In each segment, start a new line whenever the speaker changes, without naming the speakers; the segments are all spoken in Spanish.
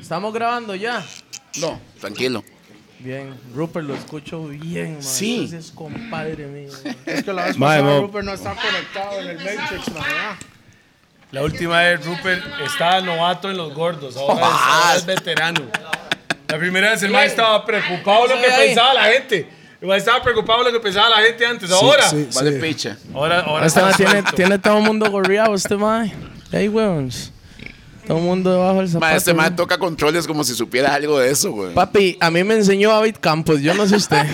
Estamos grabando ya.
No, tranquilo.
Bien, Rupert lo escucho bien, man.
Sí.
Ese es compadre mío.
Es que la vez
Mae,
pasada
mo-
Rupert no está conectado en el Matrix, mae, ah.
La última vez Rupert estaba novato en los gordos, ahora es, ahora es veterano. La primera vez el mae estaba preocupado lo que
Ahí.
pensaba la gente. El mae estaba preocupado lo que pensaba la gente antes. Ahora,
Sí, sí.
Vale, picha.
ahora, ahora
Este
está
man tiene,
suelto.
tiene todo el mundo gorreado, este mae. Ey, weons. Todo el mundo debajo del zapato.
Ma, este
weón.
man toca controles como si supiera algo de eso, güey.
Papi, a mí me enseñó David Campos, yo no sé usted.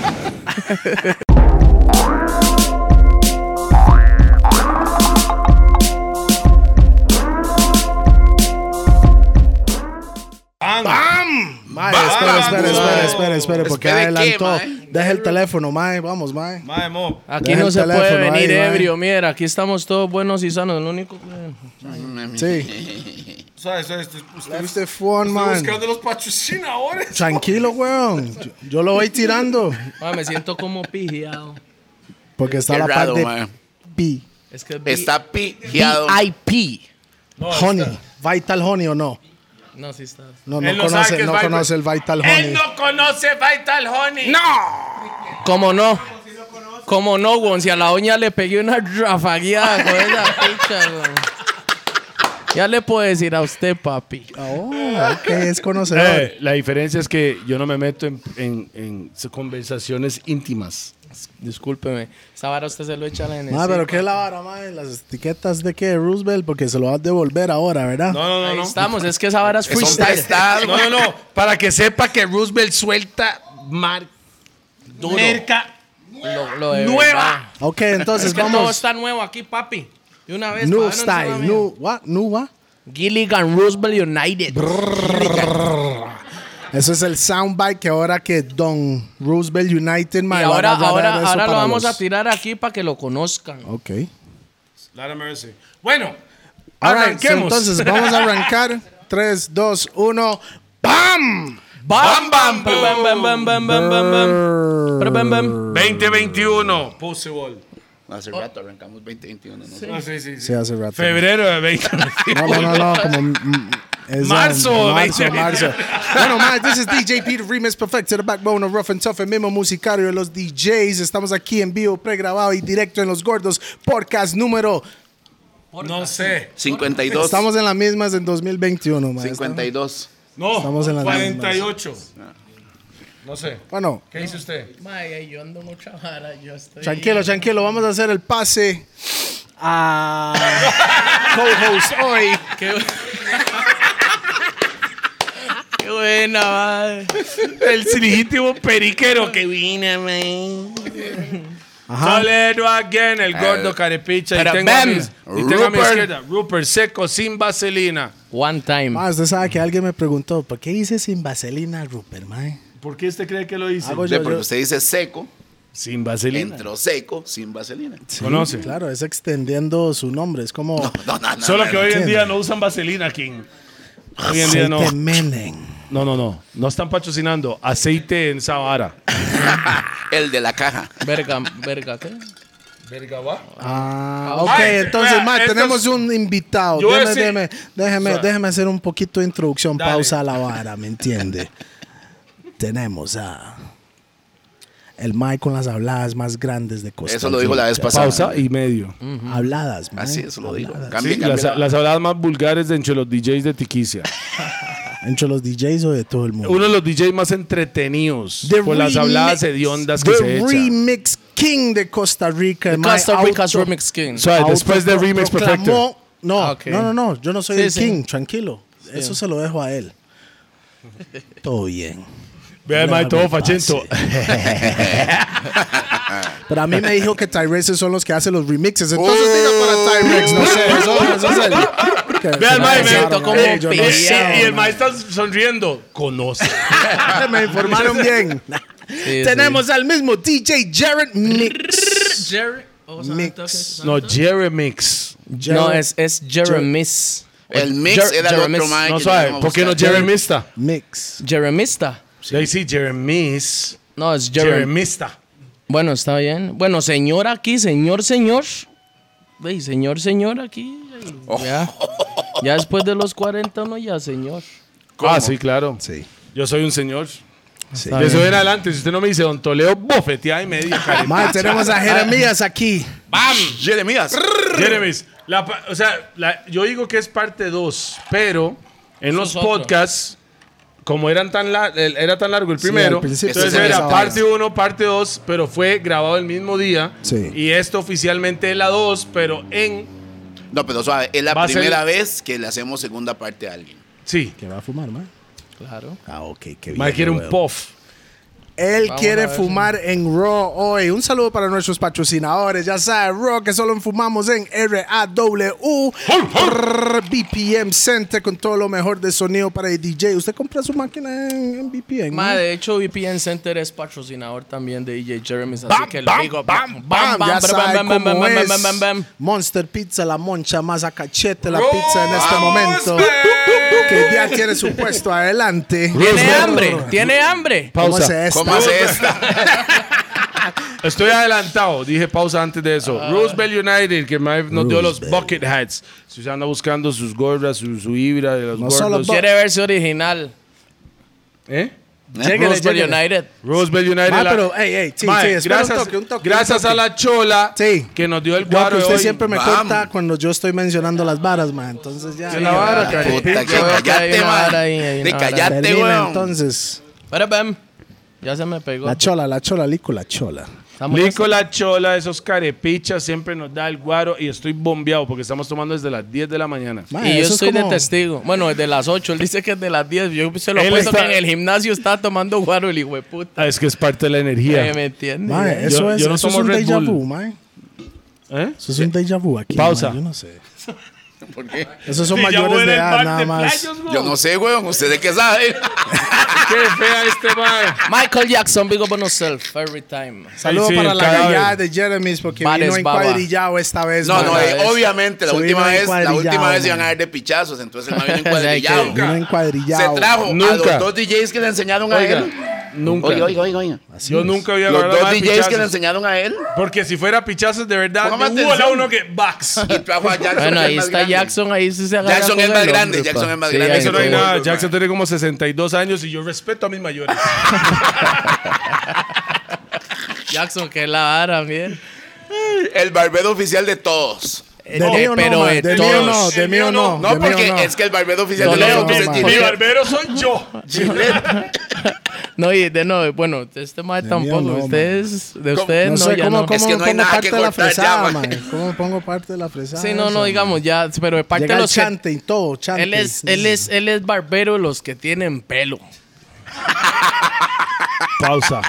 Mae,
Vamos,
espera, espera,
mae.
espera, espera, espera, porque
Espere, ¿qué,
adelantó.
mae?
Deja el teléfono, mae, vamos, mae.
Mae, mo,
Aquí
Deja
no
el
se puede
teléfono,
venir
ahí, ahí.
ebrio, mira, aquí estamos todos buenos y sanos, lo único que...
Sí.
suave, suave, usted, usted-
Left the phone,
estoy
man.
buscando los patrocinadores.
Tranquilo, weón. Yo, yo lo voy tirando.
Mae, me siento como pijeado.
Porque está
Qué
la
raro,
parte de
mae.
P.
Es que...
Está pijeado.
IP.
No,
Honey.
está-
Vital Honey o no.
No, sí está.
No,
Él
no
no sabe que
conoce,
es
no
Vital.
conoce el Vital
Él
Honey.
no conoce Vital Honey. No.
¿Cómo no? ¿Cómo no, weón? Si a la doña le pegué una rafagueada con esa picha, weón. Ya le puedo decir a usted, papi.
Oh, ok, es conocedor.
Eh, la diferencia es que yo no me meto en, en- en s- conversaciones íntimas.
Discúlpeme. Esa vara usted se lo echa a la NC.
Mae, Ah, pero qué es la vara, mae. Las etiquetas de qué, Roosevelt, porque se lo vas a devolver ahora, ¿verdad?
No, no, no,
Ahí
no.
estamos. Es que esa vara es
Son
freestyle.
prestados,
No,
güey.
no, no.
Para que sepa que Roosevelt suelta mar
Duro.
Merca
Lo, lo de verdad.
nueva.
Ok, entonces
Es que
vamos.
todo está pues, nuevo aquí, papi. De una vez.
New
pa' darnos una
style,
mía.
new what, new what?
Gilligan Roosevelt United.
Eso es el soundbite que ahora que Don Roosevelt United
y
man, van
ahora,
a agarrar
ahora,
eso
ahora lo
para
vamos
los-
a tirar aquí para que lo conozcan.
Ok.
Lord have mercy. Bueno,
Ahora
arranquemos.
entonces vamos a arrancar. 3, 2, 1. ¡Bam!
¡Bam, bam,
bam,
bam, bam, bam, bam, bam, bam. Pero, bam, bam.
2021. Possible.
Hace rato arrancamos 2021. No sé.
No, Ah, sí, sí, sí.
Sí, hace rato.
Febrero de 2021.
No, no, no, no, como. mm, es,
Marzo,
um, marzo,
20.
marzo. Bueno, man, this is DJ Peter Remix Perfect to the Backbone of Rough and Tough, el mismo musicario de los DJs. Estamos aquí en vivo, pregrabado y directo en Los Gordos, podcast número.
No sé.
52.
Estamos en las mismas en 2021, man.
52.
No.
Estamos en las
48. No sé.
Bueno,
¿Qué dice usted?
Mae, yo ando mucha vara, yo estoy.
Tranquilo, tranquilo, vamos a hacer el pase a co-host hoy.
Qué, bu- Qué buena, madre.
El legítimo periquero que vine, man. Toledo again, el
Eh,
gordo carepicha.
pero
y tengo, a,
bam,
mi, y tengo a mi
Rupert.
izquierda Rupert seco sin vaselina.
One time.
Ma, usted sabe que alguien me preguntó, ¿por qué hice sin vaselina, Rupert, mae?
¿Por qué usted cree que lo hice?
Hago
Ve,
yo,
Porque
yo-
pues, usted dice seco,
sin vaselina.
entró seco, sin vaselina.
Sí,
conoce.
Claro, es extendiendo su nombre, es como
No, no, no.
Solo
no,
que
no.
hoy en día no usan vaselina, King. Hoy en día no.
aceite Menem.
No, no, no. No están patrocinando aceite en Sahara.
El de la caja.
Verga, verga, ¿qué?
Verga, va.
Ah, ok,
Ay,
entonces,
vea,
ma,
estos-
tenemos un invitado.
Yo voy a
Déjeme,
decir-
déjeme, déjeme, déjeme hacer un poquito de introducción,
Dale.
pausa a la vara, ¿me entiende? tenemos a... El Mike con las habladas más grandes de Costa
Eso lo dijo la vez pasada.
Pausa y medio.
Mm. Habladas, mae,
Así, eso lo digo.
habladas.
Cambia,
Sí, las,
cambia.
las habladas más vulgares de entre los DJs de Tiquicia.
Entre los DJs o de todo el mundo.
Uno de los DJs más entretenidos
The
por las
remix-
habladas hediondas que
the
se echan.
Remix King de Costa Rica. mae,
Costa Rica's
auto-
Remix King.
So- Suave, Ah, después de Remix
autoproclamó-
Perfecto.
No,
Ah, ok.
no, no, no, yo no soy
Sí,
el
sí.
King, tranquilo. Eso se lo dejo a él. Todo bien.
Vea, Eh, mae, todo
Déjame en
fachento.
Pero a mí me dijo que Tyrex son los que hacen los remixes. Entonces diga para Tyrex, no sé, eso, eso es el. que-
Vea,
que
el mae,
me
me-
avisaron,
como
eh, yo no
pillado,
eh,
sé,
eh, y
mae.
el mae está sonriendo. Conoce.
Me informaron bien.
Sí,
Tenemos al mismo DJ Jared Mix.
sí. Jerry. o sea,
Mix.
entonces-
No, Jeremix.
No, es, es Jeremis.
El mix
Jer-
era el otro
Jeremis.
Mike.
No sabe. ¿Por qué no Jeremista?
Mix.
Jeremista.
Ahí sí, Jeremis.
No, es Jerem.
Jeremista. Ah,
Bueno, está bien. Bueno, señor aquí, señor, señor. Ey, Oh. señor, señor aquí. ey, Ya. ya después de los 40, no, ya, señor.
Ah, sí, claro.
Sí.
Yo soy un señor.
Sí.
De eso en adelante, si usted no me dice Don Toledo, bofeteada y media. cara.
Mae, tenemos a Jeremías aquí.
¡Bam! Jeremías.
Jeremys, la pa- o sea, la- yo digo que es parte 2, pero en
Eso
los
es otro.
podcasts, como eran tan lar- el- era tan largo el
al
primero,
principio
entonces
se
era
grababa.
parte 1, parte 2, pero fue grabado el mismo día.
Sí.
Y esto oficialmente es la 2, pero en...
No, pero suave, es la
Va a ser-
primera vez que le hacemos segunda parte a alguien.
Sí,
¿Qué va a fumar, mae?
Claro.
Ah, ok, qué bien.
Mike quiere un
huevo.
puff.
Él
Vamos a
quiere
ver,
fumar en Raw hoy. Un saludo para nuestros patrocinadores. Ya sabes, Raw, que solo fumamos en RAW. Brrr, BPM Center con todo lo mejor de sonido para el DJ. ¿Usted compra su máquina en, en BPM?
Ma,
no?
de hecho, VPN Center es patrocinador también de DJ Jeremy's. Así que lo
Bam,
digo.
bam, bam, ya sabe cómo es. Monster Pizza, la moncha más a cachete, la pizza en este momento. Que ya tiene su puesto adelante.
Tiene hambre, tiene hambre.
¿Cómo
Pausa.
se
¿Cómo
esta?
hace esta?
Estoy adelantado, dije pausa antes de eso.
Ah.
Roosevelt United, que Mike nos dio los bucket hats. Si usted anda buscando sus gorras, su, su ibra de los
No solo
gordos.
bu-
Quiere verse original.
¿Eh?
Lléguele,
Roosevelt
lléguele.
United.
Roosevelt United.
Ma,
la-
Ah, pero, ey, ey, sí,
Mae,
sí, espera un
gracias,
toque, un toque,
gracias
un toque.
a la Chola
Sí.
que nos dio el
Yo, que
guaro
usted
hoy.
siempre me
Vamos.
corta cuando yo estoy mencionando las varas, man. Entonces ya.
la vara,
Ah,
Caripillo.
Puta, que
Yo veo que hay
callate,
una
man.
vara ahí, hay
De
una vara.
callate,
Berlina,
weón.
entonces.
Pero, bam. Ya se me pegó.
La chola, la chola, lico, la chola.
Estamos-
Lico la Chola, esos carepichas siempre nos da el guaro y estoy bombeado porque estamos tomando desde las 10 de la mañana.
Ma,
Y yo
eso es
estoy
como-
de testigo. Bueno, desde las 8. Él dice que es de las 10. Yo se lo
Él
puesto
está-
que en el gimnasio está tomando guaro el hijo de puta.
Ah, es que es parte de la energía.
Eh, ¿Me entiendes?
Ma,
eh?
eso
Yo-
es,
yo no
eso es
tomo
un
Red
déjà
Bull.
vu, man.
¿Eh?
Eso es un déjà vu aquí.
Pausa.
ma, Yo no sé.
¿Por qué?
Esos son mayores de edad, nada más.
Yo no sé, weón. ¿Ustedes qué saben?
Qué fea este man.
Michael Jackson, big up on yourself every time.
Saludos
Sí, sí,
para la
cada
gallada
vez.
de Jeremy's porque
Bares
vino
baba.
encuadrillado esta vez.
No,
man.
no, eh, obviamente la
Se
última
vino
vez, la
encuadrillado,
última vez iban
man.
a ver de pichazos, entonces no habían
O sea,
Vino
encuadrillado.
encuadrillado.
Se trajo a
Nunca.
los dos DJs que le enseñaron a
Oiga,
él.
nunca.
Oiga, oiga, oiga, oiga.
Así
Yo
es.
nunca había
Los
agarrado
dos
más
DJs que le
pichazos.
enseñaron a él.
Porque si fuera pichazos de verdad,
Póngame
hubo la
atención.
uno que box.
Y trajo a Jackson.
Bueno,
que es
ahí
más
está
grande.
Jackson, ahí sí se agarra.
Jackson
con
es más
el
grande,
hombre,
Jackson
pa.
es más
Sí,
grande.
ahí
Eso no
sí.
hay nada. Jackson tiene como 62 años y yo respeto a mis mayores.
Jackson, que es la vara, miren.
El barbero oficial de todos.
De mío
pero
no, man,
de
de mío
todos.
no, de
De
mío
mío
Oh,
no.
No,
de mío
porque
no.
es que el barbero oficial
No,
de
Leo,
todos
mi-
es
mi
Gillette.
barbero soy yo.
No, y de no, bueno, este mae tampoco.
mío no,
ustedes, de ustedes
No
no,
sé
ya
cómo,
no.
cómo
Es que no hay
pongo
nada
parte
que
de la
cortar ya,
fresada,
man.
man. ¿Cómo pongo parte de la fresada?
Sí, no, no, digamos ya, pero de parte
Llega
de
el
los que-
chante y todo, chante.
Él es, él es, él es barbero de los que tienen pelo.
Pausa.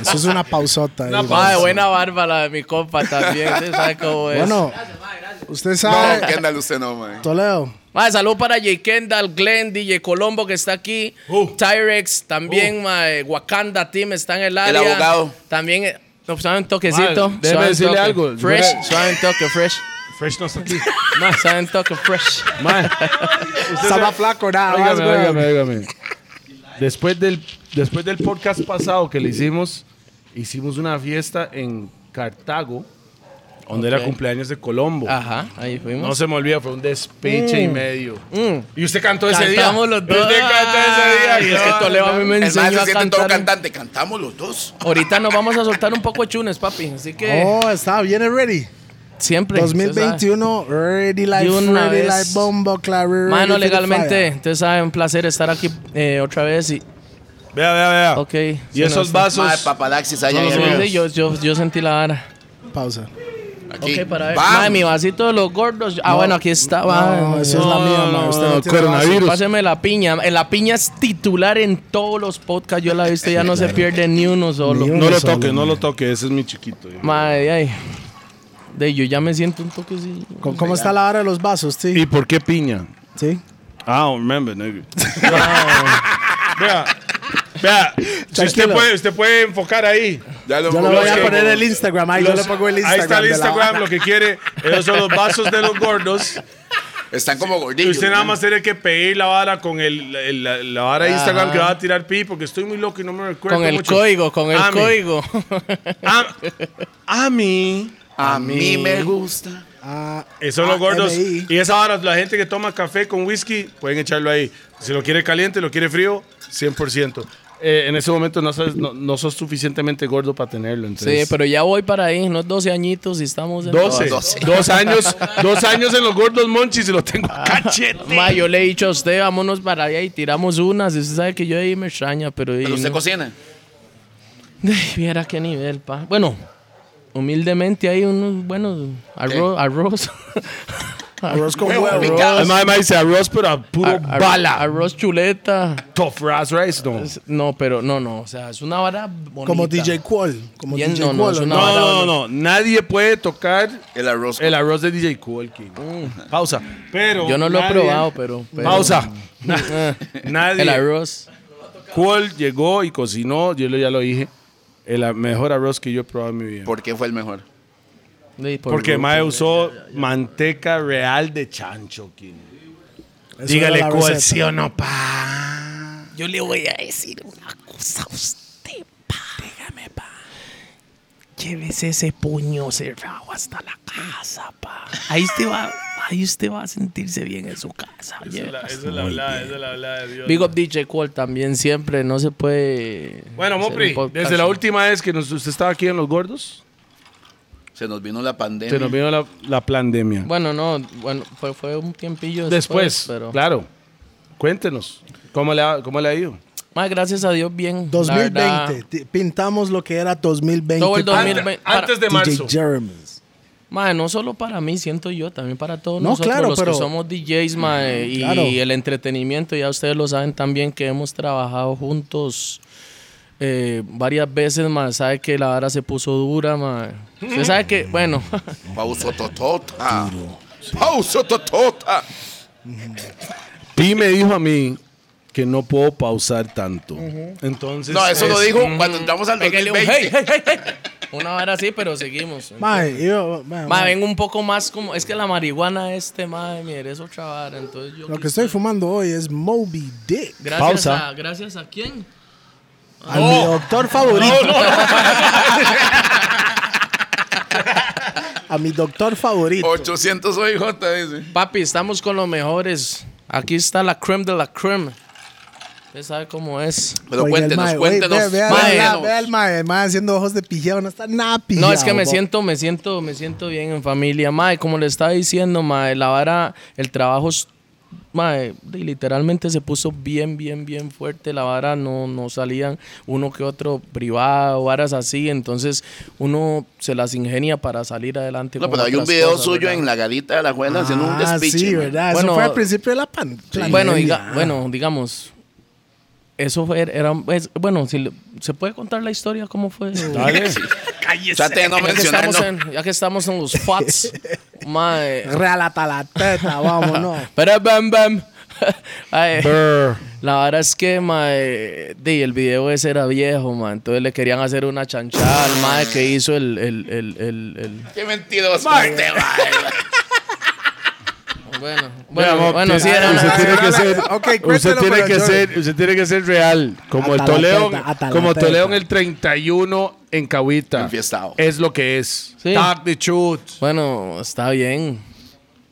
Eso es una pausota. ahí, man.
Mae,
pues.
buena barba la de mi compa también. Usted sabe cómo es.
Bueno, usted sabe.
No, Kendall, usted no, man.
Toledo.
Mae, salud para J. Kendall, Glenn, DJ Colombo que está aquí. Tyrex también, mae, Wakanda Team está en el área.
abogado.
También, eh, no, suave un toquecito.
Mae, déjeme
suave un
decirle
toque.
algo.
Fresh,
Fuera-
suave un toque, fresh.
Fresh no está aquí.
Mae, suave un toque, fresh.
Man,
Estaba flaco,
Ah,
nada más,
óigame,
weón.
óigame, óigame. Después del, después del podcast pasado que le hicimos, hicimos una fiesta en Cartago, donde
Ok.
era cumpleaños de Colombo.
Ajá, ahí fuimos. Mm,
No se me olvida, fue un despeche y medio. Y usted cantó ese día.
Cantamos los dos.
Usted cantó ese día.
Ah, y es que Toledo a mí me
El
enseñó
man se
a
siente todo
cantar.
cantante. Cantamos los dos.
Ahorita nos vamos a soltar un poco de chunes, papi. Así que
Oh, estaba bien ready.
siempre. usted sabe.
2021, ready like,
Y una
ready
vez.
like, bombo, claro.
Mano, legalmente, entonces sabe, un placer estar aquí eh, otra vez y,
Vea, vea, vea.
ok.
Y esos
Madre,
vasos.
papalaxis allá
Sí,
en el-
yo, yo, yo sentí la vara.
Pausa.
Aquí.
Ok, para ver.
Vamos.
Mae, mi vasito de los gordos. Ah, bueno, aquí está.
No,
va.
esa es la mía, man. Usted no,
no,
tiene
coronavirus.
Páseme la piña. Eh, La piña es titular en todos los podcasts. Yo la he visto, ya no se pierde ni uno solo.
Ni uno.
No lo
solo,
toque, no
man.
lo toque. Ese es mi chiquito.
Madre, ay. De yo ya me siento un toque así.
base. ¿Cómo, cómo está la hora de los vasos, sí?
¿Y por qué piña?
Sí.
I don't Ah, remember, nigga. vea, vea. Si usted
Tranquilo.
puede, usted puede enfocar ahí.
Ya lo
Yo le voy
Los
a
que-
poner el Instagram. Ahí yo le pongo el Instagram.
Ahí está el
de la
Instagram,
hora.
lo que quiere. Esos son los vasos de los gordos.
Están como
Y
gordillos.
usted nada
¿no?
más tiene que pedir la vara con el, el- la, la vara de Instagram que va a tirar pi, porque estoy muy loco y no me recuerdo.
Con el
mucho.
código, con el
Ami.
código.
A, a mí.
A mí me gusta.
Eso los gordos.
AMI.
Y esa hora, la gente que toma café con whisky, pueden echarlo ahí. Si lo quiere caliente, lo quiere frío, 100%. Eh, en ese momento no sos, no, no sos suficientemente gordo para tenerlo.
Sí,
Entonces.
pero ya voy para ahí, unos 12 añitos y estamos en
12,
Doce.
Dos años, dos años en los gordos monchis y lo tengo cachete.
Ah, Ma, yo le he dicho a usted, vámonos para allá y tiramos unas. Usted sabe que yo ahí me extraña, pero. ahí
Pero usted
no.
cocina.
Ay, viera qué nivel, pa. Bueno, humildemente hay unos buenos arroz. Arroz.
Arroz con
Huevo
huevo.
picado.
Además, me dice arroz, pero a puro
Ar-
bala.
Arroz chuleta.
Tough Ras Rice, no.
Es- No, pero no, no. O sea, es una vara bonita.
Como DJ Qual. Como
Bien,
DJ
no, no,
Qual,
es
¿o
una-
no?
No,
vara,
no, no. Nadie puede tocar
El arroz.
el arroz de DJ Cool King. Pausa. Pero.
Mm. Yo no lo he
nadie-
probado, pero. pero-
Pausa.
Eh,
Nadie.
El arroz.
Cool llegó y cocinó, yo lo- ya lo dije. El a- mejor arroz que yo he probado en mi vida.
¿Por qué fue el mejor?
Sí, por-
Porque Mae usó manteca real de chancho, King.
Eso
Dígale
era la
cuál,
receta.
sí o no, pa.
Yo le voy a decir una cosa a usted, pa. Dígame, pa. Llévese ese puño cerrado hasta la casa, pa. Ahí usted va, ahí usted va a sentirse bien en su casa.
Esa es la hablada, esa es la hablada de Dios.
Big up DJ Qual también siempre, no se puede...
Bueno,
hacer
Mopri,
un podcast.
desde la última vez que nos- usted estaba aquí en Los Gordos,
Se nos vino la pandemia.
se nos vino la, la pandemia.
Bueno, no, bueno, fue, fue un tiempillo
Después,
después, pero...
claro. Cuéntenos, ¿cómo le ha, cómo le ha ido?
Más gracias a Dios, bien. la verdad.
2020. ti- Pintamos lo que era 2020.
Todo el
para
2020.
Antes de marzo.
DJ Jeremy's.
Mae, no solo para mí, siento yo, también para todos
No,
nosotros
claro,
los
pero- Mm,
que somos DJs, mae, y
Claro.
el entretenimiento, ya ustedes lo saben también que hemos trabajado juntos eh, varias veces, mae, sabe que la vara se puso dura, mae. Usted sabe
Mm.
que, bueno,
Pauso totota. Pauso totota.
Pi me dijo a mí que no puedo pausar tanto. Entonces.
No, eso lo
es-
dijo cuando entramos al
pégale un
2020.
hey, hey, hey, hey. Una vara así, pero seguimos.
Mae, yo-
Mae,
mae, mae.
vengo un poco más como, es que la marihuana este, mae, mire, es otra vara, entonces yo...
Lo que estoy fumando hoy es Moby Dick.
Gracias
Pausa.
a, gracias a quién?
A mi doctor favorito. a mi doctor favorito.
800 OIJ, dice.
Papi, estamos con los mejores. Aquí está la creme de la creme. Usted sabe cómo es.
Pero
Oiga, el
cuéntenos,
mae,
cuéntenos.
oye, Vea, vea,
mae.
vea,
cuéntenos.
vea el mae, el mae haciendo ojos de pijado, no está nada pijado.
No, es que me
bo-
siento, me siento, me siento bien en familia. Mae, como le estaba diciendo, mae, la vara, el trabajo, es- mae, de- literalmente se puso bien, bien, bien fuerte. La vara no, no salían uno que otro privado, varas así. Entonces uno se las ingenia para salir adelante.
No,
con
pero hay un
otras
video
cosas,
suyo
¿verdad?
en la garita de la juela haciendo un
Ah,
despiche.
sí,
mae.
¿verdad? Eso
Bueno,
fue al principio de la pan- pandemia.
Bueno, diga, bueno, digamos. Eso fue, era, es- bueno, si le- se puede contar la historia, cómo fue.
Dale.
Trate de no
ya, que
mencionarlo.
estamos en, ya que estamos en los FATS. mae.
Relata la teta, vámonos.
Pero bam, bam. Ay,
Brr.
la verdad es que, mae, di, el video ese era viejo, mae. Entonces le querían hacer una chanchada al mae que hizo el, el, el, el, el-
Qué mentiroso. usted, mae.
Bueno,
Vea,
bueno,
Mop,
bueno, sí,
usted-
era
usted
una-
tiene que
era-
ser,
Ok,
usted
cuéntelo,
tiene
pero
que
yo-
ser, usted tiene que ser real, como el
Hasta la
Toleón,
teta, hasta la
como
teta.
Toleón el 31 en Cahuita.
Enfiestado.
Es lo que es.
Sí.
Talk the truth.
Bueno, está bien.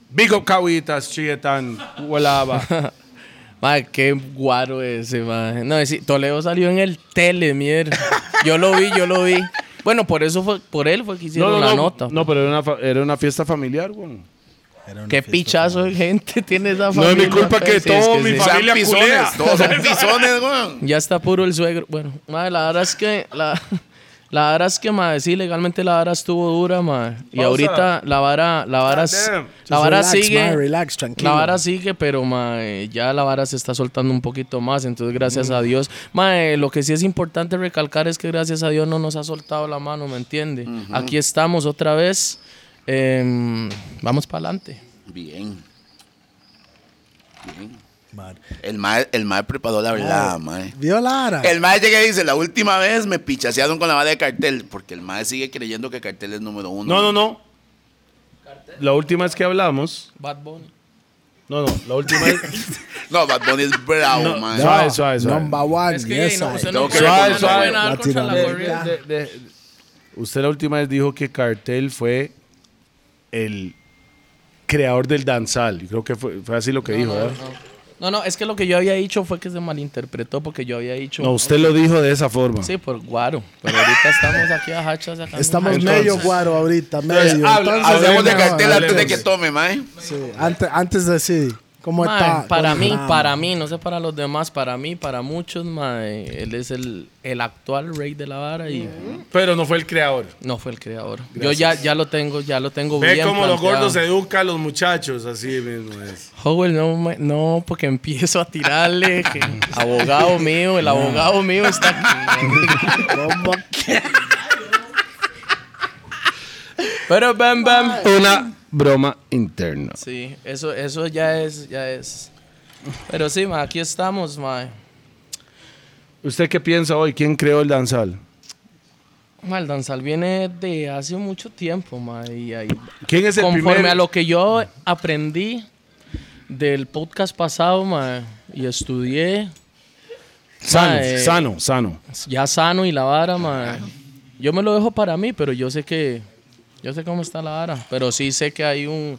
Big up Cahuitas, Chietan, Huelaba.
Madre, qué guaro ese, madre. No, es, Toledo salió en el tele, mierda. Yo lo vi, yo lo vi. Bueno, por eso fue, por él fue que hicieron la nota.
no, pero era una, fa- era una fiesta familiar, güey.
qué pichazo de gente tiene esa
No
familia.
es mi culpa
pues,
que
sí, es
todo
que
mi
sí.
fa-
Son
Familia culea.
pisones. Todos son pisones, weón.
Ya está puro el suegro. Bueno, madre, la verdad es que la la verdad es que madre, sí, legalmente la vara estuvo dura, madre. Y
Pausa.
ahorita la vara la vara s-
Goddamn.
la vara
Relax,
sigue.
mae, relax, tranquilo.
La vara sigue, pero mae, ya la vara se está soltando un poquito más, entonces gracias
Mm.
a Dios. Mae, lo que sí es importante recalcar es que gracias a Dios no nos ha soltado la mano, ¿me entiende? Aquí estamos otra vez. Em, vamos para adelante.
Bien. Bien. El mae, el mae preparó la verdad, mae.
Vio la ara.
El mae llega y dice, la última vez me pichasearon con la bala de cartel, porque el mae sigue creyendo que cartel es número uno.
No, no, no. La última vez que hablamos.
Bad Bunny.
No, no, la última vez.
No, Bad Bunny es bravo, mae.
no. suave, suave, suave.
Ah, Number one. eh.
Es que
yes,
ey, no,
I.
usted
Tengo
no
que
usted no
suave,
puede
suave.
nadar contra la
Latinoamérica.
corriente.
De- de- de- usted la última vez dijo que cartel fue el creador del danzal. Yo creo que fue, fue así lo que dijo, ¿verdad?
No, no, es que lo que yo había dicho fue que se malinterpretó porque yo había dicho.
No, usted lo dijo de esa forma.
Sí, por guaro. Pero ahorita estamos aquí a hachas sacando.
Estamos
Entonces,
medio guaro ahorita, medio.
Entonces, habla-
Entonces,
Hablemos de
hablemos,
cartel antes de que
hablemos.
tome, mae.
sí, antes, antes de sí. ¿Cómo
mae,
está?
para
¿Cómo
mí,
está?
para mí, no sé para los demás, para mí, para muchos, mae, él es el, el actual rey de la vara y
Pero no fue el creador.
no fue el creador. Yo ya, ya lo tengo, ya lo tengo
Ve
bien.
cómo los
planteado.
gordos educan a los muchachos, así mismo es.
Howell, no, me- no, porque empiezo a tirarle. que abogado mío, el abogado mío está aquí.
¿Cómo que?
Pero bam, bam.
Una broma interna.
Sí, eso, eso ya es, ya es. Pero sí, ma, aquí estamos, ma.
¿Usted qué piensa hoy? ¿Quién creó el danzal?
Ma, el danzal viene de hace mucho tiempo, ma. Y ahí,
¿Quién es el
conforme
primer?
a lo que yo aprendí del podcast pasado, ma, y estudié,
Sano,
Mae.
sano, sano.
ya sano y la vara, ma. Yo me lo dejo para mí, pero yo sé que, yo sé cómo está la vara. Pero sí sé que hay un,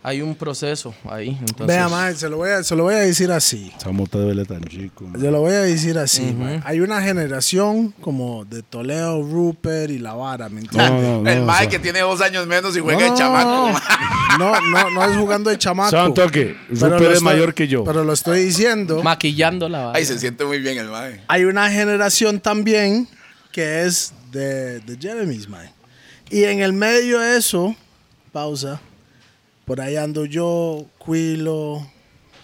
hay un proceso ahí. Entonces,
Vea, mae, se lo voy a, se lo voy a decir así.
Esa mota duele tan chico. mae.
Yo lo voy a decir así, mae. Hay una generación como de Toledo, Rupert y La Vara, ¿me entiendes?
No, no, no,
El mae
o sea,
que tiene dos años menos y juega de chamaco. mae.
No, no, no es jugando de chamaco.
Sabe un toque,
Pero
Rupert
lo
es
estoy-
mayor que yo.
Pero lo estoy diciendo.
maquillando la vara.
Ay, se siente muy bien el mae.
Hay una generación también que es de, de Jeremy's, man. Y en el medio de eso, pausa, por ahí ando yo, Quilo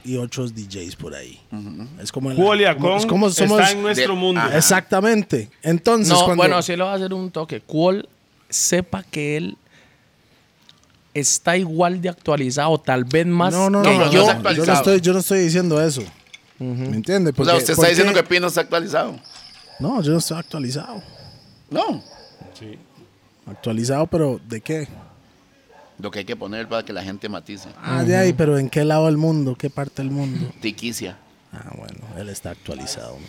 y otros DJs por ahí. Es como... el-
Julia
como-
con
es como somos...
está en nuestro
de-
mundo.
Ajá.
Exactamente. Entonces,
No,
cuando-
bueno, sí le va a hacer un toque. Cuál sepa que él está igual de actualizado, tal vez más
no, no, no,
que yo.
no.
no, yo, no
actualizado.
estoy, yo no estoy diciendo eso. ¿Me entiendes?
O sea, usted está diciendo que Pino está actualizado.
No, yo no estoy actualizado.
No.
Actualizado, pero ¿de qué?
Lo que hay que poner para que la gente matice.
Ah, de ahí, pero ¿en qué lado del mundo? ¿Qué parte del mundo?
Tiquicia.
Ah, bueno, él está actualizado, man.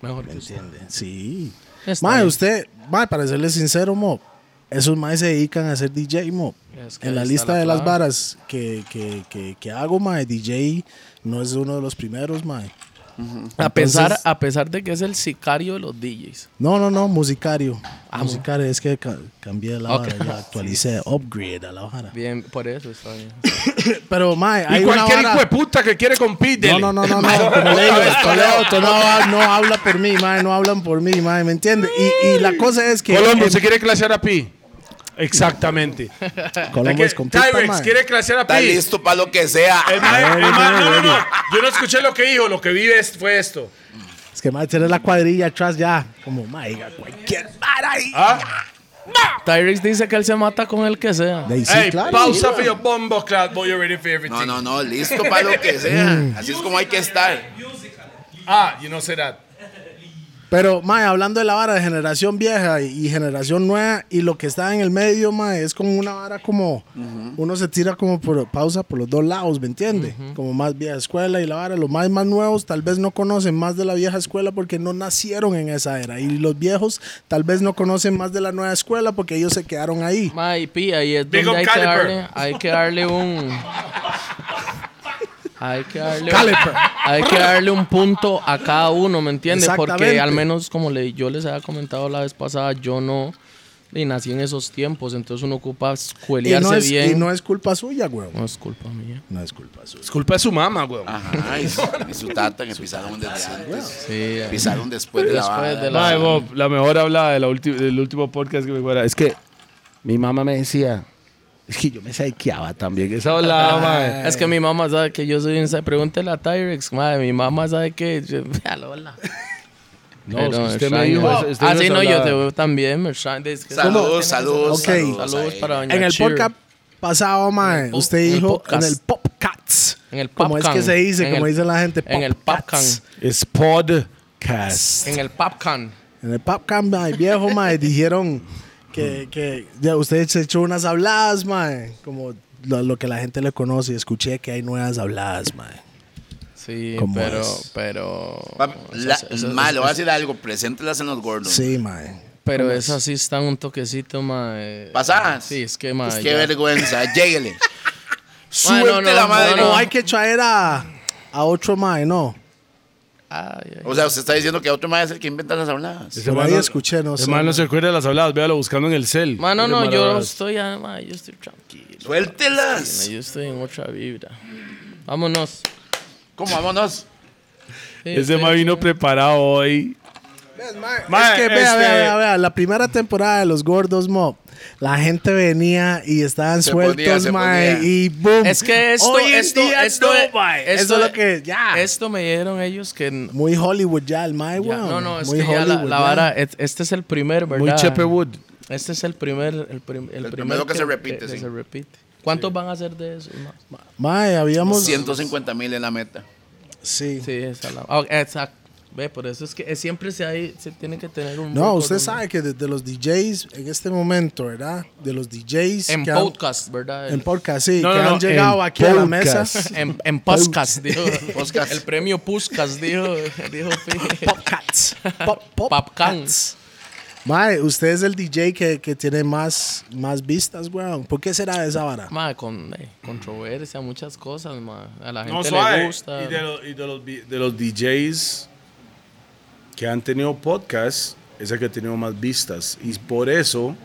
Mejor
¿Me
que usted.
entiende? Sí.
Está
Mae,
bien.
usted, mae, para serle sincero, Mo, esos maes se dedican a ser DJ, Mo.
Es que
en la
ahí está
lista
la
de las
clave.
varas que, que, que, que hago, mae, DJ no es uno de los primeros, mae.
a, pesar,
Entonces-
a pesar de que es el sicario de los DJs.
No, no, no, musicario. musicario, es que ca- cambié la
Ok.
vara, ya actualicé, upgrade a la vara.
Bien, por eso está bien.
Pero, mae, hay
Y
una
cualquier
vara-
hijo de puta que quiere compite.
No, no, no, no, no. Como le digo, Toledo, Toledo ha- no habla por mí, mae, no hablan por mí, mae, ¿me entiende? Y, y la cosa es que.
Colombo,
em-
¿se quiere clasear a Pi? Exactamente.
Colombo es compita,
Tyrex
mae.
quiere clasear a
Está
Pi.
listo para lo que sea.
El mae, el mae- no, no, no. Yo no escuché lo que dijo, lo que vi es- fue esto.
Es que, mae, tiene la cuadrilla atrás ya. Como, mae, diga, cualquier vara ahí.
Tyrese dice que él se mata con el que sea.
De ahí sí,
Hey,
claro.
pausa for your bombo clap, but you're ready for everything.
No, no, no. Listo para lo que sea.
Mm.
Así es como hay que estar.
Ah, you know say that.
Pero, mae, hablando de la vara de generación vieja y, y generación nueva y lo que está en el medio, mae, es como una vara como. Uno se tira como por pausa por los dos lados, ¿me entiende? Como más vieja escuela y la vara. Los más, más nuevos tal vez no conocen más de la vieja escuela porque no nacieron en esa era. Y los viejos tal vez no conocen más de la nueva escuela porque ellos se quedaron ahí.
Ma, y pi, ahí es
Big
donde
up
hay que,
Caliper.
darle, hay que darle un. Hay que darle, hay que darle un punto a cada uno, ¿me entiendes? Porque
Exactamente.
al menos, como le, yo les había comentado la vez pasada, yo no y nací en esos tiempos, entonces uno ocupa
Y
cuelearse
no, es,
bien.
y
no,
no es culpa suya, güey.
es culpa mía.
No es culpa suya.
Es culpa de su mamá, güey.
Ajá. Y su, y su tata que pisaron desde antes.
Sí, eh.
Pisaron después de la
Después
vara.
de la-
Mae, Bob, la mejor hablada de la ulti- del último podcast que me acuerdo es que mi mamá me decía, es que yo me saqueaba también. Esa
Ah,
hablaba, mae.
Es que mi mamá sabe que yo soy un. Pregúntele a Tyrex, madre. Mi mamá sabe que. yo- Véalo, hola.
No,
Pero
es que
me
usted me
extraña.
dijo. eso- usted
Ah, sí,
esa
no, yo
hablada.
te veo también, me extraña. Es que-
Saludos, saludos.
Ok.
Saludos,
Saludos
ahí.
para doña
En el
Cheer.
podcast pasado, mae,
po-
usted
en el
dijo en
podcast.
el Popcats.
En el
Como es
popcorn.
que se dice,
En
como
el-
dice la gente.
En el popcorn.
Popcats.
Es podcast.
En el popcorn.
En el Popcats, mae, viejo, mae, dijeron que, que ya usted se echó unas habladas, mae. Como lo, lo que la gente le conoce. Escuché que hay nuevas habladas, mae.
Sí,
¿Cómo
pero,
es?
pero.
Papi, la-
esas- esas-
ma, le voy a decir algo. Preséntelas en los gordos.
Sí, mae.
Pero esas sí están un toquecito, mae.
¿Pasadas?
Sí, es que, mae.
Pues
ya-
qué vergüenza. Lléguele.
Mae,
Suelte la madre.
no.
No, hay que traer a, a otro mae, no.
Ay, ay.
O sea, usted está diciendo que otro más es el que inventa las habladas.
Por ahí escuché, no sé.
Hermano, no se acuerda de las habladas, véalo buscando en el cel.
Mae, no, no, yo
Maravillas.
estoy, ah, mae, yo estoy tranquilo.
Suéltelas.
Yo estoy en otra vibra. Vámonos.
¿Cómo? Vámonos.
Sí,
Ese
sí.
más vino preparado hoy.
Es
Mae,
que vea,
este-
vea, vea, vea, la primera temporada de los Gordos Mob, la gente venía y estaban
Se
sueltos,
ponía, se
mae,
ponía.
y boom.
Es que esto,
Hoy en
esto,
día
esto,
no, mae.
esto-
Eso es lo que, ya.
Esto me dieron ellos que. n-
muy Hollywood ya, el mae,
ya,
weón.
no, no, es
Muy
que ya la,
Hollywood,
la
ya.
vara. et- Este es el primer, ¿verdad?
Muy Chepe Wood.
Este es el primer. El, prim- el primero
El primero que se repite,
que
sí.
se repite. ¿Cuántos van a hacer de eso? Más, más.
Mae, habíamos...
150 mil en la meta.
Sí.
Sí, esa la- ah, exacto. Ve, por eso es que eh, siempre se, hay, se tiene que tener un.
No,
récord,
usted sabe que desde los DJs, en este momento, ¿verdad? De los DJs...
En
que han-
podcast, ¿verdad?
En podcast, sí,
No,
que
no, no,
han llegado
en
aquí a la mesa.
podcast.
en, en podcast, dijo.
Podcast.
El premio Puskas, dijo. dijo
Popcats. Pop, pop
Popcans.
Mae, usted es el DJ que, que tiene más, más vistas, weón. ¿Por qué será esa vara?
Ma, con eh, controversia, muchas cosas, ma. A la
No,
gente
suave.
le gusta.
Y, de, lo- y de los, vi- de los DJs que han tenido podcast, es el que ha tenido más vistas. Y por eso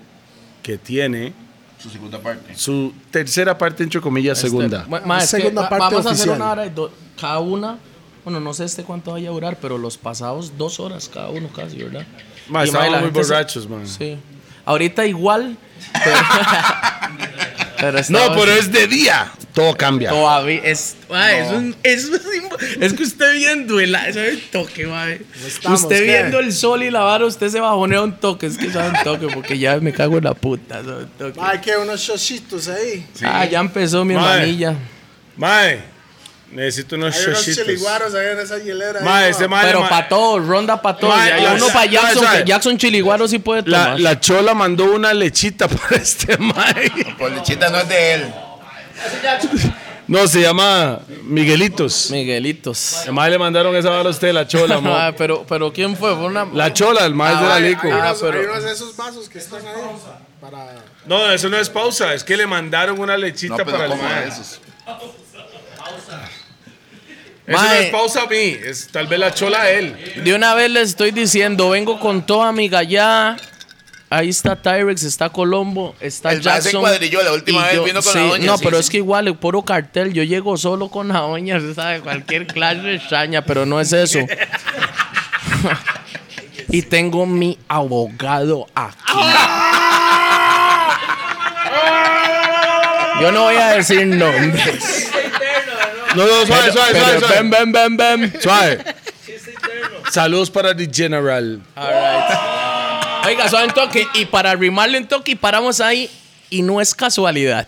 que tiene
Su segunda parte.
su tercera parte, entre comillas,
Este,
segunda.
ma- ma, es que
Segunda
va-
parte
vamos a hacer
oficial.
una hora y do- cada una. Bueno, no sé este cuánto vaya a durar, pero los pasados dos horas cada uno casi, ¿verdad?
Ma,
Y,
estábamos
la
muy
gente se-
borrachos, man.
Sí. Ahorita igual. Pero, pero
No,
estaba-
pero es de día. Todo cambia.
Todavía es, ma, es, un, es, un- es que usted viendo el, sabe un toque, ma.
estamos,
usted
¿qué?
viendo el sol y la vara, usted se bajonea un toque. Es que sabe un toque, porque ya me cago en la puta. sabe un toque.
que unos shoshitos ahí.
Ah, ya empezó mi
Mae.
hermanilla.
Mae, necesito unos shoshitos.
ahí en esa hielera.
Mae, ese mae.
Pero
mae-
para todos, ronda para todos.
Mae,
Ya,
la-
uno para
la-
Jackson,
sabe.
que Jackson Chiliguaro sí puede
La,
tomar.
la chola mandó una lechita para este mae.
Pues lechita no es de él.
No, se llama Miguelitos.
Miguelitos.
El mae le mandaron esa bala a usted, la chola, mo.
Ah, pero, pero ¿quién fue? Fue una...
La chola, el mae de la lico.
Ah, pero,
de esos vasos que están ahí. Para...
No, eso no es pausa, es que le mandaron una
No,
lechita para
pero
el
¿cómo
mae.
es
Eso
eso?
no
Mae.
es pausa a mí, es tal vez la chola a él.
de una vez les estoy diciendo, vengo con toda mi gallá. Ahí está Tyrex, está Colombo, está
El mae se
Jackson.
cuadrilló la última
y
vez, vino con la doña,
No,
sí,
pero
sí.
es que igual, el puro cartel. Yo llego solo con la doña, se sabe, cualquier clase extraña, pero no es eso. y tengo mi abogado aquí.
Ah.
Yo no voy a decir nombres.
No, no, suave, suave,
pero ven,
suave. Suave.
ven, ven, ven.
Suave. Saludos para The General.
Oiga, suave un toque. Y para rimarle un toque, y paramos ahí. Y no es casualidad.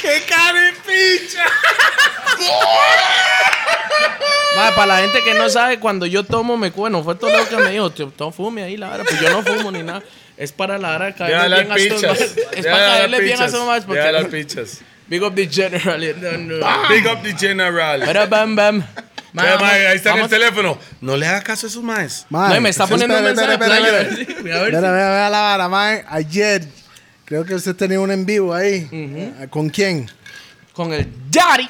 ¡Qué carepicha!
Madre, para la gente que no sabe, cuando yo tomo, me cueno. Fue todo lo que me dijo, "Tío, no fume ahí, la hora. Pues yo no fumo ni nada. Es para la hora
Ya
caerle
las
bien a estos
pichas.
más. Es
Ya
para
las
caerle bien a
pichas.
estos más.
Ya las Ah.
Porque
pichas.
Big up the general. No, no.
Big up The General.
Pero bam, bam. Ma,
Vea,
vamos,
mae, ahí está en el
vamos.
teléfono. No le haga caso a esos maes.
No, y me está poniendo un mensaje. playo. Voy a ver
Mira,
si-
mira, mira la vara, mae. Ayer, creo que usted tenía un en vivo ahí. Ah, ¿Con quién?
Con el Daddy.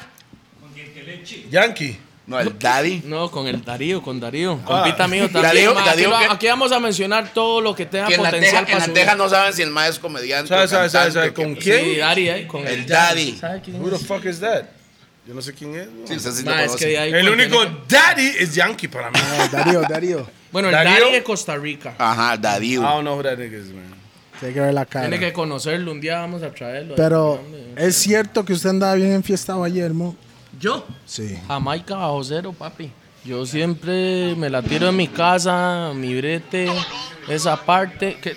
Yankee.
No, el daddy.
No, con el Darío, con Darío. Compita mío también.
Ah. Darío-
ma. aquí,
Darío
va-
que-
aquí vamos a mencionar todo lo que tenga
Que en la teja,
potencial
en
para
la
subir.
teja no saben si el mae es comediante.
¿Sabe,
o
sabe, sabe, sabe?
cantante,
¿Con
que-
Sí,
quién?
Daddy ahí, con
El daddy.
¿Sabe quién
Who
es?
the fuck is that? Yo no sé quién es.
Sí, usted sí lo
Ma, es que
conoce.
de ahí,
El
pues,
único
tiene-
daddy es Yankee para mí.
Ah, Darío, Darío.
Bueno, el
Darío.
Daddy de Costa Rica.
Ajá, daddy.
I don't know who that nigga is, man.
Tiene que ver la cara.
Tiene que conocerlo, un día vamos a traerlo.
Pero es cierto que usted andaba bien enfiestado ayer, mo.
yo,
Sí.
Jamaica bajo cero, papi. Yo siempre me la tiro en mi casa, mi brete, esa parte. Que...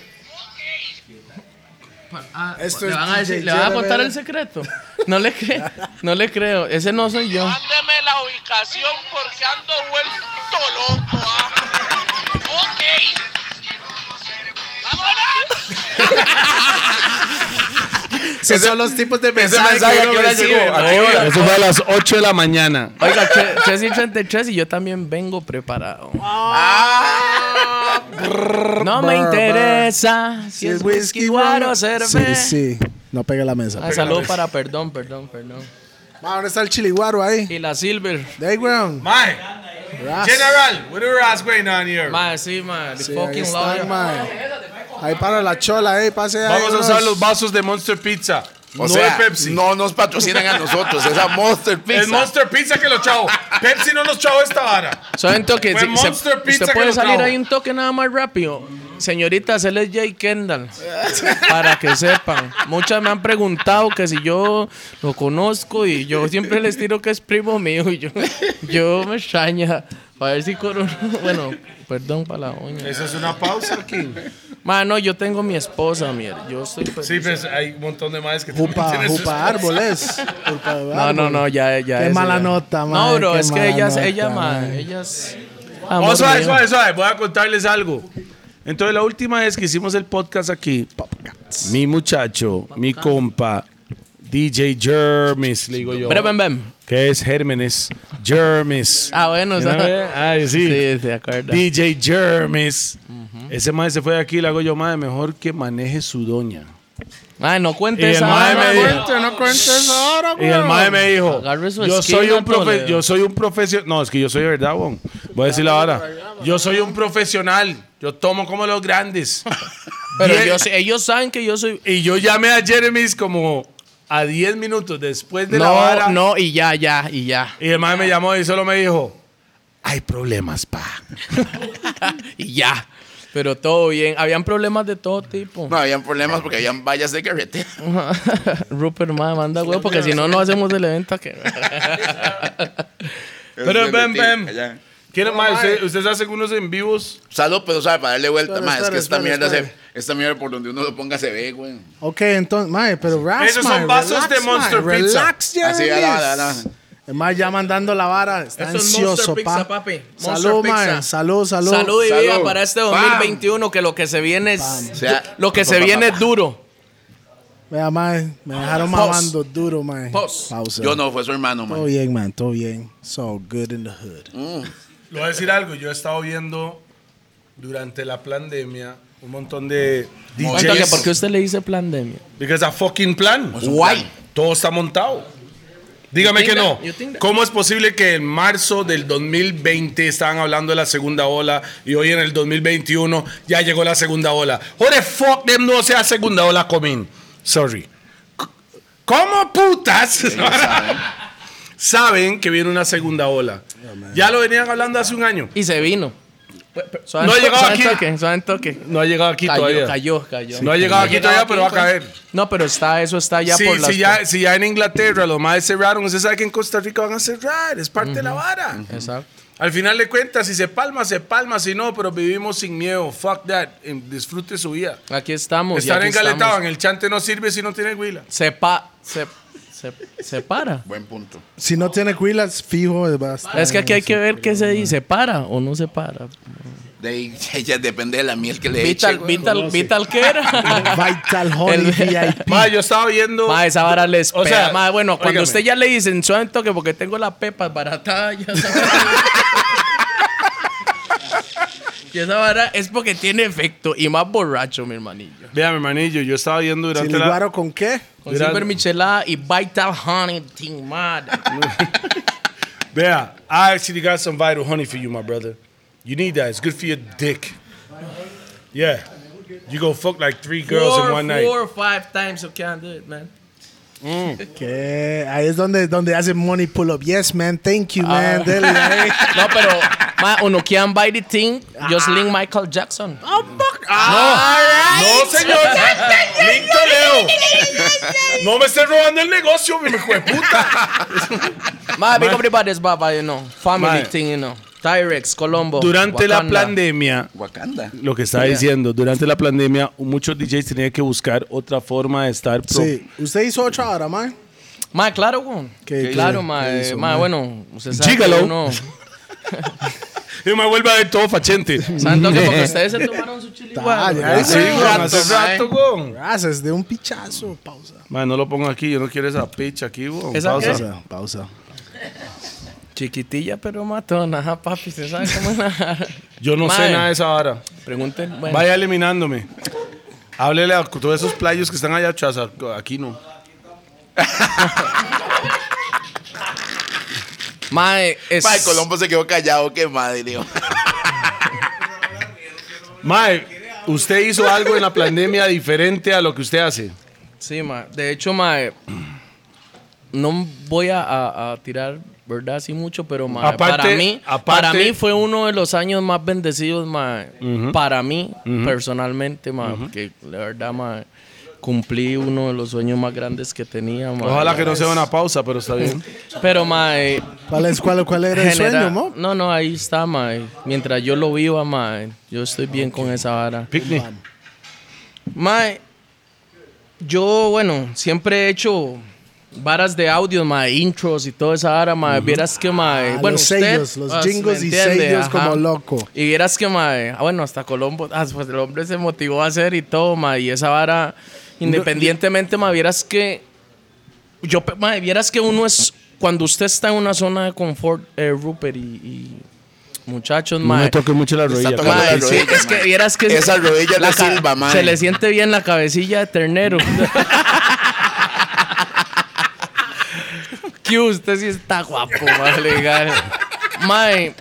Ah,
Esto
¿Le
es
van a, decir-
DJ
¿le van a
Jeremy.
contar el secreto? No le creo, no le creo. Ese no soy yo.
Mándeme la ubicación porque ando vuelto loco. ah. Ok. ¡Vámonos!
Esos son los tipos de mensajes
mensaje
que
que
uno
ahora
recibe.
llegó. ¿A qué hora? Eso fue a las 8 de la mañana.
Oiga, Che- Chessy 33 y yo también vengo preparado.
Ah.
No me interesa si
Si
es whisky, guaro, cerveza.
Sí, sí. No pegue la mesa.
Ah, saludo para perdón, perdón, perdón.
Ma, ¿Dónde está el chiliguaro ahí?
Y la Silver.
De ahí, weón.
Mae,
Ras.
General, what are us going on here?
Mae, sí, mae. the
Sí, ahí
fucking
están,
lawyer.
ma. Ahí para la chola, ahí, pase ahí.
Vamos a
bros.
usar los vasos de Monster Pizza.
O
no
sea,
de Pepsi.
no nos patrocinan a nosotros, esa Monster Pizza.
Es Monster Pizza que lo chavo. Pepsi no nos chavo esta vara.
Solo un toque.
Fue
si- se-
Monster Pizza
usted
que
puede
nos
salir
trajo.
ahí un toque nada más rápido. Señorita, él es Jay Kendall. para que sepan. Muchas me han preguntado que si yo lo conozco y yo siempre les tiro que es primo mío y yo, yo me extraña. A ver si corona. Bueno, perdón para la oña.
Esa es una pausa, King.
Mano, yo tengo mi esposa, mierda. Yo estoy feliz.
Sí, pues hay un montón de madres que
Jupa,
tienen sus
jupa
cosas.
árboles. Jupa de
No, no,
árboles.
no, ya, ya.
Qué
eso,
mala
ya.
nota,
No,
mae,
bro,
qué
es que ella,
mala
ella,
nota,
mae,
mae.
ella es.
Oh,
amor
suave,
mío.
suave, suave. Voy a contarles algo. Entonces, la última vez que hicimos el podcast aquí, mi muchacho, mi compa, DJ Jermis, le digo yo,
Ven, ven, ven.
que es Gérmenes, Jermis.
Ah, bueno, o sea,
Ay, sí.
Sí, se acuerda.
DJ Jermis. Ese mae se fue de aquí, le hago yo, mae, mejor que maneje su doña.
Ay, no
Y
cuente
el
esa.
mae
vara,
me
güey.
dijo-
Cuente, no cuentes ahora,
Y el
weón.
mae me dijo,
Agarre su
yo
esquina,
soy, un profe-
Toledo.
yo soy un profesional. No, es que yo soy de verdad, bon. Voy a decir la vara. Yo soy un profesional. Yo tomo como los grandes.
Pero
Die-
yo, sé- ellos saben que yo soy.
Y yo llamé a Jeremy's como a 10 minutos después de la
No,
vara.
no, y ya, ya, y ya.
Y el mae me llamó y solo me dijo, hay problemas, pa.
Y ya. Pero todo bien. Habían problemas de todo tipo.
No habían problemas porque habían vallas de carretera.
Rupert, mae, manda huevo, porque si no, no hacemos el evento. Que...
Pero
ven, ven. ¿Quién es mae? ¿Usted- ¿Ustedes hacen unos en vivos?
Salud, pero sabe, para darle vuelta,
Espera,
más. Es
espera,
que esta
espera,
mierda se,
espera.
esta mierda por donde uno lo ponga se ve, güey.
Ok, entonces, mae, pero Ras,
Esos son
mae,
vasos de
relax,
Monster
mae,
Pizza.
Relax, ya.
Así, ah, a la vara, a la vara.
El mae ya mandando la vara. Está
Eso es
ansioso,
Monster
pa.
Pizza, papi. Monster
Salud,
Pizza.
mae. Salud, salud.
Salud y
Salud.
vida para este
Pam.
2021, que lo que se viene es.
O sea,
Lo que
pa,
se
pa,
viene
pa,
es duro.
Vea, mae, me dejaron
Pause.
mamando duro, mae.
Pause.
Pausa.
Yo no, fue su hermano,
Todo
man.
bien, man, todo bien. It's all good in the hood.
Le voy a decir algo. Yo he estado viendo durante la pandemia un montón de
Cuento que,
DJs.
¿Por qué usted le dice pandemia?
Because a fucking plan.
Guay.
Todo está montado. Dígame
You
que
think
no.
that- you think that-
¿Cómo es posible que en marzo del 2020 estaban hablando de la segunda ola y hoy en el 2021 ya llegó la segunda ola? What the fuck them no sea segunda ola coming. Sorry. C- ¿Cómo putas saben que viene una segunda ola? ya lo venían hablando hace un año.
Y se vino. Suave
No ha
to-
llegado
suave
aquí.
toque, suave toque.
No ha llegado aquí
Cayó,
todavía.
cayó, cayó.
No ha llegado aquí todavía, pero va a
entonces.
caer.
No, pero está, eso está ya
sí,
por las...
si, ya, si ya en Inglaterra los más cerraron, usted sabe que en Costa Rica van a cerrar, es parte de la vara.
Exacto.
Al final de cuentas, si se palma, se palma, si no, pero vivimos sin miedo. Fuck that. Eh, Disfrute su vida.
Aquí estamos. y
Estar
aquí
engaletado en
estamos.
el chante no sirve si no tiene huila.
Se, pa- se, se- se para.
Buen punto.
Si no tiene cuilas, fijo, es bastante.
Es que aquí hay que ver qué se dice, para o no se para.
De ahí, ya depende de la miel que le eche,
Vital,
güey.
vital, vital que era.
Vital Honey
El-
VIP.
Ma, yo estaba viendo.
Ma, esa vara les
O sea,
bueno, cuando
óigame.
usted ya le dicen suave toque porque tengo la pepa barata, ya sabe. Y esa vara es porque tiene efecto y más borracho, mi hermanillo.
Vea, mi hermanillo, yo estaba viendo durante la...
¿Siliguaro con qué?
Con
Mira-
Silver Michelada y Vital Honey Team Mad.
Vea, I actually got some vital honey for you, my brother. You need that. It's good for your dick. Yeah. You go fuck like three girls in
Four-
one night.
Four or five times you can't do it, man.
Que ahí es donde, donde hace money pull up. Yes, man. Thank
Ah.
you, man. Dele, ahí.
No, pero ma, uno can't buy the thing, just link Michael Jackson.
No, Oh, señor. Link Toledo. No me estés robando el negocio, mi hijo de puta.
Ma, big up the baddest baba, you know. Family
Ma.
thing, you know. Tyrex, Colombo.
Durante la
Wakanda.
pandemia,
Wakanda.
lo que estaba diciendo, durante la pandemia, muchos DJs tenían que buscar otra forma de estar pro.
Sí. Usted hizo otra hora, man.
Ma, claro, güey.
¿Qué
Claro,
hizo?
ma.
¿Qué
eh,
hizo,
ma,
ma?
bueno, usted sabe
Gigolo.
que uno...
Y me vuelve a ver todo fachente.
¿Saben toque? Porque ustedes se tomaron su chili guaro.
ya,
Sí,
güey.
rato,
mae.
rato, güey.
Ah, Gracias. De un pichazo. Pausa.
Man, no lo pongo aquí, yo no quiero esa picha aquí, güey.
¿Esa
Pausa.
qué?
Pausa. Pausa.
Chiquitilla pero matona, ajá, papi. ¿Usted sabe cómo es la...
Yo no sé
Mae.
nada de esa vara.
Pregunten, bueno.
Vaya eliminándome. Háblele a todos esos playos que están allá atrás, a- aquí no.
Mae, eh, es.
Mae, Colombo se quedó callado, qué madre, digo.
Mae, usted hizo algo en la pandemia diferente a lo que usted hace.
Sí, mae. De hecho, mae. No voy a, a- a tirar, ¿verdad? Así mucho, pero mae,
Aparte-
para mí.
aparte-
Para mí fue uno de los años más bendecidos, mae. Para mí, personalmente, mae. Porque la verdad, mae. Cumplí uno de los sueños más grandes que tenía, mae.
Ojalá que no sea una pausa, pero está bien.
Pero, mae.
¿Cuál, es, cuál, cuál era el
genera-
sueño, mo?
No, no, ahí está, mae. Mientras yo lo viva, mae. Yo estoy bien con esa vara.
Picnic.
Mae, yo, bueno, siempre he hecho varas de audio, mae, intros y toda esa vara, mae. Vieras que, mae.
Ah,
bueno,
los
usted,
sellos, los
ah,
jingles
¿me
y
entiende?
sellos
Ajá.
como loco.
Y vieras que, mae, ah, bueno, hasta Colombo, ah, pues el hombre se motivó a hacer y todo, mae. Y esa vara, independientemente, mae, vieras que. Yo, pe- mae, vieras que uno es. Cuando usted está en una zona de confort, eh, Rupert y. y Muchachos, mae.
mucho la
Está tocando
Mae,
la
sí,
rodilla,
es que
mae.
vieras que
Esa rodilla
la
de
ca-
Silva, mae.
Se le siente bien la cabecilla de ternero. que usted sí está guapo, mae, legal. Mae,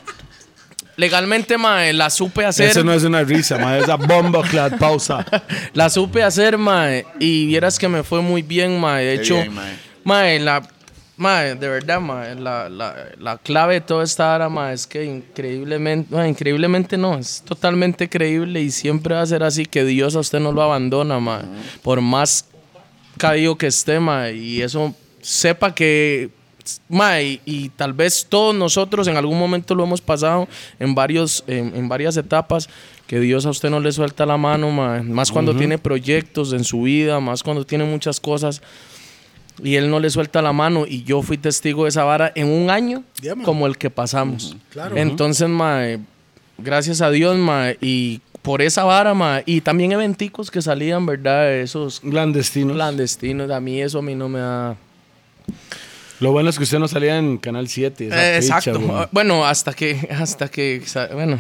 legalmente, mae, la supe hacer.
Eso no es una risa, mae, es la bomba clad pausa.
La supe hacer, mae. Y vieras que me fue muy bien, mae. De
Qué
hecho,
bien, mae.
mae, la. Mae, de verdad, mae, la, la, la clave de toda esta hora, mae, es que increíblemente, mae, increíblemente no, es totalmente creíble y siempre va a ser así que Dios a usted no lo abandona, mae. Por más caído que esté, mae, y eso sepa que, mae, y, y tal vez todos nosotros en algún momento lo hemos pasado en, varios, en, en varias etapas, que Dios a usted no le suelta la mano, mae, más cuando tiene proyectos en su vida, más cuando tiene muchas cosas, y él no le suelta la mano, y yo fui testigo de esa vara en un año
Yeah, man.
como el que pasamos.
Claro.
Entonces, mae, gracias a Dios, mae, y por esa vara, mae, y también eventicos que salían, ¿verdad? De Esos
Clandestino.
clandestinos. A mí eso a mí no me da...
Lo bueno es que usted no salía en Canal 7. esa
Eh,
picha,
exacto.
Ah,
güey.
bueno, hasta que, hasta que, sa- bueno,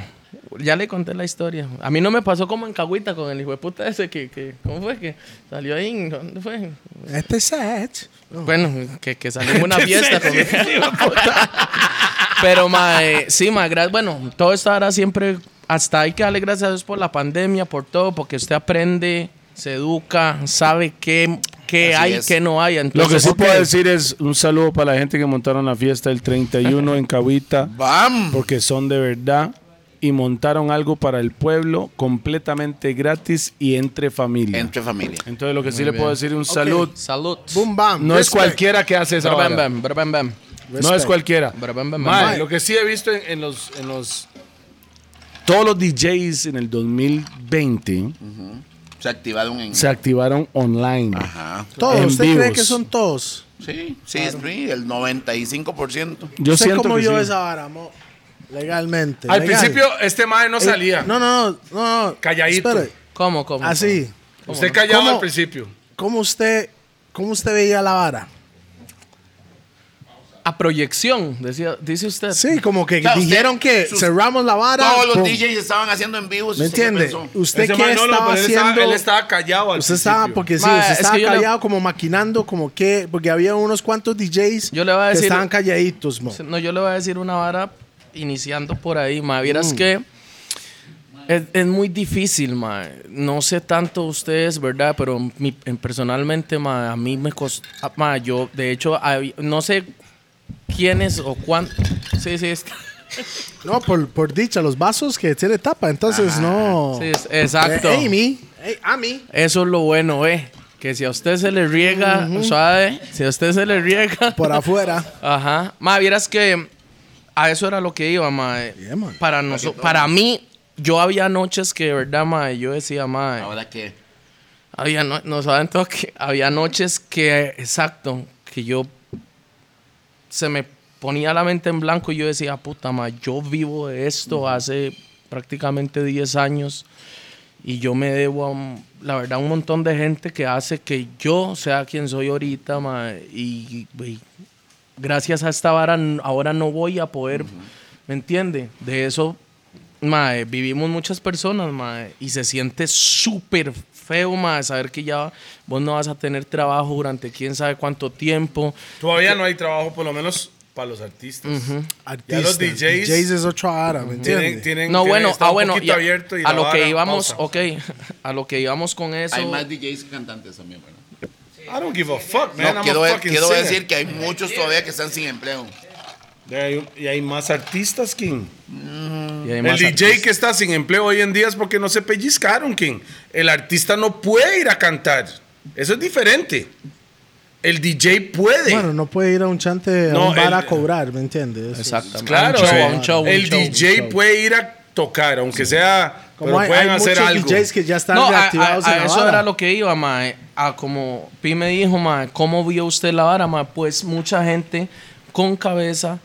ya le conté la historia. A mí no me pasó como en Cagüita con el hijo de puta ese que, que ¿cómo fue? Que salió ahí, ¿dónde fue?
Este es Edge.
Bueno, que, que salió en una fiesta con Pero, mae, sí, mae, gra- bueno, todo esto ahora siempre, hasta hay que darle gracias a Dios por la pandemia, por todo, porque usted aprende, se educa, sabe qué, qué
Así
hay,
es.
qué no hay. Entonces,
Lo que sí
ok.
puedo decir es un saludo para la gente que montaron la fiesta el 31 en Cahuita,
¡Bam!
porque son de verdad y montaron algo para el pueblo completamente gratis y entre familia.
Entre familia.
Entonces, lo que sí le puedo decir es un saludo.
Salud.
Boom, bam.
No es
Respect.
cualquiera que hace esa
Bra, bam,
vara.
bam, bra, bam, bam.
No es
Respect.
cualquiera.
Bra, bam, bam,
Mae,
bam.
lo que sí he visto en, en los, en los. Todos los DJs en el 2020
Se activaron en.
se activaron online.
Ah.
Ajá.
Todos.
en
¿Usted cree
vivos.
que son todos?
Sí, sí, sí, el 95%.
Yo
¿Usted
siento
cómo
que
vio
sí.
esa vara, mo? Legalmente.
Al
legal.
principio, este mae no
Eh,
salía.
No, no, no. no, no.
Calladito.
Espere.
¿Cómo, cómo?
Ah,
Así.
Usted callaba
¿Cómo?
al principio.
¿Cómo usted, ¿Cómo usted veía la vara?
A proyección, decía, dice usted.
Sí, como que
sea, usted-
dijeron que
sus-
cerramos la vara.
Todos los
pum.
DJs estaban haciendo en vivo.
¿Me entiende? ¿Usted
Ese
qué
man no, no,
estaba
pero él
haciendo?
Estaba, él estaba callado al
usted estaba,
principio.
porque sí,
Ma,
usted
es
estaba
que yo le-
callado, como maquinando, como que, porque había unos cuantos DJs
Yo le voy a
que
decir-
estaban calladitos, mo.
No, yo le voy a decir una vara iniciando por ahí, ma.
Mm.
Vieras que es, es muy difícil, ma. No sé tanto ustedes, ¿verdad? Pero mi- en- personalmente, ma, a mí me costó. Ma, yo, de hecho, hab- no sé quiénes o cuántos. Sí, sí, es-
No, por, por dicha, los vasos que tiene tapa, entonces no.
sí, es- exacto.
Eh, Amy, eh, Amy.
Eso es lo bueno, eh. Que si a usted se le riega, suave, si a usted se le riega.
por afuera.
Ajá. Ma, vieras que a eso era lo que iba, ma. eh.
Yeah, man.
para, noso- para mí, yo había noches que de verdad, ma, yo decía, ma, eh,
Ahora que.
había no, no saben todo que había noches que, exacto, que yo se me ponía la mente en blanco y yo decía, puta, ma, yo vivo de esto hace prácticamente 10 años y yo me debo a, un- la verdad, un montón de gente que hace que yo sea quien soy ahorita, ma, y, y gracias a esta vara n- ahora no voy a poder, ¿me entiende? De eso mae, vivimos muchas personas, mae, y se siente súper feo, mae, saber que ya vos no vas a tener trabajo durante quién sabe cuánto tiempo.
Todavía no hay trabajo, por lo menos para los artistas. Ya
Artistas.
los DJs
DJs es otra ara, ¿me
Tienen,
entiendes?
tienen,
No,
tienen-
bueno,
está
ah,
un
bueno,
poquito
ya-
abierto y
a
la
lo
vara
que íbamos,
pausa.
ok, a lo que íbamos con eso.
Hay más DJs que cantantes también, ¿verdad?
I don't give a fuck, man. I'm
No,
a
quiero,
fucking
quiero
singer.
decir que hay muchos todavía que están sin empleo.
Y hay- Y hay más artistas, King.
y hay
El
más
DJ
artistas.
que está sin empleo hoy en día es porque no se pellizcaron, King. El artista no puede ir a cantar. Eso es diferente. El DJ puede.
Bueno, no puede ir a un chante, a
No,
un bar
el-
a cobrar, ¿me entiendes? Eso es-
Exactamente.
claro,
Un show,
eh,
un show, un
el
show, un
DJ
show.
puede ir a tocar, aunque sea.
Como
pero
hay,
pueden
hay
hacer
muchos
algo.
DJs que ya están
No, a- a,
reactivados
a
en la
eso
vara.
era lo que iba, mae. A como Pi me dijo, mae, ¿cómo vio usted la vara, mae? Pues mucha gente con cabeza,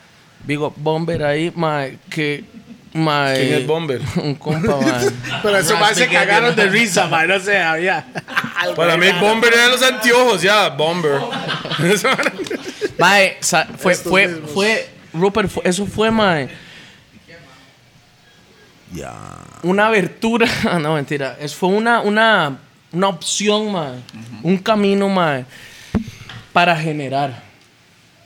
digo, bomber ahí, mae, que, mae.
¿Quién es Bomber?
Un compa, mae.
Pero eso más se cagaron de risa, man. No sé, había.
Para mí, Bomber era los anteojos, ya, Bomber.
Mae, eh, sa- fue, fue, fue, Rupert, fue- eso fue, eh, mae. Una abertura, ah, no, mentira. Es, fue una, una, una opción, mae. Un camino, mae, para generar.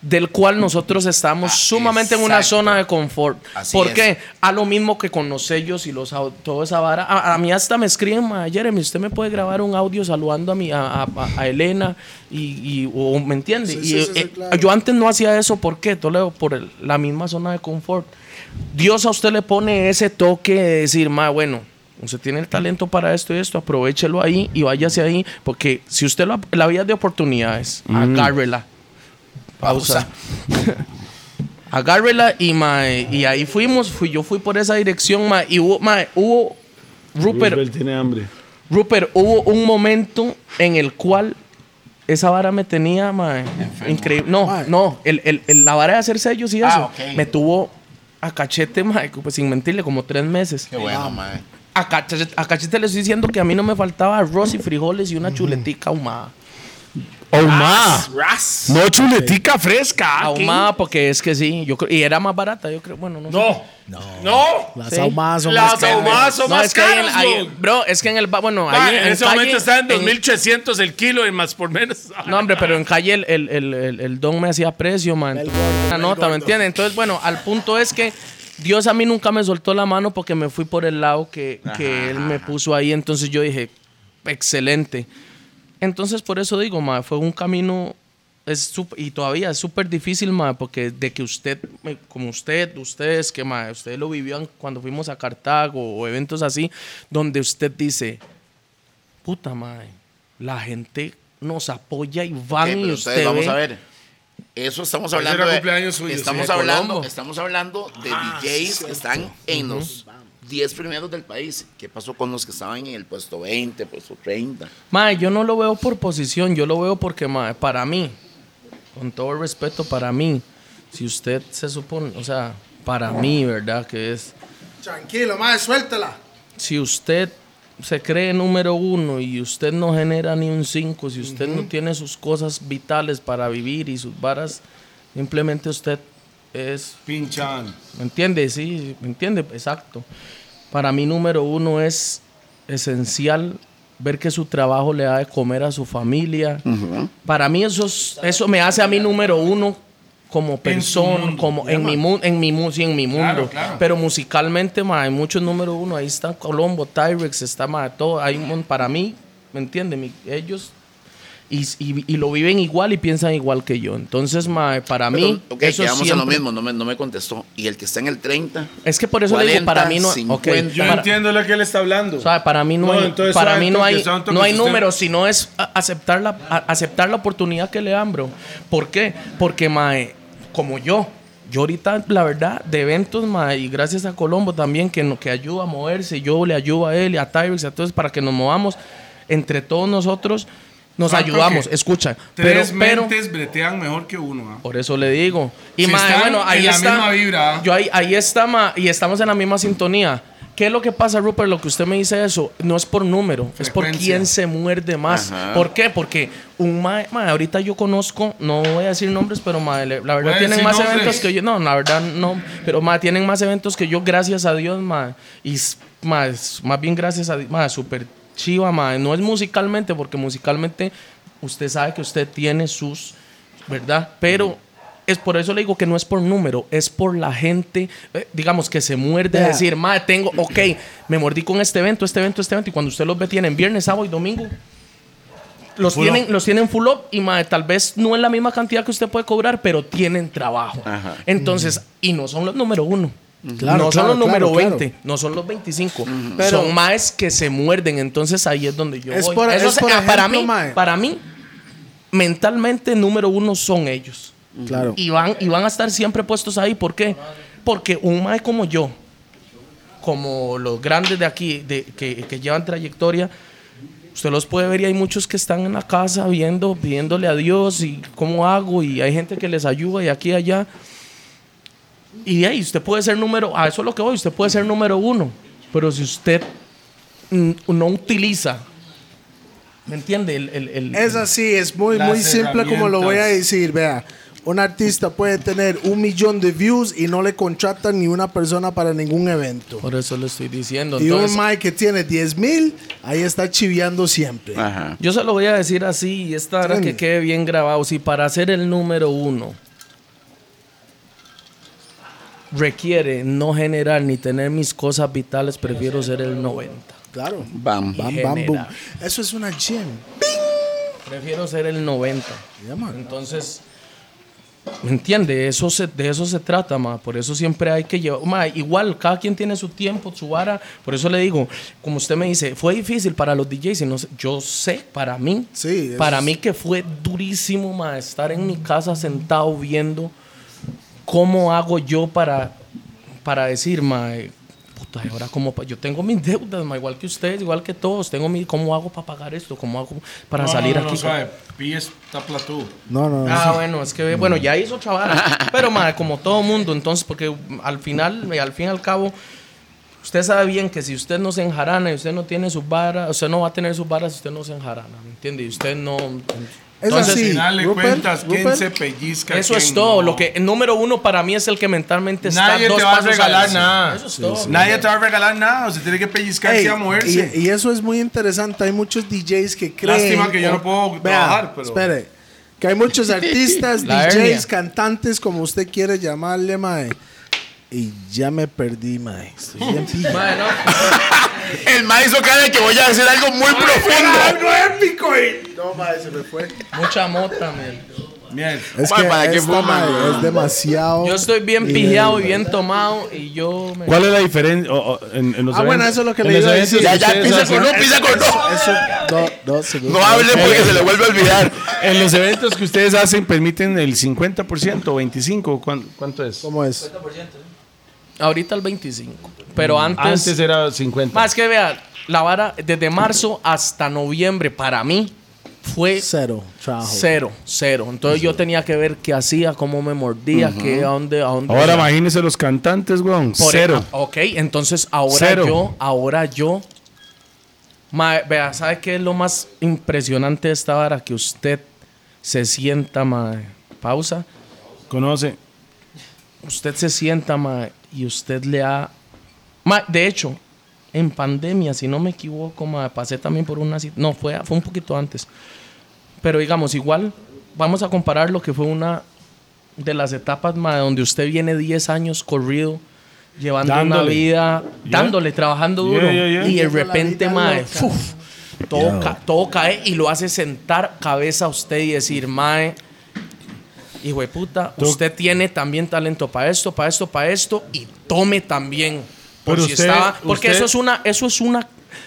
Del cual nosotros estamos
Ah,
sumamente en una
exacto.
zona de confort.
Así
¿Por
es.
qué? A lo mismo que con los sellos y los au- toda esa vara. A, a mí hasta me escriben, "Ma, Jeremy, usted me puede grabar un audio saludando a mi, a, a- a Elena y, y- o, ¿me entiende?
Sí,
y,
sí, sí, sí,
eh,
claro.
Yo antes no hacía eso, ¿por qué? Toledo, por el- la misma zona de confort. Dios a usted le pone ese toque de decir, ma, bueno, usted tiene el talento para esto y esto, aprovechelo ahí y váyase ahí, porque si usted lo, la vida es de oportunidades, agárrela. Pausa. Agárrela y, mae, y ahí fuimos, fui, yo fui por esa dirección, mae, y hubo, mae, hubo, Rupert,
tiene hambre.
Rupert, hubo un momento en el cual esa vara me tenía, mae, increíble. No,
Mae.
no, el, el- el- la vara de hacer sellos y eso
Ah, ok.
me tuvo a cachete, mae, pues sin mentirle, como tres meses.
Qué bueno, mae.
A cachete, a cachete le estoy diciendo que a mí no me faltaba arroz y frijoles y una chuletica ahumada.
Oh,
Ah,
ma. No chuletica fresca.
Ahumada porque es que sí, yo creo, y era más barata, yo creo, bueno, no. sé.
No. No. No.
Las
Sí.
ahumadas son
Las
más caras.
ahumadas son
No,
más
es que ahí en-
caras,
ahí-
bro.
bro, es que en el ba- bueno,
Ma,
ahí
Ah, en ese
calle-
momento está en
en-
2300 el kilo y más por menos.
No, hombre, pero en calle el, el- el- el- el don me hacía precio, man.
El gordo,
Una
el
nota,
gordo.
¿me entiendes? Entonces, bueno, al punto es que Dios a mí nunca me soltó la mano porque me fui por el lado que, que él me puso ahí. Entonces yo dije, excelente. Entonces, por eso digo, ma, fue un camino. Es sup- y todavía es súper difícil, ma, porque de que usted, eh, como usted, ustedes, que ma, ustedes lo vivían cuando fuimos a Cartago o eventos así, donde usted dice, puta madre, la gente nos apoya y
Ok,
van y
pero ustedes,
usted
vamos
ve-
a ver. Eso estamos
era
hablando. de-
cumpleaños suyo,
estamos,
sí, de
hablando
Colombo.
estamos hablando de
Ah,
DJs que están en los 10 primeros del país. ¿Qué pasó con los que estaban en el puesto 20, puesto 30?
Mae, yo no lo veo por posición, yo lo veo porque, mae, para mí, con todo el respeto, para mí, si usted se supone, o sea, para mí, ¿verdad? Que es,
Tranquilo, madre, suéltala.
si usted se cree número uno y usted no genera ni un cinco, si usted no tiene sus cosas vitales para vivir y sus varas, simplemente usted es
Pinchan.
¿Me entiendes? Sí, ¿me entiendes? Exacto. Para mí, número uno, es esencial ver que su trabajo le da de comer a su familia. Para mí, eso, es- eso me hace a mí número uno como persona, como en mi, mu- en, mi mu- sí, en mi mundo. Pero musicalmente, ma, hay muchos número uno. Ahí está Colombo, Tyrex, está ma, todo. Hay un, mon- para mí, ¿me entiendes? Mi- Ellos. Y, y- y lo viven igual y piensan igual que yo. Entonces, ma, para mí.
Pero, ok,
eso
quedamos en lo
siempre- Eh.
mismo, no me, no me contestó. Y el que está en el 30,
es que por eso le digo,
40,
para mí no. ok,
50.
Yo
para,
entiendo lo que él está hablando.
o sea, para mí no,
No,
hay,
entonces,
para
suave,
mí no
toque,
hay,
suave, toque,
no hay
que usted-
números, sino es a- aceptar la, a- aceptar la oportunidad que le dan, bro. ¿Por qué? Porque, mae, como yo, yo ahorita, la verdad, de eventos, mae, y gracias a Colombo también, que, no- que ayuda a moverse, yo le ayudo a él y a Tyrex, a todos, para que nos movamos entre todos nosotros, nos
Ah,
ayudamos,
porque
escucha. Pero,
Tres
pero,
mentes bretean mejor que uno. ¿ah?
por eso le digo. Y
Si
mae,
están
bueno, ahí
en la
está.
misma vibra.
Yo ahí, ahí está, ma, y estamos en la misma sintonía. ¿Qué es lo que pasa, Rupert? Lo que usted me dice eso no es por número, es por
Frecuencia.
quién se muerde más.
Ajá.
¿Por qué? Porque un mae, mae, ahorita yo conozco, no voy a decir nombres, pero mae, le- la verdad
Puede
tienen
decir
más
nombres.
eventos que yo. No, la verdad no, pero mae, tienen más eventos que yo, gracias a Dios, mae. Y s- mae, s- más bien gracias a Dios, mae, súper chiva, mae. No es musicalmente, porque musicalmente usted sabe que usted tiene sus, ¿verdad? Pero. Es por eso le digo que no es por número, es por la gente, eh, digamos, que se muerde a
Vea.
decir, madre, tengo, ok, me mordí con este evento, este evento, este evento, y cuando usted los ve, tienen viernes, sábado y domingo. Los tienen, los tienen full up y madre, tal vez no es la misma cantidad que usted puede cobrar, pero tienen trabajo.
Ajá.
Entonces, y no son los número uno.
Claro,
no son
claro,
los número
claro, claro.
20, no son los 25.
Pero-
son más que se muerden. Entonces ahí es donde yo
Es
voy.
por-
Eso
es
se-
por
ah, para,
ejemplo,
mí,
mae.
para mí, mentalmente, número uno son ellos.
Claro.
Y van, y van a estar siempre puestos ahí. ¿Por qué? Porque un mae como yo, como los grandes de aquí, de, que, que llevan trayectoria, usted los puede ver y hay muchos que están en la casa viendo, pidiéndole a Dios y cómo hago, y hay gente que les ayuda y aquí y allá. Y ahí usted puede ser número, a eso es lo que voy, usted puede ser número uno, pero si usted mm, no utiliza, ¿me entiende? El, el- el-
Es así, es muy,
Las
muy simple como lo voy a decir. Vea, un artista puede tener un millón de views y no le contratan ni una persona para ningún evento.
por eso le estoy diciendo.
Y
entonces-
un Mike que tiene 10 mil, ahí está chiviando siempre.
Ajá.
Yo se lo voy a decir así y esta hora que
Entiende.
quede bien grabado. Si para ser el número uno requiere no generar ni tener mis cosas vitales, prefiero ser el 90.
Claro.
Bam.
Bam,
Y
bam, boom.
genera.
Eso es una gem.
Prefiero ser el 90.
Yeah, man.
Entonces, ¿me entiende? Eso se- de eso se trata, ma. Por eso siempre hay que llevar. ma, igual, cada quien tiene su tiempo, su vara. Por eso le digo, como usted me dice, fue difícil para los DJs. y no sé- yo sé, para mí,
Sí, es-
para mí que fue durísimo, ma, estar en mi casa sentado viendo cómo hago yo para, para decir, ma. eh, Puta, ¿y ahora cómo pa- yo tengo mis deudas, ma, igual que ustedes, igual que todos, tengo mi cómo hago para pagar esto, cómo hago para salir aquí.
No, no, no.
Ah, bueno, es que bueno, ya hizo trabajo. Pero madre, como todo mundo, entonces, porque al final, eh, al fin y al cabo, usted sabe bien que si usted no se enjarana y usted no tiene sus varas, usted no va a tener sus varas si usted no se enjarana, ¿me entiende? Y usted no.
Es así.
Dale
Rupert,
cuentas, ¿quién
Rupert.
se pellizca?
Eso
quién
es todo.
no?
Lo que el número uno para mí es el que mentalmente está
Nadie
dos
te va a
pasos
regalar
adelante.
nada.
Eso es todo.
Nadie te va a regalar nada, o se tiene que pellizcarse
Ey,
a moverse.
y, y eso es muy interesante. Hay muchos DJs que creen.
Lástima que yo no puedo trabajar, pero-
Espere. Que hay muchos artistas,
La
DJs,
hernia.
cantantes, como usted quiere llamarle, mae. Y ya me perdí, mae. Estoy bien pilla.
Madre, no.
El maestro cara que voy a decir algo muy profundo.
No, mae, se me fue.
Mucha mota, man.
Miel.
Es
Mae,
que
¿para qué
esta,
fuman,
mae,
weón?
es demasiado.
Yo estoy bien
Y-
pijado y bien tomado y yo me.
¿Cuál es la diferencia o- o- en, en los
Ah, bueno,
eventos-
eso es lo que
en
le
los
iba a
eventos
decir.
que
Ya, ya,
ustedes
pisa
hacen?
con no, pisa con no.
Eso, no, no, se me
No
fue.
hable
Eh.
porque se le vuelve a olvidar.
En los eventos que ustedes hacen permiten el 50% o 25%. ¿cuán- ¿Cuánto es?
¿Cómo es?
Ahorita el 25. Pero
Antes era 50.
Más que vea, la vara desde marzo hasta noviembre para mí fue
Cero. Trabajo.
cero, cero. Entonces yo tenía que ver qué hacía, cómo me mordía, qué, a dónde, a dónde.
Ahora
iba.
imagínense los cantantes, weón.
Por-
Cero.
ah, ok, entonces ahora
Cero.
yo, ahora yo. mae, vea, ¿sabe qué es lo más impresionante de esta vara? Que usted se sienta, mae. Pausa.
Conoce.
usted se sienta, ma, y usted le ha... Ma, de hecho, en pandemia, si no me equivoco, ma, pasé también por una... sit- No, fue, fue un poquito antes. Pero digamos, igual, vamos a comparar lo que fue una de las etapas, ma, donde usted viene 10 años corrido, llevando una
Dándole.
vida, dándole, trabajando duro,
Yeah, yeah, yeah.
y de
Viviendo la
repente,
vida
ma,
loca.
¡fuf! todo, ca- todo cae y lo hace sentar cabeza a usted y decir, mae... Hijo de puta, usted tiene también talento para esto, para esto, para esto y tome también. Por
Pero
si
usted-
estaba, porque
usted-
eso es una, eso es una,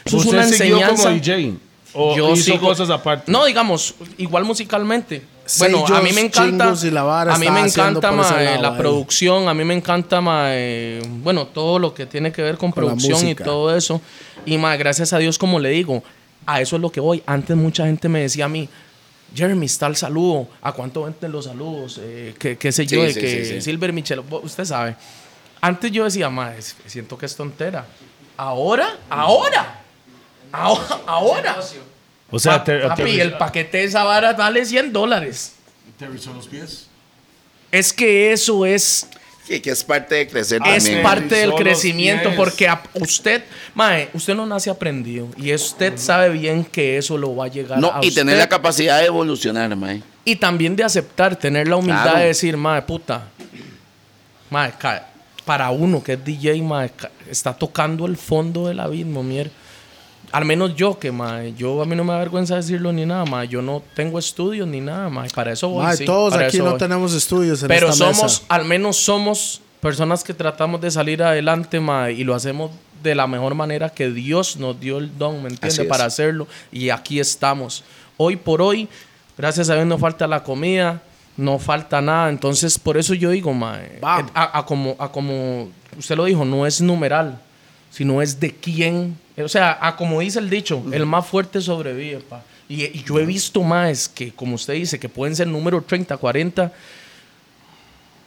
eso es
¿Usted
una
siguió
enseñanza.
como DJ? ¿O
Yo
hizo
sigo-
cosas aparte?
No, digamos, igual musicalmente.
Sellos,
Bueno, a mí me encanta.
chingos y la vara
a mí
estaba
me
haciendo
encanta
por
ma,
ese
eh,
lado
la
ahí.
producción, a mí me encanta ma, eh, bueno, todo lo que tiene que ver con,
la
producción y
música.
todo eso. Y más gracias a Dios, como le digo, a eso es lo que voy. Antes mucha gente me decía a mí, Jeremy, está el saludo, ¿a cuánto venden los saludos? Eh, ¿qué, qué sé yo?
Sí,
de
sí,
que
sí, sí.
Silver Michel, usted sabe. Antes yo decía, más siento que es tontera. Ahora, ahora, ahora, ahora.
O sea, te- te-
Papi, el paquete de esa vara vale 100 dólares.
¿Te los pies?
Es que eso es
Sí, que es parte de crecer
es
también.
parte del
Solo
crecimiento
tienes.
porque a- usted, mae, usted no nace aprendido y usted sabe bien que eso lo va a llegar
No,
a
y
usted.
tener la capacidad de evolucionar, mae.
y también de aceptar, tener la humildad
Claro.
de decir, mae, puta. Mae, ca- para uno que es DJ, mae, ca- está tocando el fondo del abismo, mier. Al menos yo que, mae, yo a mí no me da vergüenza decirlo ni nada, mae. Yo no tengo estudios ni nada, mae. Para eso voy,
Mae,
sí,
todos
para
aquí
eso
no
voy.
tenemos estudios en
Pero
esta
somos,
mesa.
al menos somos personas que tratamos de salir adelante, mae, y lo hacemos de la mejor manera que Dios nos dio el don, ¿me
Así
entiende?
es.
Para hacerlo. Y aquí estamos. Hoy por hoy, gracias a Dios, no falta la comida, no falta nada. Entonces, por eso yo digo, mae,
Vamos.
a, a como, a como usted lo dijo, no es numeral, sino es de quién. O sea, a como dice el dicho, el más fuerte sobrevive, pa. Y, y yo he visto más que, como usted dice, que pueden ser número 30, 40,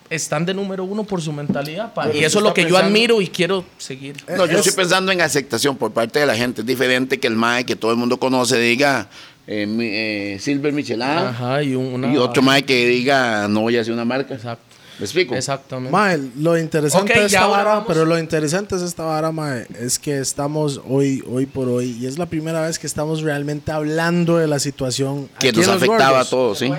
están de número uno por su mentalidad, pa. Y eso es lo que yo admiro y quiero seguir.
No, yo estoy pensando en aceptación por parte de la gente. Es diferente que el mae que todo el mundo conoce diga eh, mi- eh, Silver Michelin
Ajá, y un- una-
y otro mae que diga no voy a hacer una marca.
Exacto.
¿Me explico?
Exactamente.
Mae, lo interesante
Ok,
de
ya
esta
ahora
vara,
vamos.
pero lo interesante es esta vara, mae, es que estamos hoy, hoy por hoy, y es la primera vez que estamos realmente hablando de la situación
Que
aquí
nos
en Los
afectaba a
Gordos.
todos, ¿sí?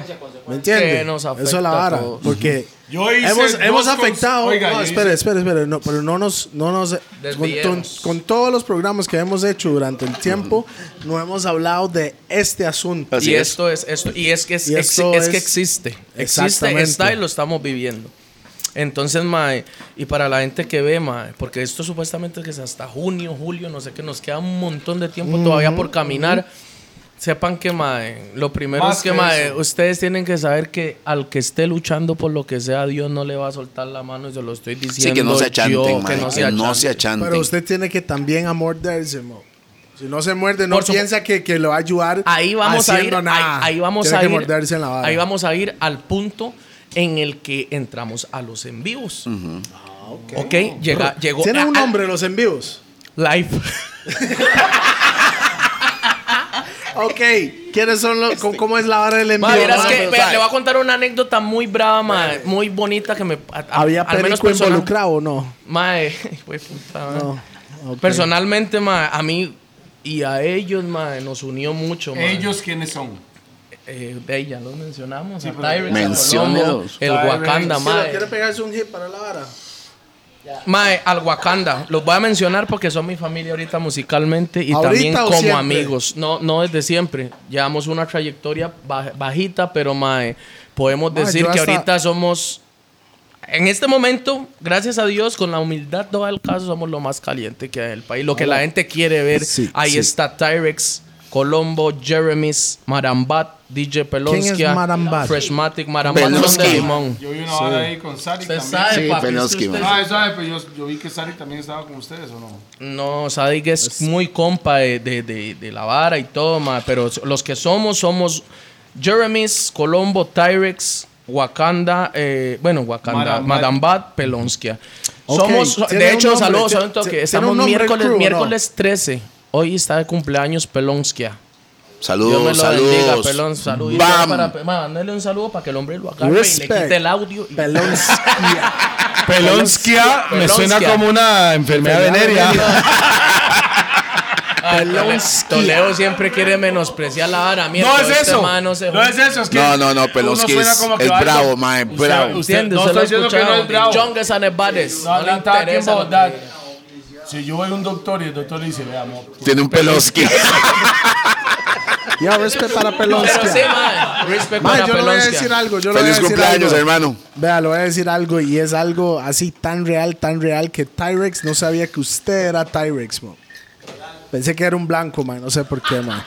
¿Me entiendes?
Que nos
Eso
afecta
es la
a
vara.
todos.
Porque
Yo hice
hemos,
dos
hemos
cons-
afectado.
Oiga,
no,
yo
espere, espere, espere. No, pero no nos. No nos con, con-
Desviemos.
con todos los programas que hemos hecho durante el tiempo, no hemos hablado de este asunto.
Así
y
es.
esto es esto y es que es,
Y
exi-
esto
es que
es-
existe existe
Exactamente.
está y lo estamos viviendo entonces mae y para la gente que ve mae porque esto supuestamente que es hasta junio julio no sé qué nos queda un montón de tiempo todavía por caminar Sepan que, mae, lo primero
Más
es que,
que
mae,
eso.
ustedes tienen que saber que al que esté luchando por lo que sea, Dios no le va a soltar la mano y se lo estoy diciendo.
Sí, que no se
yo,
achanten, mae,
que no se
que no se
achanten.
achanten.
Pero usted tiene que también amorderse, mo. Si no se muerde, no
Por supu-
piensa que, que lo va a ayudar.
ahí vamos a ir,
haciendo nada.
Ahí, ahí vamos
Tiene
a
que
ir,
morderse en la vara.
ahí vamos a ir al punto en el que entramos a los en vivos. ok, llega, llegó
Tiene un
a- a-
nombre los envíos.
Live.
Ok. ¿Quiénes son los.? ¿Cómo, cómo es la hora del envío? Ah, pues,
Ma, vieras
ma?
que
Pero,
vea,
¿sabe?
le voy a contar una anécdota muy brava, ma, muy bonita que me a- a-
¿Había perico
personal-
involucrado o no?
ma, eh, güey, puta, ma.
No.
Ah.
ok.
Personalmente, ma, a mí y a ellos, ma, nos unió mucho, ma.
¿Ellos quiénes son?
Eh, de ella, los mencionamos. a
pero-
Tyrese, a Colombo,
Menciónelos.
El Wakanda, ma. eh.
pegarse un hit para la vara?
Mae, al Wakanda. Los voy a mencionar porque son mi familia ahorita musicalmente y
¿Ahorita
también
o
como
siempre?
amigos. No, no desde siempre. Llevamos una trayectoria baj- bajita, pero mae, podemos
Mae,
decir
yo
que
hasta-
ahorita somos. En este momento, gracias a Dios, con la humildad todo el caso, somos lo más caliente que hay en el país. Lo que la gente quiere ver.
Sí,
Ahí
sí.
está Tyrex, Colombo, Jeremy's, Marambat, DJ Pelonskia.
Marambat?
Freshmatic, Marambat, son de
Pelonskia.
Limón.
Yo vi una vara ahí con Sari
Usted
también.
sabe,
Sí,
papi, es que
Pelonskia,
usted
mae.
Ah, eso, ah, pero yo, yo vi que Sari también estaba con ustedes, ¿o no?
No, Sadik es, muy compa de, de- de- de la vara y todo, ma, pero los que somos, somos Jeremy's, Colombo, Tyrex, Wakanda, eh, bueno, Wakanda,
Madambat.
Madambat, Pelonskia.
Ok,
somos,
tiene
de
un
hecho,
nombre,
saludos,
ti-
saben todo
ti-
que
tiene
estamos
un nombre el
miércoles,
crew, ¿no?
miércoles 13. Hoy está de cumpleaños Pelonskia. Dios me
Saludos,
lo
saludos.
bendiga, Pelón. Saludos.
Bam.
Para, ma, mándale un saludo para que el hombre lo agarre y le
Respect.
quite el audio. y-
Pelón.
Pelonskia me suena
Pelonskia.
como una enfermedad venérea.
Ah, Tole- Toledo siempre quiere menospreciar la vara. mierda,
No es
este
eso.
ma no se
No
junta.
es eso. Es que
No, no, no,
uno
Pelonsky
suena
es,
como que
es
va a-
bravo, mae, bravo.
usted-
¿Entiendes?
no
Se lo
estoy diciendo que no es
escucharon.
bravo.
The youngest and the baddest.
No,
No le
no, estaba aquí en
interesa lo que
Bogotá.
diga.
Si yo voy a un doctor y el doctor le dice, vea, amor,
Tiene un Pelonsky.
Ya respeto para Pelón.
Pero sí, mae. Respect
Ma,
para
yo le voy a
Pelonsky.
decir algo. Yo le voy a
Feliz
decir
cumpleaños,
algo.
hermano.
Vea, le voy a decir algo y es algo así tan real, tan real que Tyrex no sabía que usted era Tyrex, mo. Pensé que era un blanco, man. No sé por qué, man.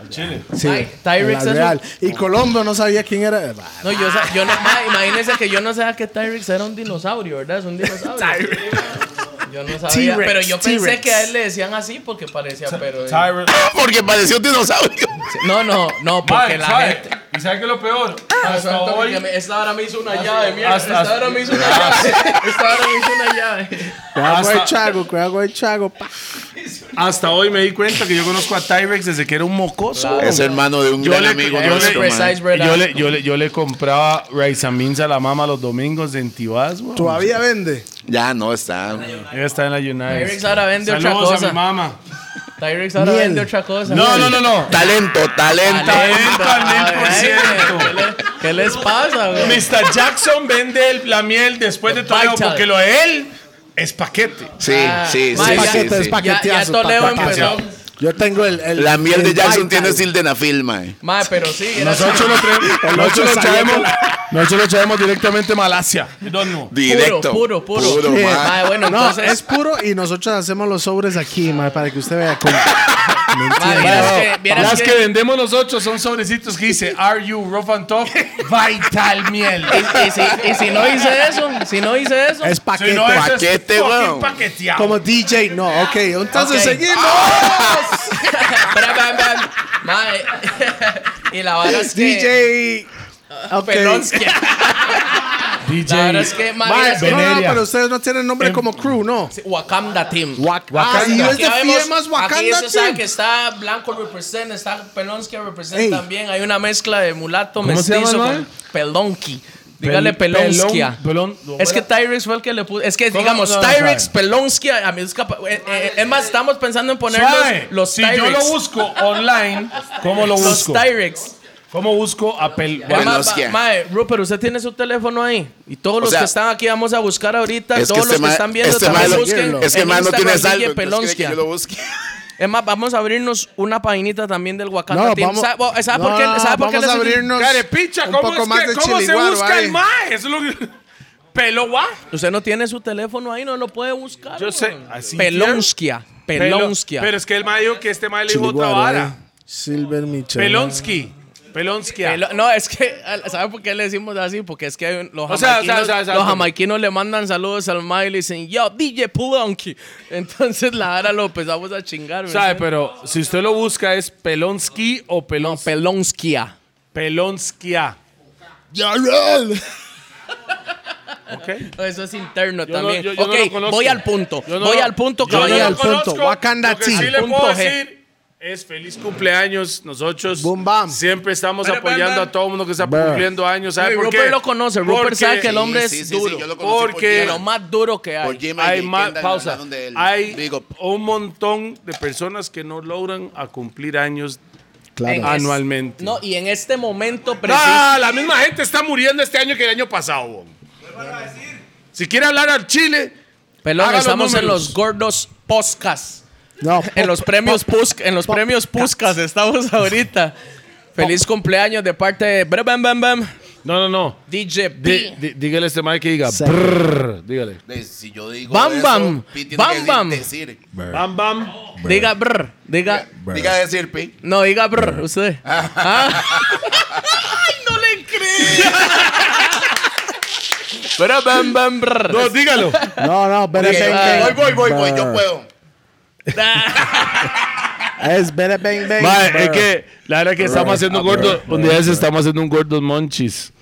al chile.
Sí,
Ay, Tyrex
en la
es Oh.
real. Y Colombo no sabía quién era. Bah,
No, yo, sa- yo no, mae, imagínense que yo no sabía que Tyrex era un dinosaurio, ¿verdad? Es un dinosaurio. yo no sabía,
T-Rex,
pero yo pensé
T-Rex.
que a él le decían así porque parecía, pero... eh,
Tyra-
Porque pareció un dinosaurio.
No, no, no, porque
Mae,
la
¿sabe?
gente.
¿Y sabes qué es lo peor? Hasta
Santo,
hoy...
que me- Esta hora me hizo una llave, mierda.
hasta-
Esta hora me hizo una llave. Esta hora me hizo una llave.
Ah,
Cuidado con el
Hasta-
chago, cuidado con el chago. pa.
Hasta hoy me di cuenta que yo conozco a Tyrex desde que era un mocoso.
Es hermano de un
Yo
gran
le-
amigo
yo le-
nuestro, man.
Precise,
Y
¿verdad?
Yo le, yo, le, yo le compraba Raizamins a la mamá los domingos en Tibás, güey.
Todavía vende.
Ya no está.
Ella está en la United.
Tyrex ahora vende otra
Saludos
cosa.
a mi mamá.
Tyrex ahora
Miel.
vende otra cosa.
No, no, no, no.
Talento, talento.
Talento al mil por
¿Qué,
ciento.
le- qué les pasa, güey?
Mr. Jackson vende el- la miel después de Toledo
Vital.
porque lo de él es paquete.
Sí, sí,
ma,
sí,
ya-
sí,
Paquete, es
sí.
Ya, ya
paqueteazo,
Toledo
paqueteazo.
empezó.
Yo tengo el. el-
La miel de
el
Jackson
Vital.
tiene sildenafil, mae.
Mae, pero sí. era-
Nosotros lo traemos,
ocho
nosotros lo
salió
traemos,
con
nosotros lo traemos directamente a Malasia.
Directo.
puro, puro.
Puro,
Sí.
mae.
Mae, bueno,
No,
entonces.
es puro y nosotros hacemos los sobres aquí, mae, para que usted vea cómo. No
Mae,
entiendo.
vieras que- vieras
Las que
que-
vendemos nosotros son sobrecitos que dice Are you rough and tough? Vital miel.
y, y si, y si no hice eso, si no hice eso.
Es paquete.
Si no, eso es
Paquete,
fucking
weón.
paqueteado.
como DJ, no, ok. Ah, Entonces
Ok.
seguimos.
Espera, espera, espera. Mae. eh, Y la vara es que.
DJ. Ok.
Pelonsky.
DJ.
La verdad es que, mae,
Mae,
vieras que-
Ah, no, no,
Veneria.
pero ustedes no tienen nombre como crew, ¿no?
Wakanda Team.
Ah, y es
Aquí
de
vemos-
Fiemas
Aquí
Wakanda,
se sabe
tío.
que está Blanco represent, está Pelonsky represent
Ey.
también. Hay una mezcla de mulato
¿Cómo se
mestizo
llama,
con
mae?
Pelonki. Dígale
Pel-
Pelonskia.
pelón- pelón-
es que Tyrex fue el que le puso. Es que, digamos,
No, no,
Tyrex,
sabe.
Pelonskia. A mí es capaz. eh, eh, es más, estamos pensando en poner los-
Suave.
los
si yo lo
Tyrex.
busco online, ¿cómo lo
Los
busco?
Tyrex.
¿Cómo busco a Pel-
Es más,
Pelonskia.
ma- Mae, Rupert, usted tiene su teléfono ahí. Y todos los
sea,
que están aquí vamos a buscar ahorita.
Es que
todos
este
los que
mae,
están viendo
este mae
también
lo-
busquen.
es que
en
mae no
Instagram,
tiene
DJ
saldo. entonces quiere que
Pelonskia.
yo lo busque.
Es más, vamos a abrirnos una paginita también del Wakanda
No,
Team.
vamos-
¿Sabe, bo- sabe por
no,
qué?
no,
¿Sabe por qué
vamos
les
a abrirnos
Carepicha,
un
¿cómo,
poco
es
más
que-
de
cómo se
chiliguaro
busca el
ahí.
mae? Eso es lo que... Pelo guá.
Usted no tiene su teléfono ahí, no lo puede buscar.
Yo sé,
weón.
así
Pelonskia.
Pelo-
Pelonskia.
Pero es que el mae dijo que este mae le dijo otra
Chiliguaro,
vara.
eh. Silver Michel.
Pelonsky. Pelonsky.
Pelo- no, es que, ¿sabe por qué le decimos así? Porque es que hay un- los
O sea, o sea,
jamaiquinos,
o sea, o sea,
los
porque-
jamaiquinos le mandan saludos al Mae y le dicen, yo, DJ Pelonski. Entonces la Ara lo empezamos a chingar. ¿me
¿Sabe?
entiendes?
Pero si usted lo busca es Pelonsky o Pelon...
Pelonskia.
Pelonskia.
Eso es interno
Yo no-
también.
yo- yo no
ok,
lo conozco.
voy al punto.
Yo no
voy
lo-
al punto,
yo no
voy
lo
caballero.
al punto.
conozco.
Wakanda
Lo que
T.
sí le
Punto
puedo
G.
decir es feliz cumpleaños. Nosotros
Boom, bam.
siempre estamos
Pero,
apoyando
bam, bam.
a todo el mundo que está
Bah.
cumpliendo años. ¿Sabe
Ay,
por
Rupert
qué?
lo conoce, Rupert
Porque
sabe que el hombre es
Sí, sí, sí,
duro.
yo lo conocí por
Porque-
de
Yema.
lo más duro que hay.
Por Yema y
Hay
Kendall,
más,
la
pausa.
donde él-
Hay
digo,
un montón de personas que no logran a cumplir años.
En
Claro.
es-
Anualmente.
no, y en este momento preciso.
¡Ah! La misma gente está muriendo este año que el año pasado. bo. Si quiere hablar al Chile,
Pelón,
haga los
estamos en
números.
los gordos poscas.
No,
En los premios Pusk, en los premios Puskas estamos ahorita. Feliz cumpleaños de parte de Bra- Bam Bam Bam,
No, no, no.
DJ
Di-
B.
di- dígale a este Mike que diga.
Sí.
brrr, dígale.
de- Si yo digo
Bam,
eso,
bam.
Pi tiene
Bam,
que
bam.
decir.
Bam, bam.
Diga brr, diga
Diga decir, Pi.
no, diga brr, usted. Ah. Ay, no le creo. Bra- Bam Bam brr.
No, dígalo.
no, no, Bere
Diga,
Bang
Voy,
Bang.
voy, voy, voy, yo puedo.
Es Bere Bang Bang.
Mae, es
Brr.
que la verdad que estamos haciendo un gordo. Un día de esos estamos haciendo un gordo monchis.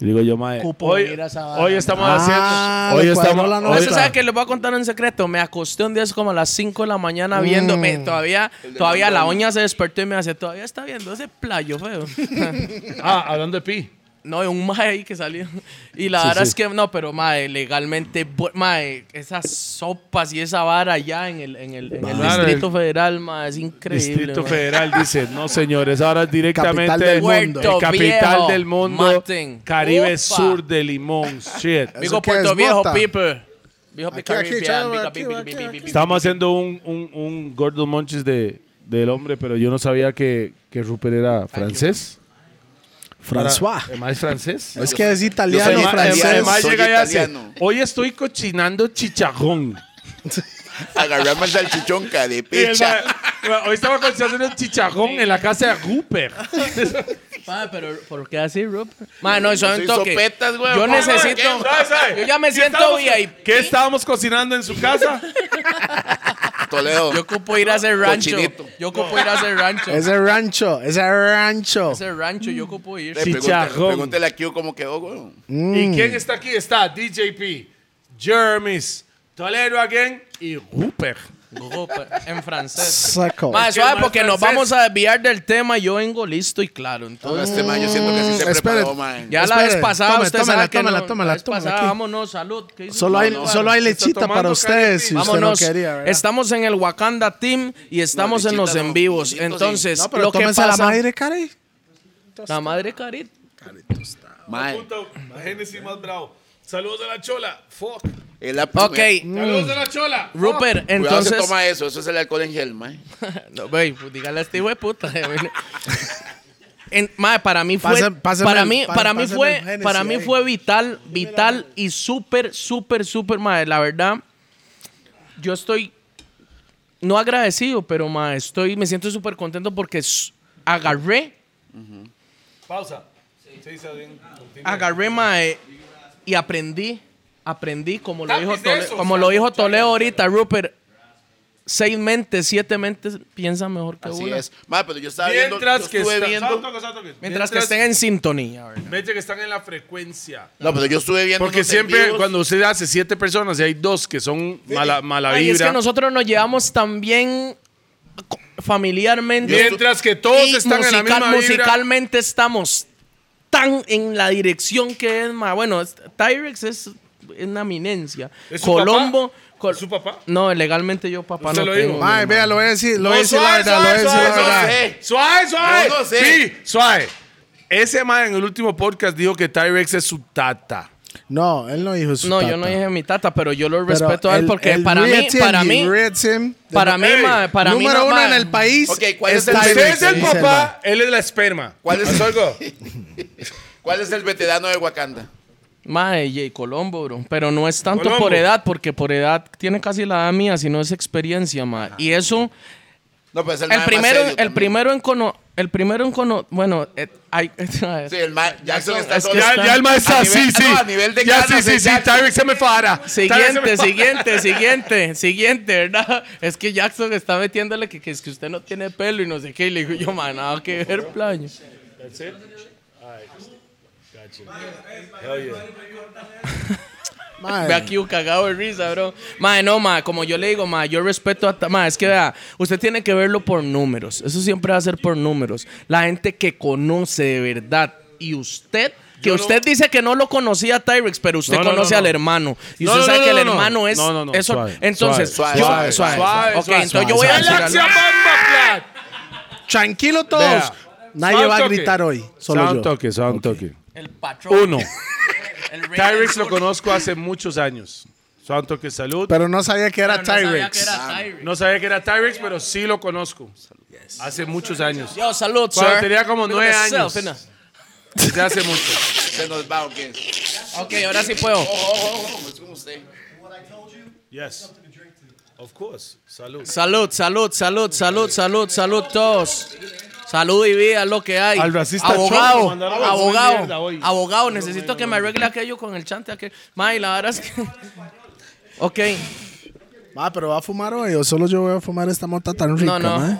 Y Digo yo, mae.
Cupo,
Hoy,
mira esa vara.
hoy estamos
Ah,
haciendo. Hoy
le cuadró
estamos.
la
hoy-
Usted sabe que les voy a contar un secreto. Me acosté un día es como a las 5 de la mañana viéndome.
Mm.
Todavía, todavía la oña se despertó y me hace, todavía está viendo ese playo feo.
Ah, hablando de pi.
no, hay un mae ahí que salió. Y la verdad es que no, pero mae, legalmente, bu- mae, esas sopas y esa vara allá en el, en el, en el
Claro,
Distrito Federal, mae, es increíble.
Distrito
mae.
Federal dice, no señores, ahora es directamente
Capital del mundo.
el capital
Puerto
del
Viejo,
mundo,
maten.
Caribe
Ufa.
Sur de Limón, shit.
Digo
¿Eso qué
Puerto
es,
Viejo,
bota?
people. Viejo
Aquí,
Caribbean,
aquí, chavo,
Bica,
aquí,
bi- bi-
aquí,
bi- bi-
aquí.
bi-
Estamos haciendo un, un, un Gordon Monchis de, del hombre, pero yo no sabía que, que Rupert era francés.
François.
¿Es más francés?
Es que es
soy
italiano,
ma-
francés.
ma-
Además
soy
llega y hace,
italiano.
hoy estoy cochinando chicharrón.
Agarrame el salchichón,
Y el
carepicha.
ma- hoy estaba cocinando chicharrón en la casa de Rupert.
Mae, pero ¿por qué así, Rupert? Mae, no, eso es un
Soy
toque.
sopetas, güey.
Yo
Mae,
necesito.
¿Sabe, sabe?
Yo ya me
¿Qué
siento
estábamos-
VIP.
¿Qué estábamos cocinando en su casa?
Toledo. eh,
Yo ocupo ir a ese rancho.
Cochinito.
Yo ocupo ir a ese rancho.
Ese rancho, ese rancho.
Ese rancho, yo ocupo ir.
Le pregunté-
Chicharrón.
Pregúntele a Q cómo quedó, güey.
¿Y quién está aquí? Está DJP, Jeremy's, Toledo again y Rupert.
Ojo, pe- pues, En francés.
Saco.
Mae,
que
suave,
más
porque nos
francés.
vamos a desviar del tema. Yo vengo listo y claro. Entonces,
Este man, yo siento que sí se
espere.
preparó, man.
ya la
espere,
vez pasada,
tome,
usted
tómela,
sabe que
tómela,
no-
tómela,
la vez
tómela
pasada,
aquí.
vámonos, salud. ¿Qué hizo?
Solo hay,
No, no,
solo hay lechita
tomando
para ustedes
caliente.
si usted no
Vámonos.
quería, ¿verdad?
Estamos en el Wakanda Team y estamos en los
lechita no,
en vivos.
lechito sí.
Entonces,
No, pero
lo que
tómese
pasa...
la madre, cari.
La madre Carit.
Mae,
La Génesis más bravo. Saludos a la Chola. Fuck.
es la primera-
Ok,
Saludos a la Chola.
Rupert,
Cuidado se
entonces...
toma eso, eso es el alcohol en gel, mae.
No, güey, pues, dígale a este hijo de puta. güey. En- mae, para mí fue
Pásame- pásame
para
el-
mí
pa-
para mí
pásame
fue
el Génesis
para mí
ahí.
fue vital, vital y súper súper súper mae, la verdad. Yo estoy no agradecido, pero mae, estoy me siento súper contento porque s- agarré
Pausa. Sí, está bien.
agarré mae y aprendí, aprendí como lo
Tapis
dijo
de
Tole-
esos,
como
o sea,
lo dijo
muchachos.
Toledo ahorita, Rupert. Seis mentes, siete mentes piensan mejor que
Así
una.
es. Mae, pero yo estaba viendo, yo
Mientras que
estuve
está-
viendo.
Salto, salto, salto.
Mientras, que estén en sintonía, ¿verdad?
Vete que están en la frecuencia.
No, pero yo estuve viendo
Porque
unos
siempre,
envíos.
cuando usted hace siete personas y hay dos que son mala, mala
Ay, es
vibra.
que nosotros nos llevamos también co- familiarmente
Mientras que todos
y
están en la
musical-
misma vibra.
musicalmente estamos tan en la dirección que es más bueno es- Tyrex es una eminencia
¿Es su
Colombo Col-
¿Es su papá?
no legalmente yo papá
¿Usted
no
lo
tengo
dijo?
mi
Mae,
hermano.
vea, lo voy a decir, lo
No,
voy a decir la
suave,
verdad, lo voy a decir
suave,
la
suave,
verdad.
verdad.
Suave, suave.
Yo no sé.
Sí, suave. Ese man en el último podcast dijo que Tyrex es su tata.
No, él no dijo su
no yo no
tata.
dije mi tata pero yo lo
Pero
respeto a él
el-
porque
el
para mí
Red Team,
para
el
mí
Red Team, de-
para mí
Ey,
ma- para mí
número
no
uno
va-
en el país.
Ok, ¿cuál Pues es el-
Tyrex,
Usted Este es el
dice
papá, él es la esperma.
¿Cuál es-
¿Pasó algo?
¿Cuál es el veterano de Wakanda?
Mae, J. Colombo, bro. Pero no es tanto
Colombo.
por edad, porque por edad tiene casi la edad mía, sino es experiencia, mae.
Ah,
Y eso,
No, pues el,
el
mae más
primero,
serio
el
también.
primero en cono, el primero en cono, bueno, eh, hay,
Sí, el mae. Jackson está
es que
todo-
Ya,
está-
ya el maestro,
a
sí,
nivel-
sí.
no, a nivel de
ya,
ganas
sí, sí,
de
sí.
Jackson.
Tyrex se me para.
Siguiente, siguiente, siguiente, siguiente, ¿verdad? Es que Jackson está metiéndole que, que es que usted no tiene pelo y no sé qué. Y le digo yo, man, nada que ver, plaño.
Mae,
Ve aquí un cagado de risa, bro. Mae, no, mae, como yo le digo, mae, yo respeto a... ta- Mae, es que vea, usted tiene que verlo por números. Eso siempre va a ser por números. La gente que conoce de verdad. Y usted, que usted dice que no lo conocía a Tyrex, pero usted
No, no, no,
conoce
no.
al hermano. Y
No,
usted
no,
sabe
no,
que
no,
el
no.
hermano es...
No, no, no.
Eso,
Suave,
entonces,
suave,
yo...
suave,
suave,
Ok,
suave,
entonces yo voy a
suave.
decir algo.
¡Galaxia Bamba Plan!
tranquilo todos.
Vea.
Nadie
Sound
va a
toque.
gritar hoy, solo
Sound
yo.
toque, sound toque.
El patrón.
Uno.
el rey del
Tyrex lo
sur.
conozco hace muchos años. Sound toque, salud.
Pero no sabía que era
No sabía que
Tyrex.
era Tyrex.
No sabía que era Tyrex, pero sí lo conozco. Hace muchos años.
Yo, salud,
Cuando
sir.
tenía como
Look
nueve
at yourself,
años.
innit?
Desde hace mucho.
Se nos va, ¿o qué?
Ok, ahora sí puedo.
Oh, oh, oh, es como usted.
Yes. Of course. Salud.
Salud, salud, salud, salud, salud, salud todos. Salud y vida, lo que hay.
Al racista
abogado,
cholo mandaron a comer mierda
abogado,
hoy.
abogado, necesito que me arregle aquello con el chante aquel. May, la verdad es que... Ok,
Ah, pero va a fumar hoy o solo yo voy a fumar esta mota tan
no,
rica,
no.
mae?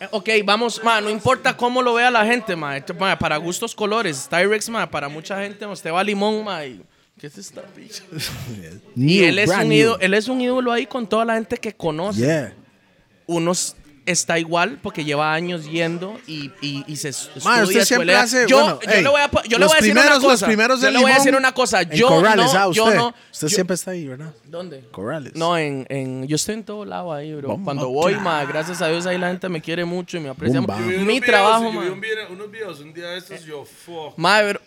Eh, Ok, vamos, ma, no importa cómo lo vea la gente, ma, esto, ma, para gustos colores, Tyrex, ma, para mucha gente, usted va a limón, ma, y- ¿qué es esta picha? Y
New,
él es,
brand
un
new.
ídolo, él es un ídolo ahí con toda la gente que conoce.
Yeah.
unos está igual porque lleva años yendo y, y, y se es-
Ma,
estudia,
usted siempre
escuelea.
hace-
yo,
bueno,
yo
ey,
le voy a, po- yo le
los
voy a decir
primeros-
una
los
cosa.
primeros
yo
del
le voy a decir
limón
una cosa.
en
Yo no,
Corrales, ah,
yo
usted.
no.
Usted
yo-
siempre está ahí, ¿verdad?
¿Dónde?
Corrales.
No, en, en, yo estoy en todo lado ahí, bro.
Bomba
Cuando voy,
clara.
ma, gracias a Dios ahí la gente me quiere mucho y me aprecia
Bomba.
mucho.
Yo vi unos
Mi
videos,
trabajo,
yo
ma.
vi un video- unos videos un día de estos, yo fuck.
Mae, bro.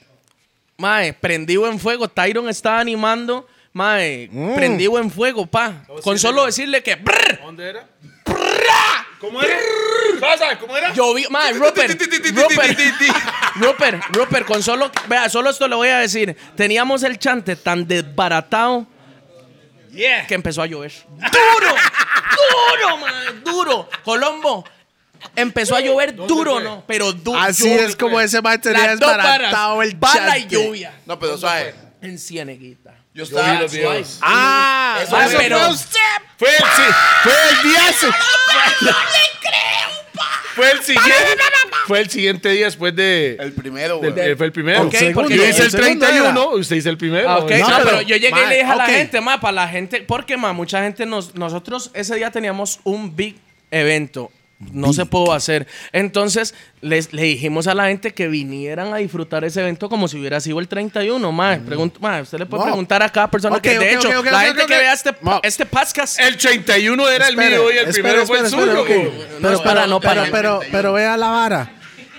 Mae, prendido en fuego. Tyron estaba animando. Mae, prendido en fuego, pa. Con solo decirle que... brr,
¿Dónde era? ¿Cómo era? Pasa, ¿Cómo era?
Yo vi, mae, Rupert, Rupert, Rupert, Rupert, con solo, vea, solo esto le voy a decir. Teníamos el chante tan desbaratado
Yeah.
que empezó a llover. ¡Duro! ¡Duro, mae! ¡Duro! Colombo, empezó a llover duro, ¿no? Pero duro.
Así es como ese mae tenía desbaratado el
Bala y
chante.
lluvia.
No, pero suave.
en Cieneguita.
Yo estaba.
vi los videos.
Ah, eso
Ah,
fue-
pero-
Fue el, sí, fue el día. se- Fue el siguiente. Fue el siguiente día después de.
el primero,
del-
güey.
eh, fue el primero.
Ok, El porque
yo
el
hice el,
segundo
31, usted hizo el primero.
Ah, ok,
No,
no, pero,
pero-
yo llegué
Ma,
y le dije a la
ok.
gente, ma, para la gente, porque ma, mucha gente nos, nosotros ese día teníamos un big evento. No se pudo hacer. Entonces, les, le dijimos a la gente que vinieran a disfrutar ese evento como si hubiera sido el 31, ma. Pregun- ma, usted le puede
No.
preguntar a cada persona
Ok,
que, de
ok,
hecho,
ok, ok,
la
ok,
gente
ok,
que
ok.
vea este,
No.
este podcast.
El 31 era el mío y el primero fue el suyo. güey.
Pero,
no,
para,
no,
no,
no,
para,
no,
pero,
no, no.
pero vea la vara.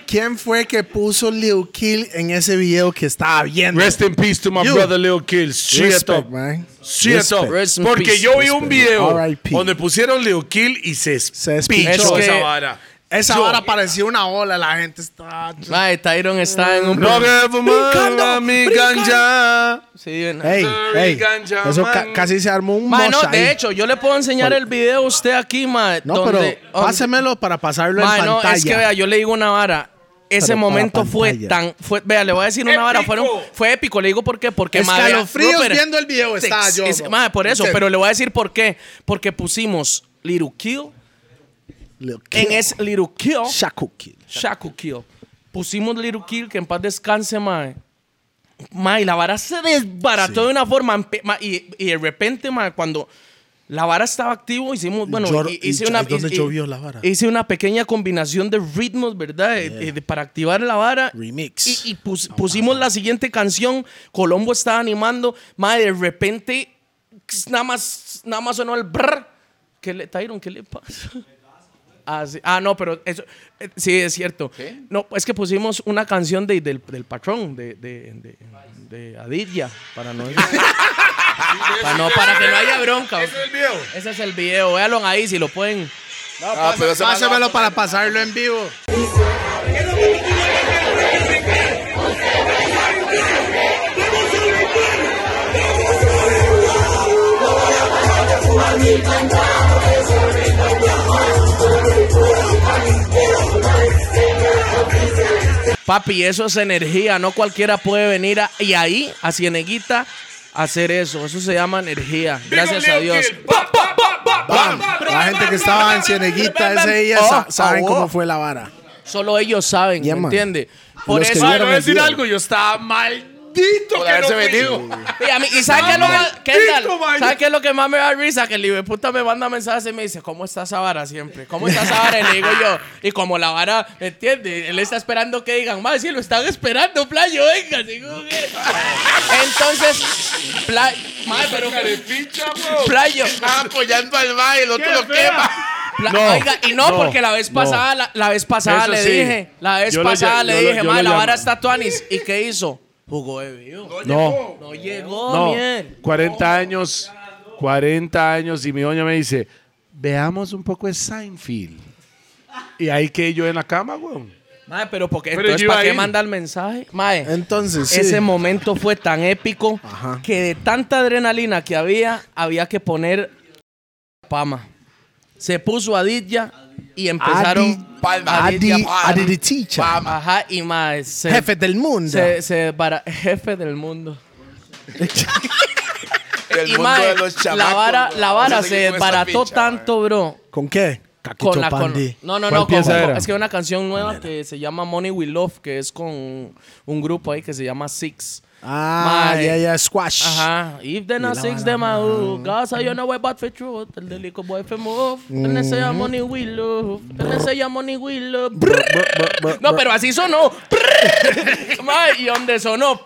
¿Quién fue que puso Lil Kill en ese video que estaba viendo?
Rest in peace to my
You.
brother Lil Kill. Shut
Respect,
up.
man.
Shut up.
Rest in
Porque
peace,
yo vi un
respect.
video
R.I.P..
donde pusieron Lil Kill y se
Se
espichó
espichó.
esa
Es que-
vara.
Esa
Yo-
vara parecía una ola, la gente estaba...
Mae, Tyron está en un.
No que fumaba mi ganja.
Sí, en-
Ey, ey,
Ganja,
eso ca-
man.
casi se armó un
Ma, no,
mosh ahí.
de hecho, yo le puedo enseñar el video a usted aquí, ma.
No,
donde-
pero pásemelo para pasarlo
Ma,
en
no,
pantalla.
es que vea, yo le digo una vara. Ese
Pero para
momento fue
pantalla.
tan. Fue, vea, le voy a decir una vara. Fueron, fue épico. Le digo por qué. Porque ma, vea,
Escalofríos
Rupert,
viendo el video
tex-
estaba yo,
es-
bro.
ma, por eso,
Usted-
pero le voy a decir por qué. Porque pusimos Little Kill.
Lil Kill,
En es Little Kill.
Shaku Kill.
Shaku Kill. Pusimos Little Kill, que en paz descanse, mae. Mae, la vara se desbarató de una forma. empe- mae, y, y de repente, mae, cuando la vara estaba activo, hicimos, bueno,
Llor-
hi- hice
y-
una...
¿y dónde
hi- hi-
llovió la vara?
Hice una pequeña combinación de ritmos, ¿verdad? Eh, eh, de- para activar la vara.
Remix.
Y, y pus-
Ah,
pusimos la siguiente canción. Colombo estaba animando. Mae, de repente, nada más, nada más sonó el brr. ¿Qué le, Tyron, ¿qué le pasa? Ah, sí. Ah, no, pero eso. eh, sí, es cierto.
¿Qué?
No, es que pusimos una canción de- del, del patrón, de, de, de, de Aditya, para no. para, no para que no haya bronca.
¿Ese es el video?
Ese es el video. Véanlo ahí si lo pueden.
Ah, pero ese man-
Pásemelo para pasarlo en vivo.
Papi, eso es energía. No cualquiera puede venir a- y ahí, a Cieneguita, a hacer eso. Eso se llama energía. Gracias a Dios.
Bam. La gente que estaba en Cieneguita ese día
Oh,
sa- saben
oh.
cómo fue la vara.
Solo ellos saben,
Yeah,
¿me
man.
entiendes? Por
Los que
eso.
Ay, le
vieron
voy a
el
decir
video.
algo. Yo estaba maldito
Por
que no
haberse
fui.
metido.
Y, a mí- y ¿sabes qué es lo que- qué tal?
Maldito, vaya.
¿Sabes qué es lo que más me da risa? Que el hijo de puta me manda mensajes y me dice, ¿cómo está esa vara siempre? ¿Cómo está esa vara? Y le digo yo, y como la vara, ¿me entiendes? Él está esperando que digan, más si lo están esperando, playo, venga. así como que- Entonces, playo, pero... Playo,
Estaba apoyando al baile, el otro lo quema.
Pla-
No,
oiga, y no,
no,
porque la vez pasada, la, la vez pasada
Eso
le
sí.
dije, la vez
Yo lo
pasada
ll-
le
yo lo-
dije,
yo
"Mae, la
lo llamo".
vara está tuanis. ¿Y qué hizo? Jugó de vivo.
No,
No llegó,
no.
mier.
40 años. 40 años. Y mi doña me dice: Veamos un poco de Seinfeld. Y ahí que yo en la cama, güey.
Mae, pero porque
Pero yo
entonces
iba
para qué
ahí.
manda el mensaje? Mae,
Entonces, sí.
ese momento fue tan épico
Ajá.
que de tanta adrenalina que había, había que poner pama. Se puso a Aditya y empezaron
Palma.
Adi,
Aditya, pa-
Adi the teacher.
Ajá, y mae, se-
Jefe del mundo.
se- se para jefe del mundo.
El
Y,
mundo
mae,
de los chamacos,
la vara,
güey.
la
Vamos a
vara
seguir
se
con esta
desbarató
ficha,
tanto, bro.
¿Con qué? Caquito
Con la con,
Pandi.
No, no,
¿Cuál
no. con-
pieza
con-
era?
es que hay una canción nueva que se llama Money We Love, que es con un grupo ahí que se llama Six.
Ah,
Mae.
ya, ya, squash.
Ajá. If they're not
la
six,
vara,
them are who. Gaza, you know where but for truth. El delico boy for move. And they
Mm.
say I'm money we love. And they say I'm money we love. No, pero así sonó. Mae, y donde sonó,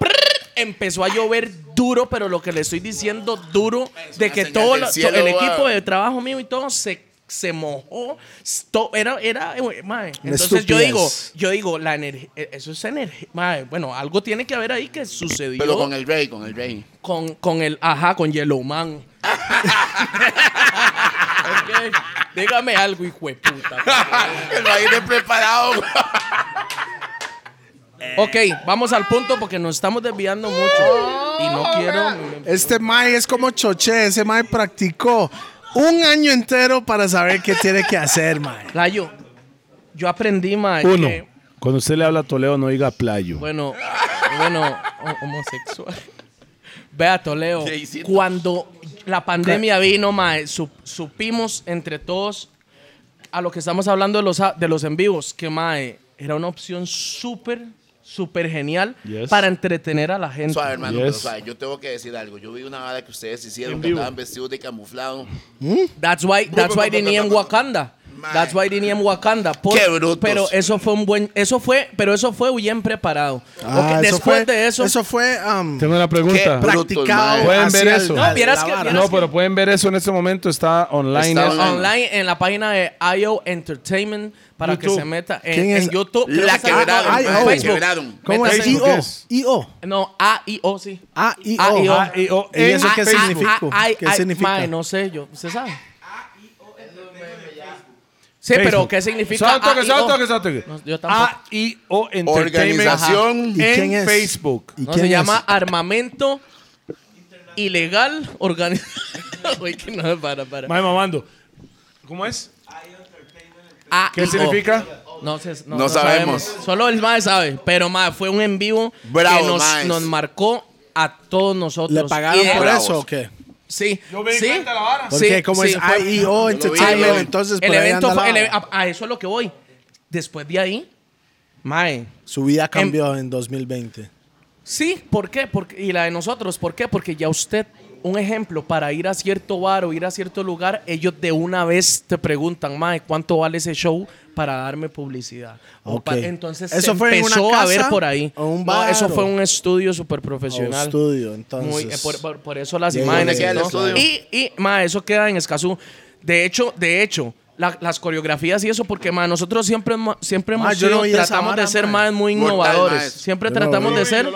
empezó a llover duro, pero lo que le estoy diciendo duro, de que
señal
todo
del
la- to-
cielo,
el
va.
equipo de trabajo mío y todo se, se mojó. Sto- Era, era, eh, mae.
Una
Entonces yo
estupidez.
digo, yo digo, la energía, eso es energía, mae. Bueno, algo tiene que haber ahí que sucedió
Pero con el rey, con el rey.
con, con el, ajá, con Yellow Man. Ok, Dígame algo, hijo de puta.
El baile preparado.
Ok, vamos al punto porque nos estamos desviando mucho. Y no quiero.
Este Mae es como Choche. Ese Mae practicó un año entero para saber qué tiene que hacer, Mae.
Playo, yo aprendí, más
Uno. Cuando usted le habla a Toledo, no diga playo.
bueno, bueno, ho- homosexual. Vea, Toleo,
Jaycito.
cuando la pandemia vino, mae, sup- supimos entre todos a lo que estamos hablando de los, a- de los en vivos, que mae, era una opción súper, súper genial
Yes.
para entretener a la gente.
Suave, hermano, pero
Yes.
suave, yo tengo que decir algo. Yo vi una vara que ustedes hicieron,
En
que
vivo.
andaban vestidos de camuflado.
That's why, that's why they named Wakanda.
Mae.
That's why they named Wakanda. Por-
Qué brutos.
Pero eso fue un buen, eso fue, pero eso fue bien preparado.
Ah,
Ok,
eso
después
fue-
de eso,
Eso fue um,
Tengo una pregunta.
Qué
practicado.
Brutos,
mae.
hacia
Pueden ver
el-
eso.
la-
No, vieras que-
la vara.
No, pero pueden ver eso en este momento. Está online.
Está
¿eh?
online.
online en la página de IO Entertainment para que
YouTube.
se meta en,
¿Quién es?
en YouTube.
La
Creo que está-
quebraron,
ah,
mae,
en
la
Facebook.
quebraron.
¿Cómo es?
Métase en-
¿Qué es?
I-O.
No, AIO, sí.
A-I-O.
AIO.
A-I-O.
¿Y eso qué
A-
significa?
a- a-
¿Qué
a-
significa?
mae, no sé, yo, ¿usted sabe? Sí,
Facebook.
pero ¿qué significa?
Solo un toque, solo un
AIO?
toque, solo un toque.
No, yo tampoco.
AIO Entertainment.
Organización.
¿Y quién es?
En Facebook.
¿Y
No,
quién
se
es?
llama armamento ilegal organizado. Uy, que no, para, para.
Mae mamando. ¿Cómo es?
AIO.
¿Qué significa?
Ah, No, se- no,
No
no
sabemos.
sabemos. Solo el MAE sabe. Pero MAE fue un en vivo
Bravo,
que nos,
maes.
nos marcó a todos nosotros.
¿Le pagaron
Y-
por
Bravos.
eso o qué?
Sí.
Yo me di
sí,
cuenta la vara.
sí,
Porque como
sí,
es
fue-
IEO
Yo
Entertainment,
vi.
entonces por
el
ahí
evento
anda
fue-
la-
el- ah, a, a eso es lo que voy. Después de ahí, mae.
Su vida cambió en 2020.
Sí, ¿por qué? Porque, y la de nosotros, ¿por qué? Porque ya usted, un ejemplo, para ir a cierto bar o ir a cierto lugar, ellos de una vez te preguntan, mae, ¿cuánto vale ese show para darme publicidad? O
Ok.
pa- entonces
¿Eso
se
fue en una
empezó a
casa
ver por ahí.
o un
No,
bar
eso
o-
fue un estudio súper
O
profesional.
estudio,
Muy-
entonces.
eh, por, por- por eso las
Ya
imágenes.
llegué
y
al
todo.
estudio.
Y, y ma, eso queda en Escazú. De hecho, de hecho, la- las coreografías y eso, porque ma, nosotros siempre, hemos- siempre hemos
Ma, yo no
sido-
vi esa
tratamos
vara,
de ser
ma.
más muy
Mortal,
innovadores.
ma, eso.
siempre
Yo no
tratamos
vi.
de ser,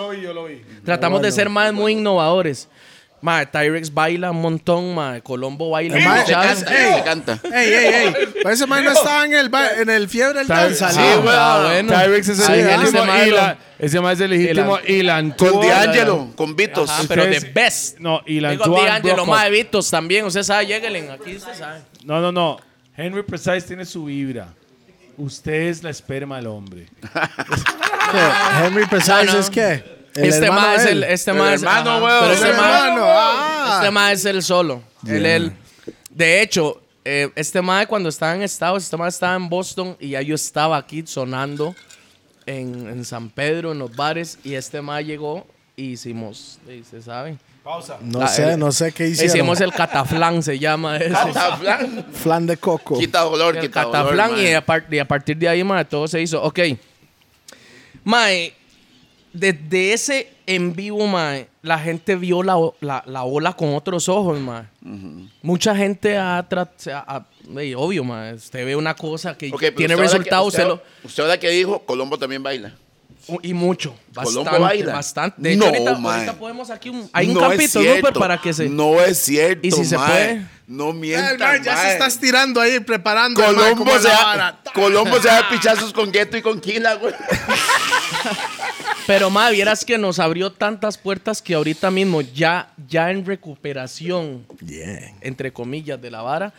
tratamos de ser más muy innovadores. Ma, Tyrex baila un montón, ma, Colombo baila
Eh, Ma,
Se
muchacho.
canta,
Ey.
se canta.
Ey, ey, ey. Pero ese man no estaba en el, ba- en el fiebre del danza.
Sí,
¿no?
güey.
Ah, bueno.
Tyrex es
Sí,
el
él
legítimo.
se ma-
y la- Ese más es el legítimo. Y la
Con
Antua-
D'Angelo, con Vitos.
Ah, pero de
Ustedes-
best.
No, y la
Digo,
Antoine
D'Angelo,
Brokoff.
ma, de Vitos también. Usted sabe, lleguen aquí, usted sabe.
No, no, no. Henry Precise tiene su vibra. Usted es la esperma del hombre.
¿Qué? Henry Precise
No, no.
es qué? El
Este
hermano
ma es
de
el,
él.
este ma es,
hermano,
ajá,
weón.
pero
El
este ma-
hermano, ah.
Este mae es el solo. Él, él. De hecho, eh, este mae cuando estaba en Estados, este mae estaba en Boston y ya yo estaba aquí sonando en, en San Pedro, en los bares, y este mae llegó y hicimos, y se sabe.
No
La-
sé,
el-
no sé qué hicieron.
Hicimos el cataflán, se llama eso.
Cataflán.
flan de coco.
Quita dolor,
El
quita dolor.
cataflán y
mae.
a, par- y a partir de ahí, mae, todo se hizo. Ok. Mae, desde ese en vivo, mae, la gente vio la, o- la, la ola con otros ojos, mae. Mucha gente ha tratado, obvio, mae, usted ve una cosa que
Ok, pero
tiene
usted ahora
resultados,
que-
usted
usted, usted ahora que dijo, Colombo también baila.
lo- y mucho,
Colombo
bastante,
baila.
bastante. De hecho,
No,
ahorita,
mae.
ahorita podemos aquí, un, hay un
No es
campito
cierto.
súper para que se...
No es cierto,
¿Y si se
mae.
puede?
No mientan,
El man ya se
mae.
está estirando ahí, preparando. el man,
Colombo
como
se,
la
da,
vara.
Colombo se da pichazos con Gueto y con Kila, güey.
Pero ma, vieras que nos abrió tantas puertas que ahorita mismo ya, ya en recuperación, entre comillas, de la vara.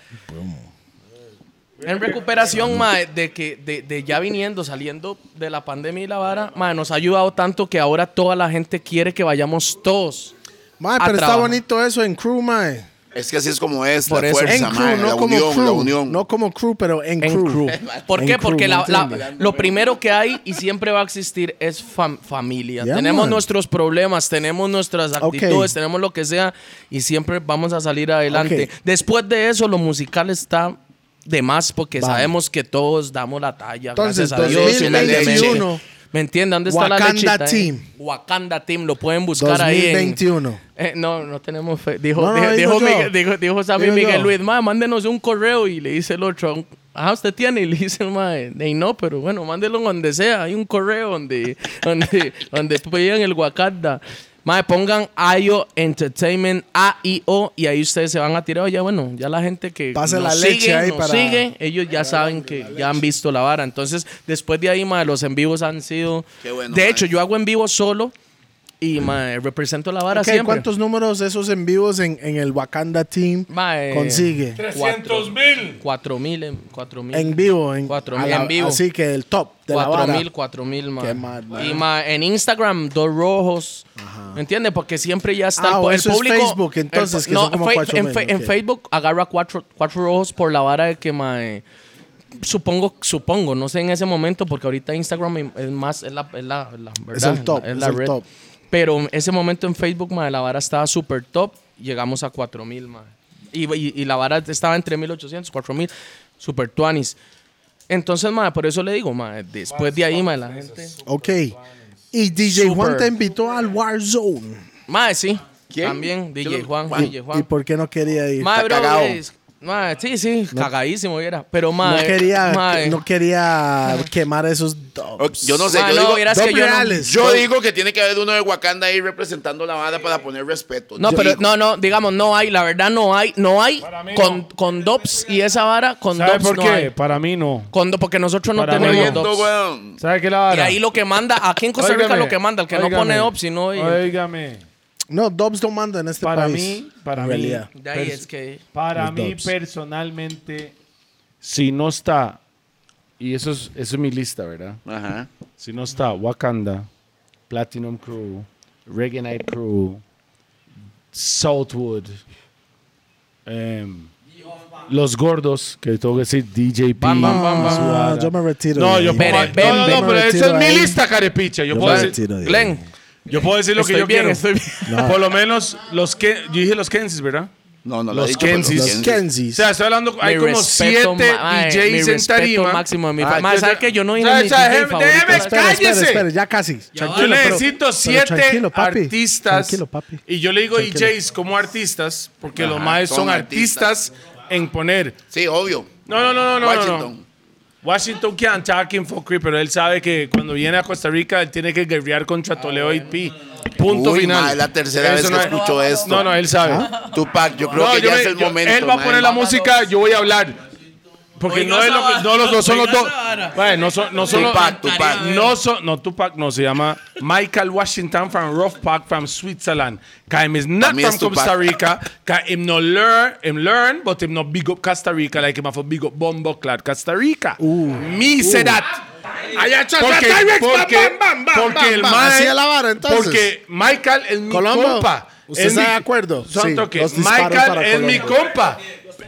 En recuperación, ma, de que de, de ya viniendo, saliendo de la pandemia y la vara, ma, nos ha ayudado tanto que ahora toda la gente quiere que vayamos todos.
Mae,
a
pero está
trabajar.
bonito eso en crew, mae.
Es que así es como es
Por
la
eso.
fuerza,
En
mae,
crew, no
la
como
unión,
crew.
la unión.
No como crew, pero en,
En
crew.
crew. ¿Por
En
qué?
crew,
Porque
¿me
la- la-
entiendes?
lo primero que hay y siempre va a existir es fam- familia.
Ya,
tenemos
man.
nuestros problemas, tenemos nuestras
Ok.
actitudes, tenemos lo que sea y siempre vamos a salir adelante.
Ok.
Después de eso, lo musical está de más porque
Vamos.
sabemos que todos damos la talla.
Entonces,
gracias a Dios,
2021.
humildemente. ¿Me entiendes? ¿Dónde está la
Wakanda
lechita? eh?
Team.
Wakanda Team, lo pueden buscar ahí en...
2021.
Eh, no, no tenemos fe. Dijo,
No, no,
dijo,
digo
dijo
yo.
Miguel- dijo- dijo Sammy
Digo
Miguel
yo.
Luis, "Ma, mándenos un correo y le dice el otro, ah, usted tiene, y le dice, madre, no, pero bueno, mándelo donde sea, hay un correo donde, donde, donde pidan el Wakanda. Madre, pongan IO Entertainment, AIO, y ahí ustedes se van a tirar. Oye, bueno, ya la gente que
Pase
nos
la leche
sigue,
ahí
nos
para-
sigue, ellos ya saben que ya han visto la vara. Entonces, después de ahí, madre, los en vivos han sido...
Qué bueno,
de
mae.
hecho, yo hago en vivo solo, Y, mae, represento la vara
Ok,
siempre.
¿Cuántos números esos en vivos en, en el Wakanda Team
Mae,
consigue?
300 mil.
4000 en 4000.
En vivo, en,
Cuatro
a
mil
la-
en vivo.
Así que el top de la vara.
4000, 4000, ma.
Qué mal, ma.
Y ma, en Instagram dos rojos. ¿Me entiendes? Porque siempre ya está
Ah,
el, po- el
eso es
público.
Facebook, entonces,
el-
que son como
fe-
cuatro
en,
mil,
fe- en
ok.
Facebook agarra cuatro, cuatro rojos por la vara de que ma, eh, supongo, supongo, no sé en ese momento, porque ahorita Instagram es más, es la, es la- es la- ¿verdad?
el top,
Es
es
la
el
red.
top.
Pero en ese momento en Facebook, ma, la vara estaba súper top. Llegamos a 4000, ma. Y, y- y la vara estaba entre 1800, 4000. Super tuanis. Entonces, ma, por eso le digo, ma, después de ahí, ma, la gente.
Ok. Y DJ
Super.
Juan te invitó al Warzone.
Ma, sí.
¿Quién?
También, DJ
Yo-
Juan,
Juan.
DJ
¿Y
Juan.
por qué no quería ir?
Ma, bro,
cagao.
es- ma, sí, sí, cagadísimo, viera. Pero, ma,
no
eh,
quería,
ma, eh,
no quería quemar esos
Ok,
dogs.
Yo no sé,
ma,
yo,
no,
digo,
vieras que
doble
yo no-
reales.
yo
Doble-
digo que tiene que haber uno de Wakanda ahí representando la banda para poner respeto.
No,
Yo
pero
digo.
no, no, digamos, no hay, la verdad no hay, no hay con, con DOPS y esa vara, con
¿Sabe
DOPS
por
no
qué?
hay.
Para mí no.
Con do- porque nosotros no
Para mí
tenemos
no.
DOPS.
Esto, weón.
¿Sabe qué la vara?
Y ahí lo que manda, aquí en Costa Rica
Óigame,
lo que manda, el que no
óigame,
pone DOPS, sino... y-
Óigame.
No, Dobbs no manda en este
Para
país.
mí, para
en
mí,
realidad.
de ahí
pers-
es que...
para
Los
mí
Dubs.
personalmente, si no está, y eso es, eso es mi lista, ¿verdad?
Ajá.
Si no está Wakanda, Platinum Crew, Reggae Night Crew, Southwood, em, Los Gordos, que tengo que decir DJP.
Bam, bam, bam,
Ah,
bam.
Suara.
yo me retiro.
No,
de
yo
ahí.
puedo-
Bere- Ven,
no, no,
ven,
no, pero
me
esa
retiro
es mi Pues,
ahí.
lista, carepicha. Yo
Yo
puedo
me
decir,
retiro de ahí.
Glenn,
yo puedo decir lo que
estoy
yo
bien, estoy
quiero.
bien.
Por lo menos los que yo dije los Kensis, ¿verdad?
No, no lo
Los
he dicho, pero
Kensis.
los
Los Kenzies.
O sea, estoy hablando, hay
Mi
como
respeto,
siete
ma- ay, mi
DJs en
respeto
tarima. Ah,
máximo a mi fa-
Ay,
ma, ¿sabe qué? Yo no vine a
¿sabe-
mi
sabe?
DJ
Déjeme-
favorito.
déjeme,
Espera,
Espera, espera,
cállese.
espera, ya casi.
Yo
Tranquilo, pero-
necesito
pero
siete
tranquilo, papi.
artistas.
Tranquilo, papi.
Y yo le digo DJs como artistas, porque los
Ajá,
más
son
son artistas en poner.
Sí, obvio.
No, no, no, no, no, no, no.
Washington.
Washington can't talk in for creep, pero él sabe que cuando viene a Costa Rica, él tiene que guerrear contra Toledo y Pi. Punto
Uy,
final.
ma, es la tercera ¿Ah?
Eso
vez que
no es-
escucho esto.
No, no, él sabe.
Tupac, yo creo
No,
que
yo
ya
me-
es el
yo-
momento.
Él va a
ma.
poner la música, yo voy a hablar. Porque no, es lo que- no los dos son los dos. Bueno, no son, no son los-
Tupac, Tupac.
No, son, no, Tupac no se llama Michael Washington from Rough Park from Switzerland. Caim is not
También
from
es Tupac.
Costa Rica. Caim no learn, him learn, but him no big up Costa Rica like him have a big up Bombo Clad Costa Rica. Me say that. Uh. Porque, porque, porque el
bam.
mae-
Así es la vara, entonces.
Porque Michael es mi
Colombo,
compa.
¿usted
Es
está
mi-
de acuerdo?
Son
Sí,
toques.
los disparos
Michael
para
es mi
Colombo.
compa.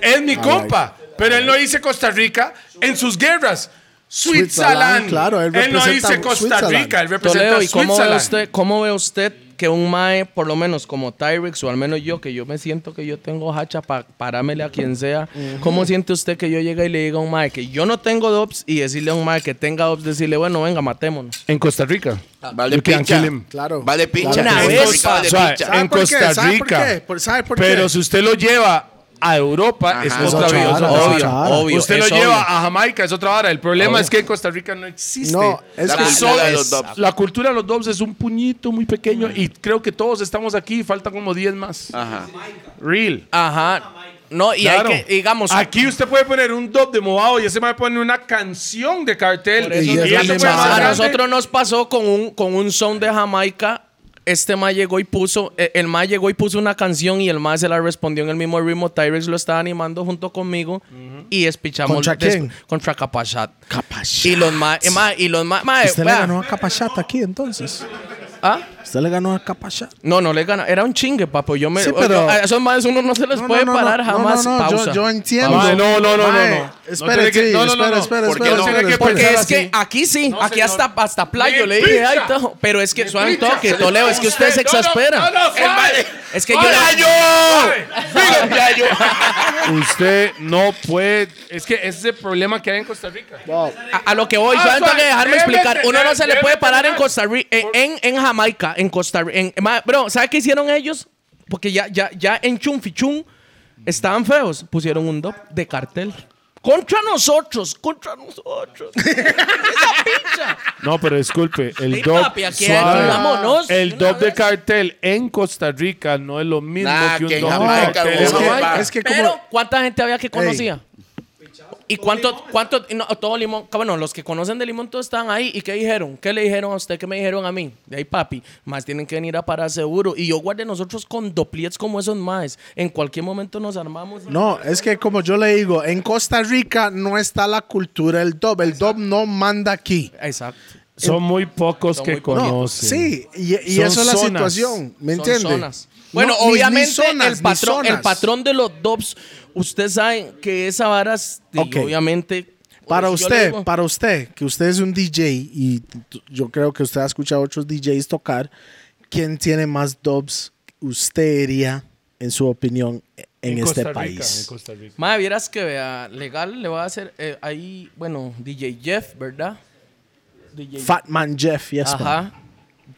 Es mi compa. Pero él no dice Costa Rica en sus guerras. Switzerland.
Switzerland, claro, él
él, no
representa
dice Costa
Switzerland.
Rica, él representa
Toledo, ¿y cómo ve,
Switzerland.
usted, cómo ve usted que un mae, por lo menos como Tyrex, o al menos yo, que yo me siento que yo tengo hacha para parámele a quien sea, ¿cómo siente usted que yo llegue y le diga a un mae que yo no tengo DOPS y decirle a un mae que tenga DOPS, decirle, bueno, venga, matémonos?
En Costa Rica.
Vale
You can't
pincha.
kill him.
Claro.
Vale pincha.
Claro.
Una
Costa Rica
vez,
vale
suave.
pincha.
En
¿Sabe por qué?
Costa
¿Sabe por
Rica.
qué? Por- ¿Sabe por qué?
Pero si usted lo lleva a Europa, es
Ajá. Es
otra
otra
vez.
vara,
Obvio,
es otra vara.
obvio, Usted lo
es
lleva
obvio.
a Jamaica, es otra vara. El problema es que en Costa Rica no existe.
No, es
La-
que-
la-
Solo
la de
es-
los Dubs.
la cultura de los Dobbs es un puñito muy pequeño y creo que todos estamos aquí y faltan como 10 más.
Ajá.
Real.
Ajá. No, y
Claro.
hay que, digamos,
Aquí usted puede poner un dub de Movado y ese me pone una canción de cartel.
Por eso
y
es la
eso fue
misma
más
a
vara.
grande.
nosotros nos pasó con un, con un son de Jamaica. Este ma llegó y puso, eh, el ma llegó y puso una canción y el ma se la respondió en el mismo ritmo. Tyrex lo estaba animando junto conmigo y despichamos
¿Contra
des-
quién?
contra Capachat. Y los ma, eh, ma- y los ma, ma, eh,
Usted le
vea.
ganó a Capachat aquí entonces.
¿Ah?
Usted le ganó a Capachat.
No, no le ganó. Era un chingue, papo. Yo me,
Sí, pero-
a esos maes uno no se les
No,
Pues puede
no, no,
parar
no,
jamás.
no, no, yo-
Pausa.
yo entiendo.
Mae, no, no, no, no,
Mae,
no.
espere,
No tiene que-
sí,
no, no, no,
espera,
no.
espera,
¿Por qué
espera,
no?
espera,
Tiene que
espera.
Porque
pensar
es
así.
que aquí sí,
No,
aquí
señor.
hasta, hasta playo
Me
le dije, ay,
picha.
tajo. Pero es que suave un
Picha.
toque, Toledo, es que usted se
No, no,
exaspera.
no, no,
El ma-
suave.
es que yo.
Hola,
le-
yo. Digo, ya, yo. Usted no puede. Es que ese es el problema que hay en Costa Rica.
A, a lo que voy,
Ah,
yo tengo
suave,
que dejarme
debe
explicar.
tener,
Uno no se le
debe
puede parar en
tener.
Costa Rica, en,
Por-
en, en Jamaica, en Costa Rica. en- ma- bro, ¿sabes qué hicieron ellos? Porque ya, ya, ya en Chunfichun estaban feos. Pusieron un dop de cartel. Contra nosotros, contra nosotros. Esa pincha.
No, pero disculpe, el
Sí,
dub
papi, aquí
suave.
es, vámonos,
el
de
dub
una
de
vez.
cartel en Costa Rica no es lo mismo
Nah,
que un
que en
dub de
Jamaica,
cartel.
güey.
en
Es que-
Jamaica.
Jamaica.
es que
Pero,
como
¿cuánta gente había que conocía? ¿Y cuánto, cuánto, no, todo limón? ah, Bueno, los que conocen de limón todos están ahí. ¿Y qué dijeron? ¿Qué le dijeron a usted? ¿Qué me dijeron a mí? De ahí, papi, más tienen que venir a parar seguro. Y yo guardé nosotros con doplets como esos más. En cualquier momento nos armamos.
No, es que como yo le digo, en Costa Rica no está la cultura del dub. El dub no manda aquí.
Exacto.
Son muy pocos que
No,
conocen.
sí, y, y
Son
eso es la
zonas.
situación, ¿me
Son
entiendes?
zonas. Bueno,
No, ni- ni
obviamente
zonas,
el,
ni
patrón, el
zonas.
patrón de los dobs, usted sabe que esa vara, es- y
Ok.
obviamente... pues,
Para
yo le
usted,
digo-
para usted, que usted es un DJ y t- yo creo que usted ha escuchado a otros DJs tocar, ¿quién tiene más dubs usted diría, en su opinión, en, este
Costa Rica, en
país?
Costa Rica.
Madre, vieras que vea, legal le va a hacer eh, ahí, bueno, DJ Jeff, ¿verdad? DJ
Fat Man Jeff, yes, man.
Ajá.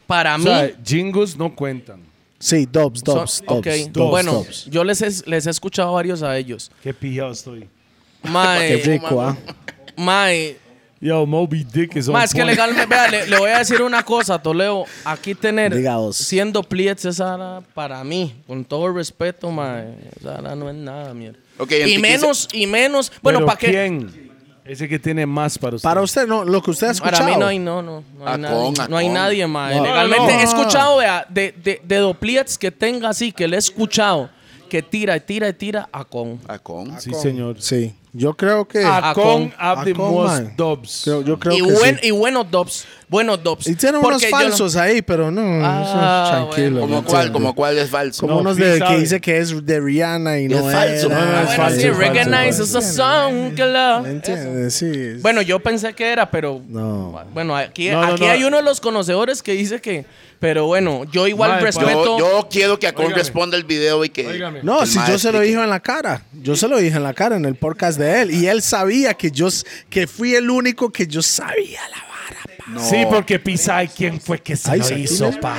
Para
O
mí,
sea, jingos no cuentan.
Sí, dubs,
son-
dubs, dubs,
ok.
dubs,
bueno,
dubs.
yo les, he- les he escuchado varios a ellos.
Qué pillado estoy.
Qué
Mae,
rico, ¿ah?
mae,
Yo, Moby Dick es on
mae, es que
point.
legalmente, vea, le, le voy a decir una cosa, Toledo. Aquí tener
Diga vos.
siendo pliets esa vara, para mí, con todo el respeto, mae, esa vara no es nada, mierda.
Ok,
y
Enrique,
menos, y menos,
Pero
bueno, ¿para qué?
¿Quién? Ese que tiene más para usted.
Para usted, no, lo que usted ha escuchado.
Para mí no hay, no, no, no hay
A
nadie,
con, a
no hay
con.
nadie, mae.
No,
Legalmente
no.
he escuchado, vea, de, de, de dopliets que tenga así, que le he escuchado, que tira y tira y tira a con.
a con.
Sí, señor.
Sí, yo creo que...
Akon
Akon.
have the
Akon,
most
man.
dubs.
creo- yo creo
Ah, y,
que
buen-
sí.
y buenos dobs. Buenos dobs.
Y tiene
Porque
unos
yo no-
falsos ahí, pero no, eso es
Ah,
tranquilo.
¿Como
¿me
cuál?
entiende?
¿Como cuál es falso?
Como
No,
unos
sí
de, que
sabe.
dice que es de Rihanna y no
es falso.
era.
No, no,
Ah,
es
bueno,
falso,
sí,
falso,
recognize is a song que la-
¿Me entiendes? Sí. es-
Bueno, yo pensé que era, pero.
No.
Bueno, aquí,
No, no,
aquí
no.
hay uno de los conocedores que dice que. Pero bueno, yo igual
Mae,
respeto.
Yo, yo quiero que a con
Óigame.
responda el video y que.
Óigame.
No,
el
si
mae
yo se lo
explique.
dije en la cara. Yo se lo dije en la cara en el podcast de él. Y él sabía que yo s- que fui el único que yo sabía la vara. pa.
No.
Sí, porque Pisai, ¿quién fue que se
Ay,
lo
Santino.
hizo, pa?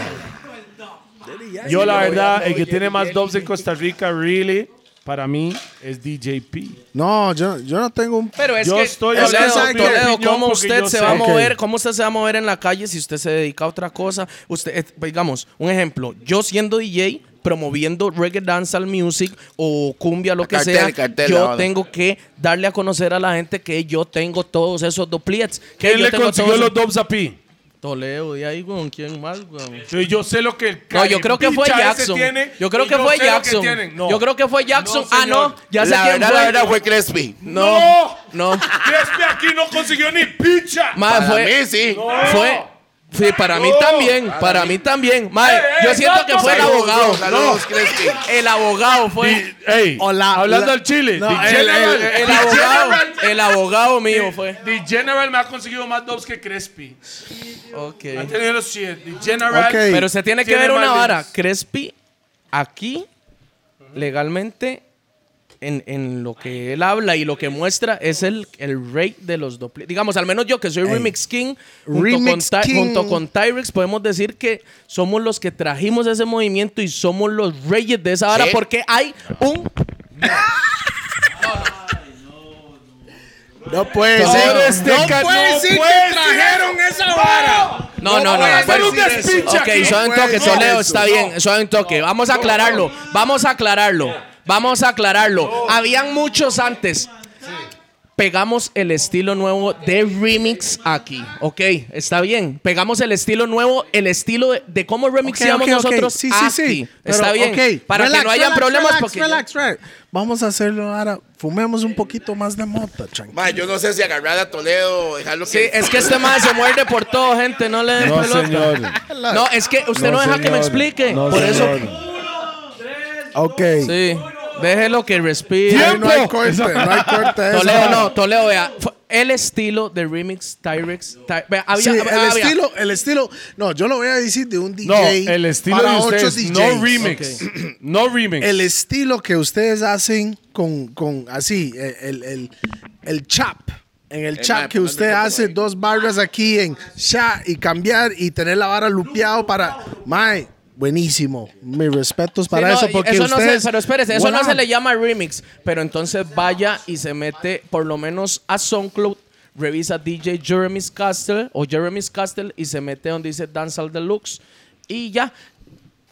Yo, la verdad, el que tiene más dubs en Costa Rica, really, para mí, es DJP.
No, yo, yo no tengo un.
pero es
yo
que.
estoy
Toledo,
hablando de mi
Toledo,
opinión
¿cómo
porque
usted
yo
se
sé.
va a
Ok.
mover? ¿Cómo usted se va a mover en la calle si usted se dedica a otra cosa? Usted, eh, digamos, un ejemplo. Yo siendo DJ promoviendo reggae dancehall music o cumbia lo que
Cartel,
sea
cartel,
yo
ahora.
tengo que darle a conocer a la gente que yo tengo todos esos duplets que
¿Quién
yo
le
tengo
consiguió
todos-
los dubs a Pi?
Toledo de ahí con quién más weón?
Yo, yo sé lo que el
No, yo creo que fue
caripicha ese
Jackson.
tiene,
Yo creo
y
que fue
sé lo
Jackson.
tienen. No.
Yo creo que fue Jackson.
No,
ah,
señor.
no, ya sé
la
quién
verdad,
fue.
la verdad fue Crespi.
No.
No, no.
Crespi aquí no consiguió ni picha.
Mae,
Para
fue
mí sí.
fue Sí, para mí también, para mí también.
Eh,
Mae, yo siento que fue el
Saludos,
abogado.
bro, Saludos, Crespi.
El abogado fue
Di- ey,
Hola,
hablando
la-
al Chile.
No, eh,
di
el-
General,
el
di
abogado,
General-
el abogado mío fue.
The General me ha conseguido más dubs que Crespi.
Ok.
Ha tenido los siete. The General.
Ok.
Pero se tiene que
Tiene
ver una
más
vara.
links.
Crespi, aquí, legalmente, en, en lo que él habla y lo que muestra, es el, el rey de los dobles. Digamos, al menos yo que soy Remix King, junto,
Remix
con Ty-
King.
junto con Tyrex, podemos decir que somos los que trajimos ese movimiento y somos los reyes de esa vara
¿Qué?
porque hay un...
No puede ser.
Ahora este
No
ca-
puede
no
decir
puede
que trajeron esa vara.
No, no, no.
puede
no,
ser un
puede-
despiche
Ok,
aquí.
suave en
No
toque,
puede ser
Soleo,
eso.
está bien. Suave en toque. Vamos a aclararlo. Vamos a aclararlo. Vamos a aclararlo. Habían muchos antes. Pegamos el estilo nuevo de remix aquí. Ok, está bien. Pegamos el estilo nuevo, el estilo de, de cómo remixeamos
Ok, ok, ok.
nosotros
Sí, sí, sí.
aquí.
Pero,
está bien.
ok,
Para
relax,
que no hayan
relax,
problemas.
relax,
porque
relax, relax. Vamos a hacerlo ahora. Fumemos un poquito más de mota, tranquilo.
Ma, yo no sé si agarrar a Toledo o dejarlo
Sí, es que este madre se muerde por todo, gente. No le den
No,
pelota.
señor.
No, es que usted no, deja que
señor.
me explique.
No,
por eso.
señor.
Ok.
Sí. Déjelo que respire.
Ahí No hay corte, no hay corte. eso.
Toledo no, Toledo, vea. fue El estilo de remix Tyrex. Ty- vea, había,
Sí, el
había-
estilo, el estilo. No, yo lo voy a decir de un DJ.
No, el estilo
para
de
ocho
ustedes. No
DJs.
remix. No remix.
El estilo que ustedes hacen con, con así, el, el, el, el chap. En el
Eh, ma,
chap que usted
ponle
hace dos barras aquí en sha y cambiar y tener la vara lupeado para. Mae, buenísimo. Mis respetos
Sí,
para
no,
eso porque
eso no
ustedes.
se, pero espérese, eso
Wow.
no se le llama remix. Pero entonces vaya y se mete por lo menos a SoundCloud, revisa DJ Jeremy's Castle o Jeremy's Castle y se mete donde dice Dancehall Deluxe y ya.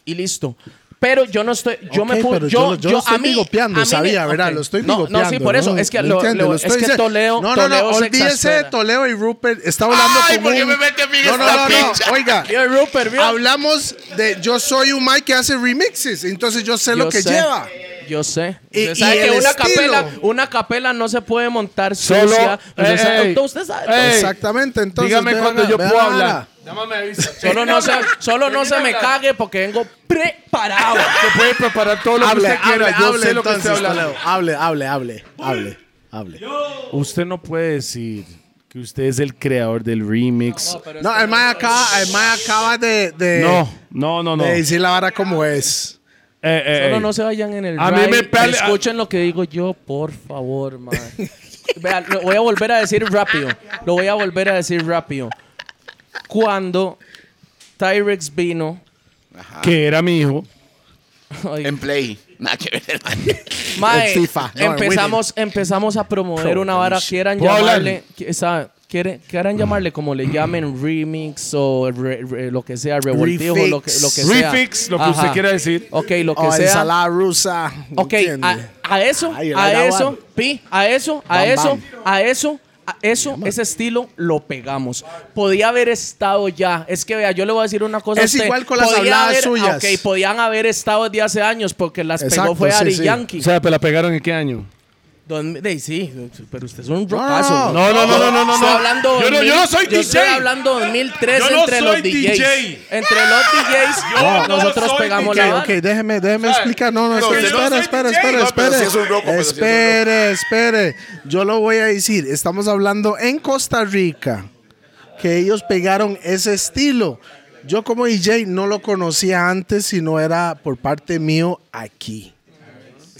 Y listo. Pero yo no estoy. Yo
Ok,
me pu-
pero yo lo-
Yo,
yo lo estoy
a mí-
bigopeando,
a mí
sabía,
me-
¿verdad?
ok.
Lo estoy
no, No, sí,
bigopeando,
por eso.
¿no?
Es que,
¿Me
lo,
entiende?
lo-
Lo
es
estoy
que
diciendo.
Toleo.
No, no, no.
Toleo se
Olvídese de
exaspera.
Toleo y Rupert. Está hablando
Ay,
como
¿por qué
un-
me mete a mí en
No, no,
esta
no, no,
pincha?
Oiga.
Vio, Rupert, vio.
Hablamos de yo soy un Mike que hace remixes, entonces yo sé lo
Yo
que
sé,
lleva.
Yo sé.
Y-
Usted
y
sabe que
el
una
estilo.
capela, una capela no se puede montar
Solo-
sucia. Usted
Ey,
sabe-
ey.
usted sabe.
Ey.
Exactamente, entonces
Dígame
vean
cuando
la-
yo
vean
puedo
la
hablar.
vara.
Llámame, avisa.
Solo no se, solo no se me cague porque vengo preparado.
Se puede preparar todo lo
Hable,
que usted quiera.
hable,
Yo
hable,
sé lo que
entonces,
usted habla.
Toledo. Hable, hable, hable, hable, hable.
Usted no puede decir que usted es el creador del remix.
No, el Mike acaba, el Mike acaba de, de,
No, no, no, no.
de
Eh,
decir la vara como es.
eh, eh.
Solo no se vayan en el
A mí
ride.
me pale-
Escuchen lo que digo yo, por favor, man. Vean, lo voy a volver a decir rápido. Lo voy a volver a decir rápido. Cuando Tyrex vino,
Que era mi hijo.
ay,
En play. Nada que ver, hermano.
mae,
en FIFA, no, en
empezamos, empezamos a promover una vara. Quieran
¿Puedo hablar?
llamarle, qui- esa- quieren- quieran llamarle como le llamen remix o re- re- lo que sea, revoltijo,
Refix.
lo que, lo que sea.
Refix, lo que usted
Ajá.
quiera decir.
Ok, lo que
O
sea.
ensalada rusa.
Ok,
ah,
a,
¿entiende?
a eso,
Ay, el
a
Ayla
eso,
One.
pi, a eso, a
Bam,
eso,
bam.
a eso, a eso, ese estilo lo pegamos. Podía haber estado ya. Es que vea, yo le voy a decir una cosa. a
Es
usted.
igual con las
Podía
habladas
haber-
suyas.
Ok, podían haber estado de hace años porque las
Exacto,
pegó fue
sí,
Ari
sí.
Yankee.
O sea, ¿pero la pegaron en qué año?
Don- de- sí, pero usted es un rockazo.
no,
No, no, no, no, no, no.
Estoy hablando
yo, no, yo no
2000,
soy
yo estoy
DJ.
hablando 2003
Yo no
entre los
soy
DJs.
DJ.
Entre los DJs,
Yo no
nosotros
soy
pegamos
Ok,
la
ok,
banda.
déjeme, déjeme explicar. No, no,
pero
espere,
yo no
espere,
soy
espere, espere,
DJ. No,
pero
espere.
sí es un roco, pero sí es un
Espere, espere. Yo lo voy a decir. Estamos hablando en Costa Rica, que ellos pegaron ese estilo. Yo como DJ no lo conocía antes, sino era por parte mío aquí.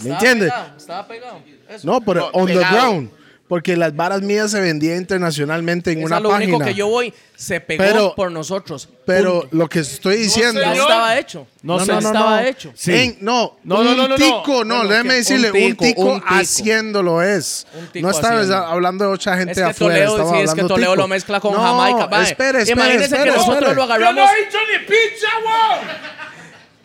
¿Me entiendes?
Estaba pegado. Eso.
No, pero
No,
on the
pegado.
ground. Porque las varas mías se vendían internacionalmente en
Es
una
a lo
página.
único que yo voy. Se pegó
Pero-
por nosotros.
Pero
Punto.
lo que estoy diciendo...
ya estaba hecho.
No,
No,
sé.
ya estaba hecho.
Sí.
En- no,
No,
un
no, no, no, no.
tico, no,
Bueno,
déjame
que-
decirle,
un
un
tico,
tico,
un tico.
haciéndolo es.
tico
no estaba
haciendo.
hablando de otra gente
Es que
afuera.
Toledo,
estaba
sí, es que
hablando
Toledo
tico.
lo mezcla con
No,
Jamaica. mae.
Espere, espere,
Imagínense
espere,
que nosotros
espere.
lo
Yo
agarramos.
no he dicho ni pincha, wow.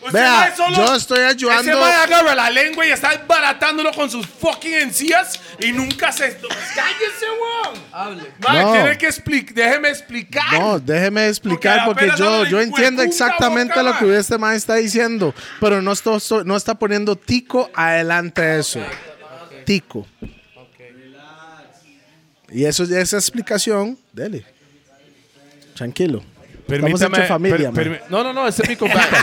Usted
Vea,
mae solo-
yo estoy
Ese
ayudando.
mae agarra la lengua y está baratándolo con sus fucking encías y nunca se.
pues
¡Cállese, weón! Hable. Mae,
No.
tiene que explicar. Déjeme explicar.
No, déjeme explicar
Porque
porque,
apenas
yo,
habla
yo
de
entiendo
hueputa
exactamente
boca,
lo que
man.
este man está diciendo, pero no, esto- esto- no está poniendo tico adelante de eso. Tico. Y eso ya es explicación. Dele. Tranquilo. Estamos
Permítame.
hecho familia,
per-
man.
permi- no, no, no, ese es mi compadre.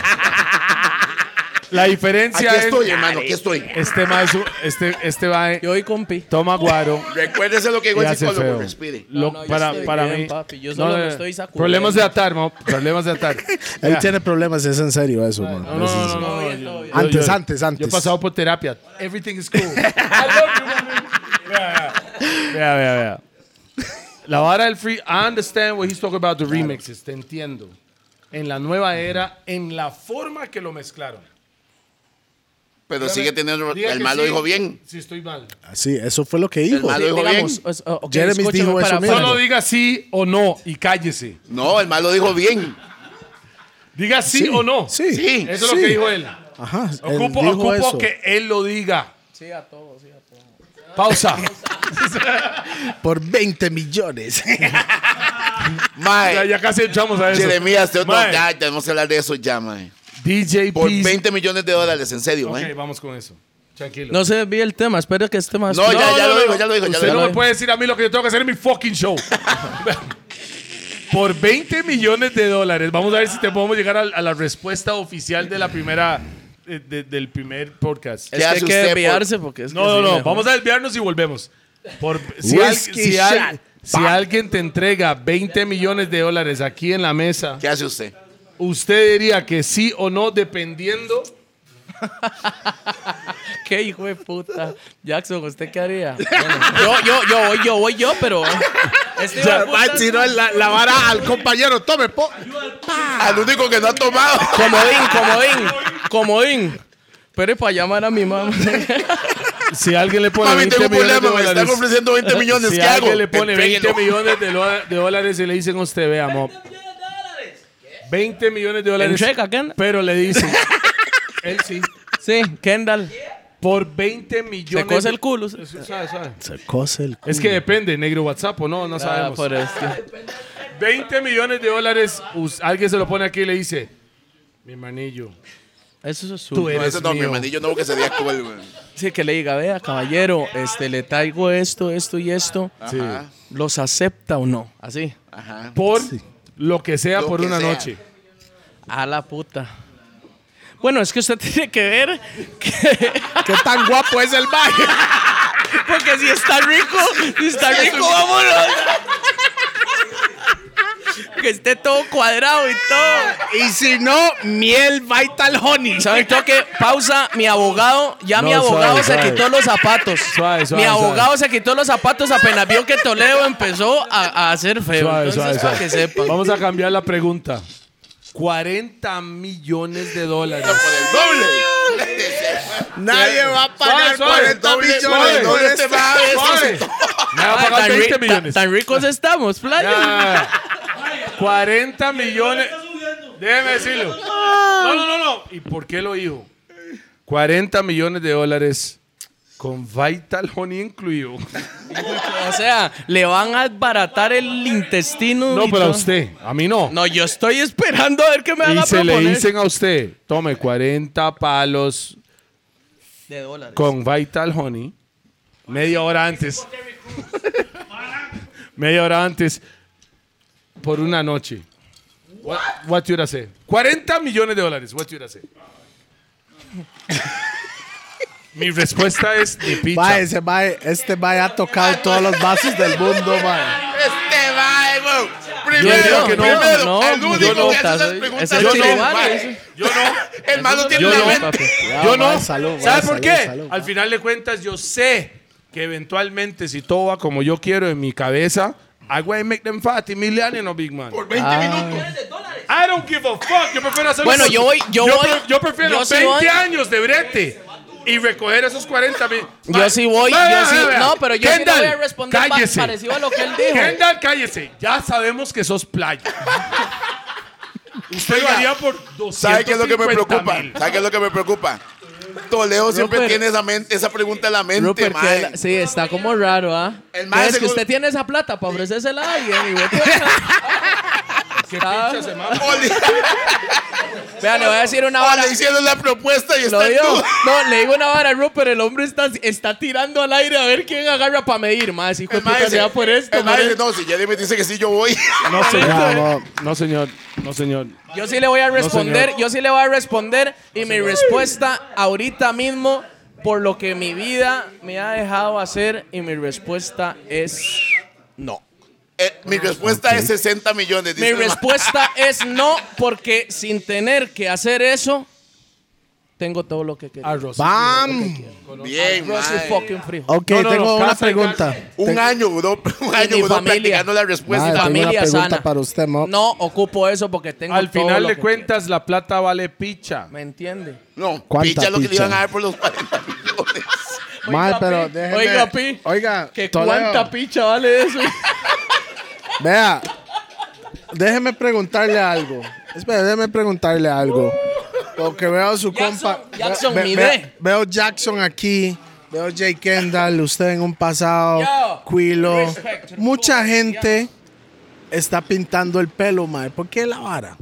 la diferencia
Aquí
es.
estoy, hermano, aquí estoy.
Este mae es un- este, este mae
Yo y compi.
toma guaro.
Recuérdese lo que dijo
y
el
hace
psicólogo,
feo.
respire.
Lo-
no, yo
para
estoy
para
bien,
mí.
papi, yo solo me estoy sacudiendo.
Problemas de atar, mo, Problemas de atar.
Él
Ya.
tiene problemas, es en serio eso, man.
No, no, no, no, no, yo- yo-
Antes,
yo-
antes, antes.
Yo he pasado por terapia. Everything is cool. I love you, mommy. Vea, vea. Vea, vea, vea. La vara del free. I understand what he's talking about the remixes. Te entiendo. En la nueva era, en la forma que lo mezclaron.
Pero sigue teniendo.
Diga
El
que
malo
sí.
dijo bien.
Si estoy mal.
Sí, eso fue lo que dijo.
malo- Lo dijo
digamos,
bien.
es- ah, ok,
Jeremy
escúchame
dijo eso
para-
mismo.
Solo diga sí o no y cállese.
No, el malo dijo bien.
Diga sí, o no.
Sí.
Sí.
Eso es lo que dijo él.
Ajá, él
Ocupo,
dijo
ocupo
eso.
que él lo diga.
Sí, a todos, sí, a todos.
Pausa.
Por 20 millones.
ya,
Mae,
ya casi echamos a eso.
Jeremías, te- no,
Mae,
ya tenemos que hablar de eso ya, mae.
DJ
Por
Peace.
20 millones de dólares, en serio,
Ok,
mae.
vamos con eso. Tranquilo.
No se desvíe el tema. Espero que este más.
No, ya, ya
no,
lo
no.
dijo, ya lo dijo, ya
Usted
lo
no me
dijo.
puede decir a mí lo que yo tengo que hacer en mi fucking show. Por 20 millones de dólares. Vamos a ver si te podemos llegar a, a la respuesta oficial de la primera. de- de- del primer podcast.
¿Qué
Es que hay
hace
que
usted por-
desviarse porque es que
No, no,
sí,
no.
mejor.
Vamos a desviarnos y volvemos. Por, si, al-
Whiskey
si, al-
shot.
si alguien te entrega 20 millones de dólares aquí en la mesa,
¿Qué hace usted?
usted diría que sí o no, dependiendo.
¿Qué hijo de puta? Jackson, ¿usted qué haría? Bueno, yo, yo, yo voy, yo voy yo, pero. Este hijo de puta-
la, vara al compañero. Tome, po.
Al único que no ha tomado.
Comodín, comodín, comodín. Pero es para llamar a mi mamá.
Si alguien le pone
Mami,
20
tengo un
millones de
problema, me están
dólares.
ofreciendo 20 millones.
Si
¿Qué hago?
alguien le pone 20
Entréguelo.
millones de, lo- de dólares y le dicen a usted, vea, mo, 20 millones de dólares.
¿En checa, Ken?
Pero le dicen, Él sí.
Sí, Kendall.
Por 20 millones.
Se cose el
de-
culo.
Sabe, sabe.
Se cose el culo.
Es que depende, negro WhatsApp o no, no
Ah,
sabemos.
por esto.
20 millones de dólares. us- Alguien se lo pone aquí y le dice: Mi manillo.
Eso es su.
No, ese no, mi hermanillo no, que se día cool, güey.
Sí, que le diga, vea, caballero, este, le traigo esto, esto y esto.
Ajá,
¿Los acepta o no? Así.
ajá.
Por lo que sea,
Lo
por
que
una
sea.
noche.
A la puta. Bueno, es que usted tiene que ver que-
Qué tan guapo es el baile.
porque si está rico, si está rico, vámonos. que esté todo cuadrado y todo.
Y si no, miel vital honey.
¿Saben toque? Pausa, mi abogado, ya mi
No,
abogado
suave,
se
suave.
quitó los zapatos.
Suave, suave,
mi abogado se quitó los zapatos apenas vio que Toledo empezó a, a hacer feo.
Suave,
Entonces,
suave,
para
suave.
que sepan.
Vamos a cambiar la pregunta. 40 millones de dólares.
Por el doble.
Nadie va a
Suave,
pagar
suave,
40
doble,
millones
suave.
por
este
Doble
esta-
este
Suave. Me va a
Ah,
pagar
tan,
20
ri-
millones.
tan- tan ricos estamos, playa.
Ah, 40 millones. Déjeme decirlo. No, no, no, no. ¿Y por qué lo dijo? 40 millones de dólares con Vital Honey incluido.
O sea, le van a baratar el intestino.
No,
y
pero a
todo.
usted, a mí no.
No, yo estoy esperando a ver qué me van
Y
a
se le
proponer.
dicen a usted, tome 40 palos
De dólares.
con Vital Honey media hora antes. media hora antes por una noche. What, what you gonna say? 40 millones de dólares. What you gonna say? Mi respuesta es de pizza.
Mae, ese mae- este mae ha tocado todos los vasos del mundo, mae.
Este va, güey.
Yo
Primero,
no, que no,
primero.
no,
el
yo
único
no,
que hace esas
estás-
preguntas
esas
es
son
el
ilegales,
mae.
eso.
Yo no. El malo tiene una mente.
Yo
mae,
no.
salud, mae,
¿Sabes por
salud,
qué?
salud.
Al final de cuentas, yo sé que eventualmente, si todo va como yo quiero en mi cabeza, I will make them fatty million no big man.
Por 20 minutos.
I don't give a fuck. Yo prefiero hacer
Ah. Bueno, yo voy- yo voy-
pre- yo prefiero
yo sí
20
voy.
años de brete y recoger esos 40 mil.
Yo sí voy,
Va,
yo
va,
sí.
va, va.
No, pero yo sí le voy a
Kendall,
responder pa-
cállese.
parecido a lo que él dijo.
Kendall, cállese. Ya sabemos que sos playa. Usted lo haría por 200
¿Sabe qué es lo que me preocupa? ¿Sabe qué es lo que me preocupa? Toleo siempre
Rupert.
tiene esa, men- esa pregunta en la mente,
Rupert, que
mae.
él- sí, está como raro, ¿ah?
El
No,
mae
es que
seguro-
usted tiene esa plata para ofrecérsela a alguien. Y
Oli,
Vean, le voy a decir una
Oli,
vara.
le hicieron la propuesta y
Lo
está en
digo.
duda.
No, le digo una vara a Rupert. El hombre está, está tirando al aire a ver quién agarra para medir. Más hijo de
El mae
puta, se
dice-
va por esto.
el mae
por
dice,
esto.
no, si ya me dice que sí, yo voy.
No, señor. No, no, señor. No, señor.
Yo sí le voy a responder, yo sí le voy a responder y mi respuesta ahorita mismo por lo que mi vida me ha dejado hacer y mi respuesta es no.
Eh, mi respuesta es 60 millones. dice
Mi
el mae.
respuesta es no porque sin tener que hacer eso tengo todo lo que quiero.
Arroz.
Bam.
Bien,
Arroz y
mae.
fucking frijol.
Ok,
No, no,
tengo
no,
una
casa y
pregunta.
Un año duró, un año
mi
duró
familia.
practicando la
Mae,
respuesta.
tengo una
Familia
pregunta
sana.
para usted, mo.
No ocupo eso porque tengo
Al
todo
final
lo
de
que
cuentas, la plata vale picha.
quiero. ¿Me entiende?
No,
¿Cuánta
picha lo que le
picha?
iban a dar por los 40 millones.
Mae,
Oiga,
pero
Pi.
déjeme.
Oiga, Pi.
Oiga,
Que
Toledo,
cuánta picha vale eso.
Vea. Déjeme preguntarle algo. Espera, déjeme preguntarle algo. Porque veo su
Jackson,
compa.
Jackson,
ve- ve-
mide.
ve- Veo Jackson aquí. Veo Jay Kendall, usted en un pasado.
Yo,
Quilo.
respect to the
Mucha
boy,
gente está pintando el pelo, mae. ¿Por qué la vara?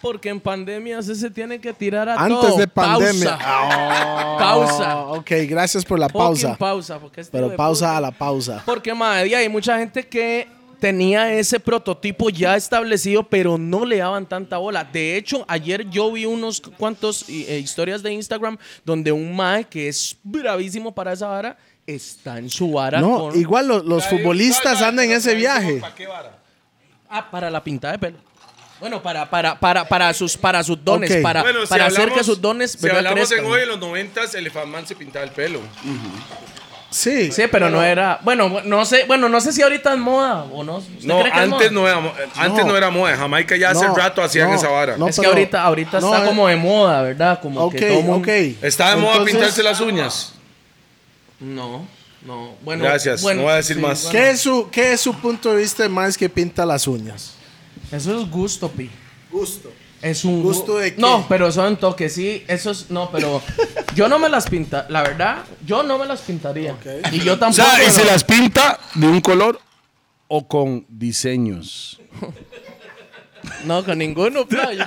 Porque en pandemia se, se tiene que tirar a
Antes
todo.
de pandemia.
Pausa. pausa.
Oh, ok, gracias por la
Pausa.
pausa.
pausa. Porque este hijo
Pero
de
pausa
puta-
a la pausa.
Porque, madre, hay mucha gente que tenía ese prototipo ya establecido, pero no le daban tanta bola. De hecho, ayer yo vi unos cuantos y- eh, historias de Instagram donde un mae que es bravísimo para esa vara está en su vara.
No,
con-
igual lo- los futbolistas andan en ese viaje.
Ah, para la pintada de pelo. Bueno, para, para, para, para, sus, para sus dones,
Ok.
para,
Bueno, si
para hacer
hablamos-
que sus dones
Si
¿verdad?
hablamos en
crezcan.
hoy, en los 90 el Famán se pintaba el pelo.
Sí.
Sí, pero no era. Bueno, no sé, bueno, no sé si ahorita es moda o no. ¿Usted
No,
cree que es
antes
moda?
no, era, mo- antes
No.
no. era moda. Jamaica ya hace
No,
rato hacían
no,
esa vara.
no.
es que
pero-
ahorita, ahorita
no,
está
eh.
como de moda, ¿verdad? Como
Ok,
que todo mundo-
ok.
¿Está de moda
Entonces,
pintarse las uñas?
No, no. Bueno,
Gracias,
bueno,
no voy a decir más.
¿Qué es, su, ¿Qué es su punto de vista de más que pinta las uñas?
Eso es gusto, pi.
Gusto.
Es un
¿Gusto de qué?
No, pero son toques, sí. Eso es. No, pero yo no me las pinta. La verdad, yo no me las pintaría. Y yo
O
tampoco.
sea, y
me
se
lo-
las pinta de un color o con diseños.
No, con ninguno, pa, yo-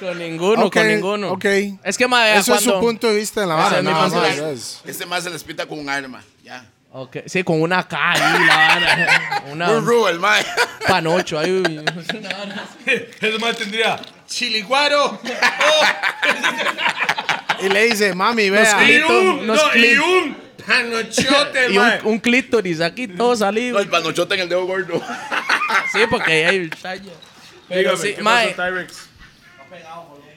Con ninguno,
Ok,
con ninguno.
ok.
Es que, madre,
Eso es su
cuando-
punto de vista en la vara.
es mi
nada
punto de
más,
vista.
es-
Este más se les pinta con un arma. Ya.
Ok, Sí, con una K ahí, la vara.
Un
Una
rule, el mae.
panocho ahí. uy.
Eso más tendría chiliguaro.
Y le dice, mami, vea.
Y
Clito,
un,
los
no, y
clito.
un panochote,
Y un,
mae.
un clítoris aquí todo salido.
El panochote en el dedo gordo.
Sí, porque ahí hay tallo. Pero sí, mae,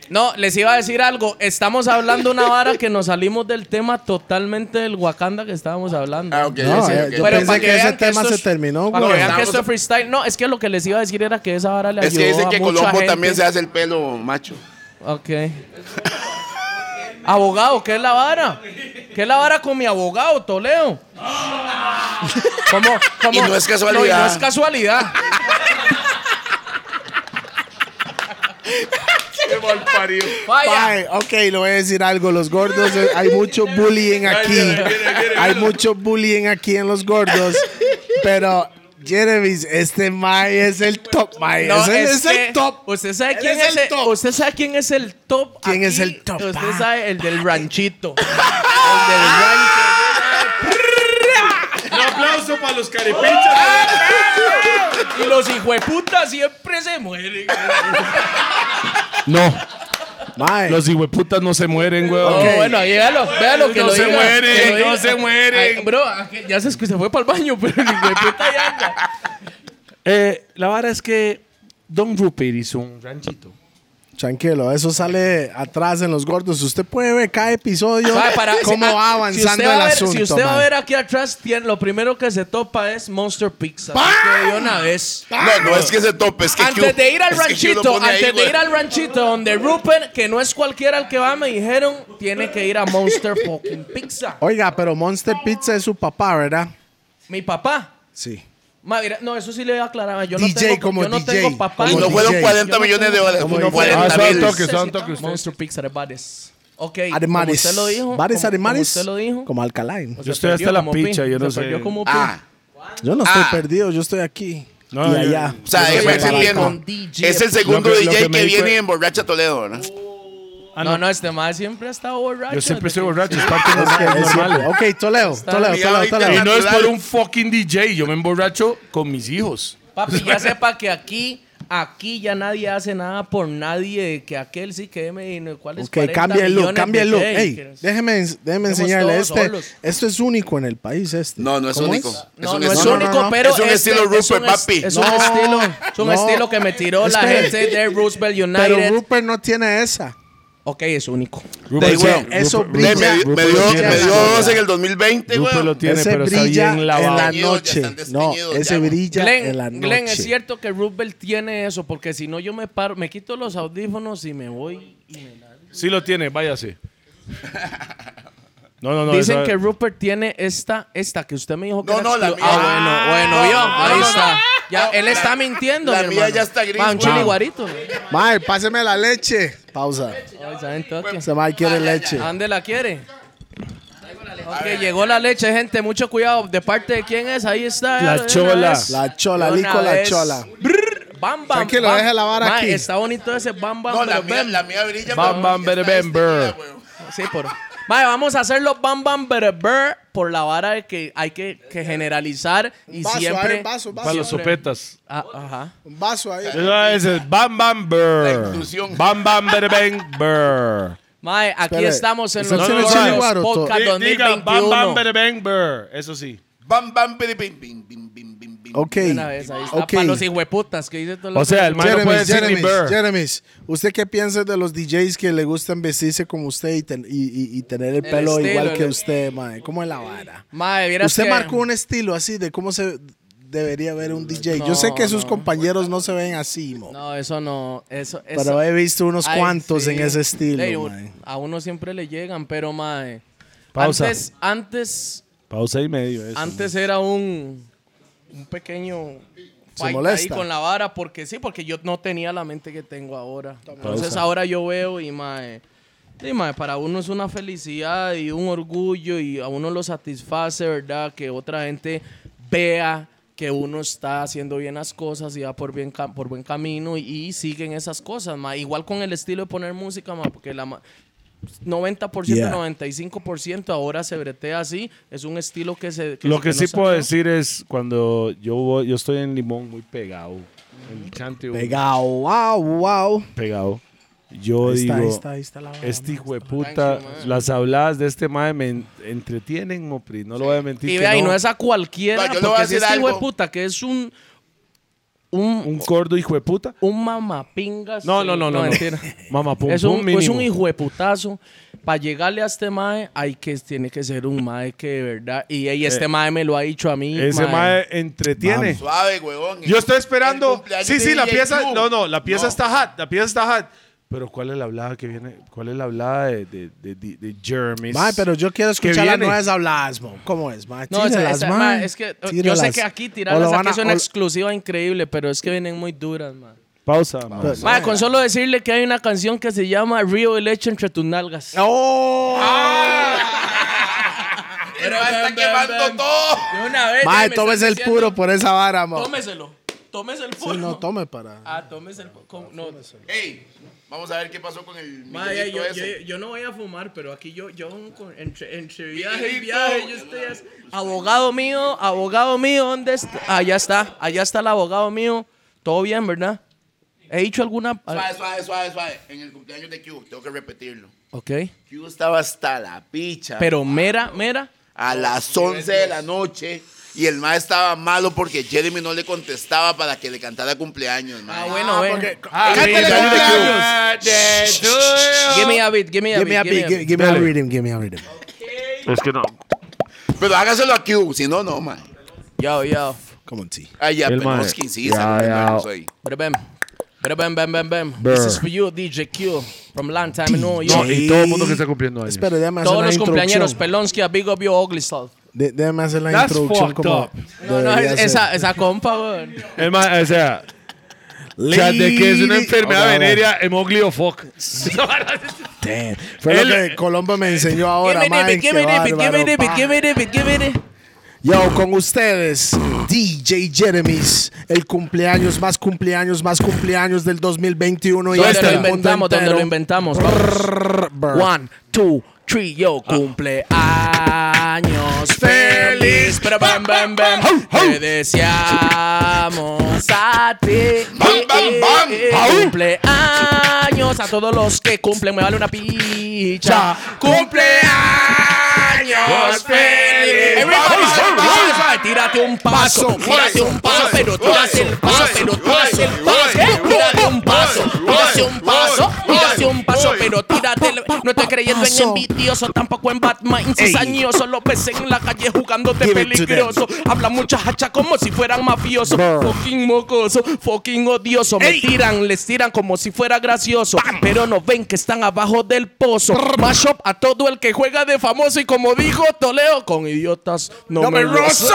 No, les iba a decir algo. Estamos hablando una vara que nos salimos del tema totalmente del Wakanda que estábamos hablando.
Ah, ok.
No,
sí,
eh,
ok.
yo
Pero
pensé
para
que ese
vean
tema
esto
se
es-
terminó,
Para que
güey.
vean que
Estamos-
esto es freestyle. No, es que lo que les iba a decir era que esa vara le
Es
ayudó
que dicen
a
que
mucha
Colombo
gente.
también se hace el pelo macho.
Ok. abogado, ¿qué es la vara? ¿Qué es la vara con mi abogado, Toleo? ¿Cómo, cómo?
Y no
No, y no
es casualidad.
es casualidad. Vaya.
Bye. Ok, le voy a decir algo. Los gordos, eh, hay mucho bullying aquí. Hay mucho bullying aquí en los gordos. Pero, Jeremy, este May es el top, May.
No,
es el,
es
es el
que
top.
Usted sabe
Él
quién
es
es,
el
el
top.
Usted sabe quién es el top.
¿Quién
aquí?
es el top? Ah.
Usted
Pa,
sabe el del ranchito. el del
Ah.
rancho.
Un aplauso para los caripichas.
Y los hijueputas siempre se mueren.
No,
May.
los hijueputas no se mueren, güey.
Oh, bueno, ahí véalo, véalo que
No
lo
se
diga,
mueren,
que lo diga.
no se mueren.
Ay, bro, aquel- ya se, escu- se fue para el baño, pero el hijueputa ya anda.
Eh, la vara es que Don Rupert hizo un ranchito.
Tranquilo, eso sale atrás en los gordos. Usted puede ver cada episodio
Sabe, para-
cómo
si- ah,
va
si usted
avanzando
va
el
a ver-
asunto.
Si usted va a
mae.
ver aquí atrás, tiene- lo primero que se topa es Monster Pizza. Así que de una vez.
No, no es que se tope, es que Q-
Antes de ir al
es que Q lo
ranchito,
pone ahí,
antes de
güey.
ir al ranchito donde Rupert, que no es cualquiera el que va, me dijeron, tiene que ir a Monster fucking Pizza.
Oiga, pero Monster Pizza es su papá, ¿verdad?
Mi papá.
Sí.
ma, mira, no, eso sí le aclaraba. Yo no
DJ
tengo,
como
yo no
DJ,
tengo papá.
Y
como
no fueron
DJ.
40
Yo no
millones de
tengo-
dólares,
como
fueron
DJ.
40
Ah,
mil.
son toques, son toques.
Monster Pizza de Bares. Ok,
Arimares.
como usted lo dijo.
Bares
como-
Arimares.
Como usted lo dijo.
Como Alcalain.
se
estoy hasta
perdió
la
como pi,
picha, yo no
se
sé.
perdió como pi.
Ah,
Yo no estoy
Ah.
perdido, yo estoy aquí.
No,
y
yo-
allá.
o sea,
Yo
déjeme
soy
ver si
para
entiendo.
acá.
Es el segundo
Lo que- lo
DJ
que me
que
di
viene
cuenta-
en Borracha Toledo, ¿verdad?
No, no, este más siempre ha estado borracho.
Ah, Yo siempre
desde
estoy
que-
borracho, es parte
Es que
normal.
es
es normal. ¿eh?
siempre- Ok, Toleo, Toleo, Toleo,
ligado,
Y
Toleo.
no es por
Natural.
un fucking DJ, yo me emborracho con mis hijos.
Papi, ya sepa que aquí, aquí ya nadie hace nada por nadie, que aquel sí que me cuál es
Ok, cambia el look, cambia el look. Ey,
no,
déjeme, déjeme enseñarle
todos
este.
solos.
Esto es único en el país, este.
No, no es
¿Cómo
único.
no,
un
es
estilo.
único,
no, no.
pero
Es un
este-
estilo
es un
Rupert,
es-
papi.
Es un
No,
estilo, es un
no.
estilo que me tiró la
Espere.
gente de Roosevelt
Pero
United.
Rupert no tiene esa.
ok, es único.
Rupert,
güey,
eso
Me, Eh, me,
brilla.
dio- me
Rupert
dio,
lo tiene,
me dio
Rupert.
dos en el 2020,
Rupert lo
güey.
tiene,
ese
pero está
brilla
bien
en la
lavado.
Desteñidos, ya
noche.
están
No,
desteñidos,
ese
ya, güey.
brilla en la
Glenn,
noche.
Glenn, es cierto que Roosevelt tiene eso, porque si no yo me paro, me quito los audífonos y me voy.
Sí lo tiene, váyase. No, no, no.
Dicen
esa-
que Rupert tiene esta, esta que usted me dijo que
No,
era
no, la
exclu-
mía.
Ah, bueno, bueno,
No,
yo,
no, no,
ahí
no,
está.
no.
Ya, él
la-
está mintiendo,
la
mi
mía
hermano.
ya está gris,
Ma, un
güey.
chiliguarito.
Mae, páseme la leche. Pausa.
Ay, ¿saben toque?
Ese
Ah,
mae quiere leche.
¿A dónde la quiere? Ok, llegó la leche, gente. Mucho cuidado. ¿De parte de quién es? Ahí está.
La
de una
chola.
vez.
La chola,
De una
Lico la
vez.
chola.
Brr, Bam, bam.
Tranquilo,
bam.
deja la vara
Ma,
aquí.
Está bonito ese bam, bam.
No, la
pero
mía,
bam.
la mía brilla. pero
Bam, bam,
ya está
bam,
desteñida,
bam.
güey.
Sí, por. Mae, vamos a hacerlo bam bam better bear por la vara de que hay que, que generalizar y
Vaso, a
siempre.
ver, vaso, vaso.
Para los sopetas.
Ah, ajá.
Un vaso ahí.
Esa es el Bam Bam
La
Burr.
inclusión.
Bam Bam Bam Bam Burr.
Mae, aquí
Espere,
estamos en
¿usted
los
tiene
Gordos
chiliguaro,
Podcast
Di- Diga Bam
2021.
Bam Bam Bam Burr. Eso sí.
Bam, bam, bim, bim, bim, bim, bim, bim, bim.
Ok.
De Una vez, ahí está.
Ok.
Para los hijueputas que dice todo lo
O sea, el man no
Jeremy,
puede decir ni
Jeremy,
Burr.
Jeremy, ¿usted qué piensa de los DJs que le gustan vestirse como usted y, ten- y- y- y tener el, pelo
estilo,
igual que
el-
usted, mae? ¿Cómo es la vara?
Mae, vieras
Usted
que-
marcó un estilo así de cómo se debería ver un DJ. Yo sé que sus compañeros no se ven así, mo,
No, eso no. Eso, eso.
pero he visto unos
Ay,
cuantos
sí.
en ese
Ey,
estilo,
u-
mae.
A uno siempre le llegan, pero mae.
Pausa.
Antes, antes,
Pausa y medio. eso.
antes era un, un pequeño
Se
fight ahí
molesta.
con la vara porque sí, porque yo no tenía la mente que tengo ahora. Entonces ahora yo veo y mae, sí, mae, para uno es una felicidad y un orgullo y a uno lo satisface, ¿verdad? Que otra gente vea que uno está haciendo bien las cosas y va por, bien cam- por buen camino y, y siguen esas cosas, mae. Igual con el estilo de poner música, mae, porque la... ma- 90%,
Yeah.
95% ahora se bretea así. Es un estilo que se...
Lo que
no
sí puedo
salió.
decir es cuando yo, voy- yo estoy en Limón muy pegado, en el chante muy
Pegado, wow, wow.
pegado, yo
Ahí
digo,
está, ahí está, ahí está la vara,
este hijo de puta,
Thank you, man.
las habladas de este mae me en- entretienen, Mopri, no lo voy a mentir.
Y
que
vea, y
no.
no es a cualquiera,
Va, yo le voy a
porque si
decir
este hijo de
algo.
puta que es un un,
un gordo hijo de puta.
un mamapingas.
No, no, no, no. no.
mentira.
Mamá, pum,
es,
pum,
un,
mínimo.
es un hijo de putazo. Para llegarle a este mae, hay que, tiene que ser un mae que de verdad. Y, y este mae me lo ha dicho a mí.
Eh, Ese
mae.
mae entretiene.
Suave, huevón.
Yo estoy
El
esperando.
cumpleaños
Sí,
de
sí, la
DJ
pieza.
Club.
No, no, la pieza
No.
está hot. La pieza está hot. Pero ¿cuál es la hablada que viene? ¿Cuál es la hablada de, de, de, de, de Jeremy?
Mae, pero yo quiero escuchar las
viene?
nuevas habladas, mo. ¿Cómo es, mae?
No, esa-
Tíralas,
esa-
mae.
mae, es que eh, yo sé
Tíralas.
que aquí
O
tirarlas
lo van
aquí
a-
es una
o-
exclusiva increíble, pero es que vienen muy duras, mae.
Pausa, mae.
Pues-
Mae, con solo decirle que hay una canción que se llama Río de leche entre tus nalgas.
¡Oh!
Pero está quemando todo.
De una vez.
mae,
me
tomes
están
el
diciendo,
puro por esa vara, mo.
Tómeselo. Tómese el puro.
Sí, no, tome para.
Ah, tómese el puro. No,
Ey, vamos a ver qué pasó con el
Ma, ya,
microfonito
yo,
ese.
yo, yo no voy a fumar, pero aquí yo, yo con- entre, entre viaje y viaje, yo estoy as- abogado mío, abogado mío, ¿dónde está? Allá está, allá está el abogado mío. Todo bien, ¿verdad? He dicho alguna. ah,
Suave, suave, suave, suave. En el cumpleaños de Q, tengo que repetirlo.
Ok.
Q estaba hasta la picha.
Pero mera, mera.
a las 11 de la noche. Y el ma estaba malo porque Jeremy no le contestaba para que le cantara cumpleaños, ma.
Ah, bueno, ven.
Ah,
Cántale cumpleaños.
Give me a beat, give me a beat.
Give me
give me
a beat,
a
gi-
beat.
give me a rhythm, give me a rhythm.
Pero hágaselo a Q, si no, no, ma.
Yo, yo.
Come on, T.
Ay, ya,
El ma-
pero es que insiste,
Ya,
ma,
ya.
no soy.
Pero ven. Pero ven, ven, ven, ven. This is for you, DJ Q. From long time in New York.
No, y todo el mundo que está cumpliendo años.
Espera, déjame hacer
Todos
una
los cumpleaños
introducción.
Pelonsky, a Big Up Your Ugly Self.
De- Déjame hacer la
That's
introducción
fucked
como.
up.
No, no,
debería
es-
ser.
esa, esa compa, weón.
El mae, o sea, chat de que es una
Lady-
enfermedad
Ahora, ahora.
venérea, hemoglio fuck.
Damn. Fue lo
El-
que Colombo me enseñó ahora,
Give me
mae.
it, give
qué
me it, give me
bárbaro,
it,
pa.
give me it, give me it.
Yo, con ustedes, DJ Jeremy's, el cumpleaños, más cumpleaños, más cumpleaños del 2021. y
Donde
hasta
lo
el mundo
inventamos, donde lo
entero.
inventamos. vamos.
Brr, brr.
One, two, three, yo cumpleaños feliz. Pero bam, bam, bam. Te deseamos a ti. Eh,
Bam, bam, bam. Au.
Cumpleaños a todos los que cumplen. Me vale una picha. Cumpleaños feliz. Everybody, everybody, Tírate un paso, tírate un paso, pero tírate el paso, pero tírate el paso. Tírate un paso, tírate un paso, tírate un paso, pero tírate el No estoy creyendo en envidioso, tampoco en Batman cizañoso. Los ves en la calle jugándote
Give it to them.
peligroso. Hablan muchas hachas como si fueran mafiosos.
Brr.
Fucking mocoso, fucking odioso. Me tiran, les tiran como si fuera gracioso. Pero no ven que están abajo del pozo. Mashup a todo el que juega de famoso. Y como dijo Toleo, con idiotas no, me, rozo.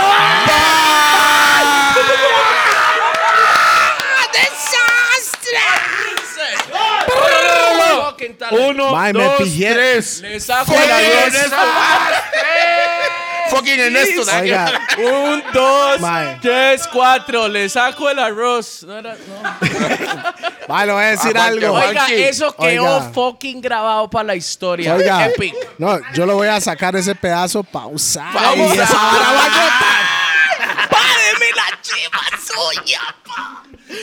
Fucking tal-
Uno,
Mae, me
dos,
pillé.
tres.
Le saco la
Ernesto.
Fucking Ernesto, ¿sabes?
Oiga,
Un, dos,
Mae.
tres, cuatro. Le saco el arroz. No era- no.
mae, le voy a decir
Aguante,
algo.
Oiga,
Juanqui.
eso quedó
Oiga.
fucking grabado para la historia.
Oiga,
Epic.
no, yo lo voy a sacar ese pedazo pausado.
Vamos
y esa
a-
vara va a agotar.
¡Pádeme la chiva suya!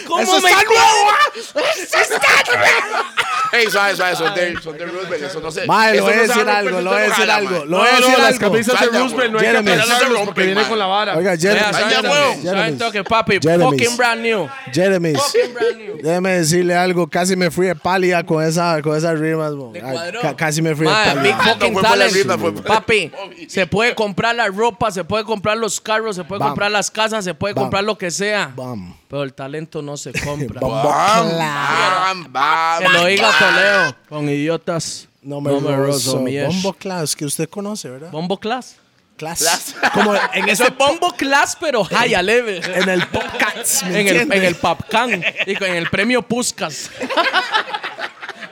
¿Cómo
¡Eso
me
está nuevo!
Ey, suave, suave, son del, son del Roosevelt, eso no sé.
Mae, le
eso
voy a
no se
decir
rompe,
algo,
eso
le voy a
se
decir
jala,
algo.
mae.
Le voy a decir
las
algo.
camisas de
Vaya,
Roosevelt no hay que
Jeremy.
atarlas
Eso se
porque
rompen,
viene
man.
con la vara.
Oiga,
Vea,
Jeremy.
Vaya,
¿saben
huevón.
toque? ¿Saben
Jeremy's.
toque, papi?
Jeremy's.
Fucking brand new.
Jeremy.
Fucking brand new.
Déjeme decirle algo, casi me fui de pálida con esa con esas rimas, mo.
Le
Ay,
cuadró.
ca- casi me fui de
Madre, big
pálida.
fucking
No, fue por la
talent.
rima, fue por-
Papi, se puede comprar la ropa, se puede comprar los carros, se puede
Bam.
comprar las casas, se puede
Bam.
comprar lo que sea.
Bam.
Pero el talento no se compra.
Bam,
¡Bam,
Claro.
bam, bam!
Que lo diga
bam.
Toleo. Con idiotas.
No me
numeroso,
rozo.
mi ex.
Bombo Claus, que usted conoce, ¿verdad?
Bombo Class.
Class.
Class.
Como en Eh.
Eso es bombo class, pero high a level.
en el podcast, ¿me
En el,
entiendes?
en el Papcan. Y con- en el premio Puskas.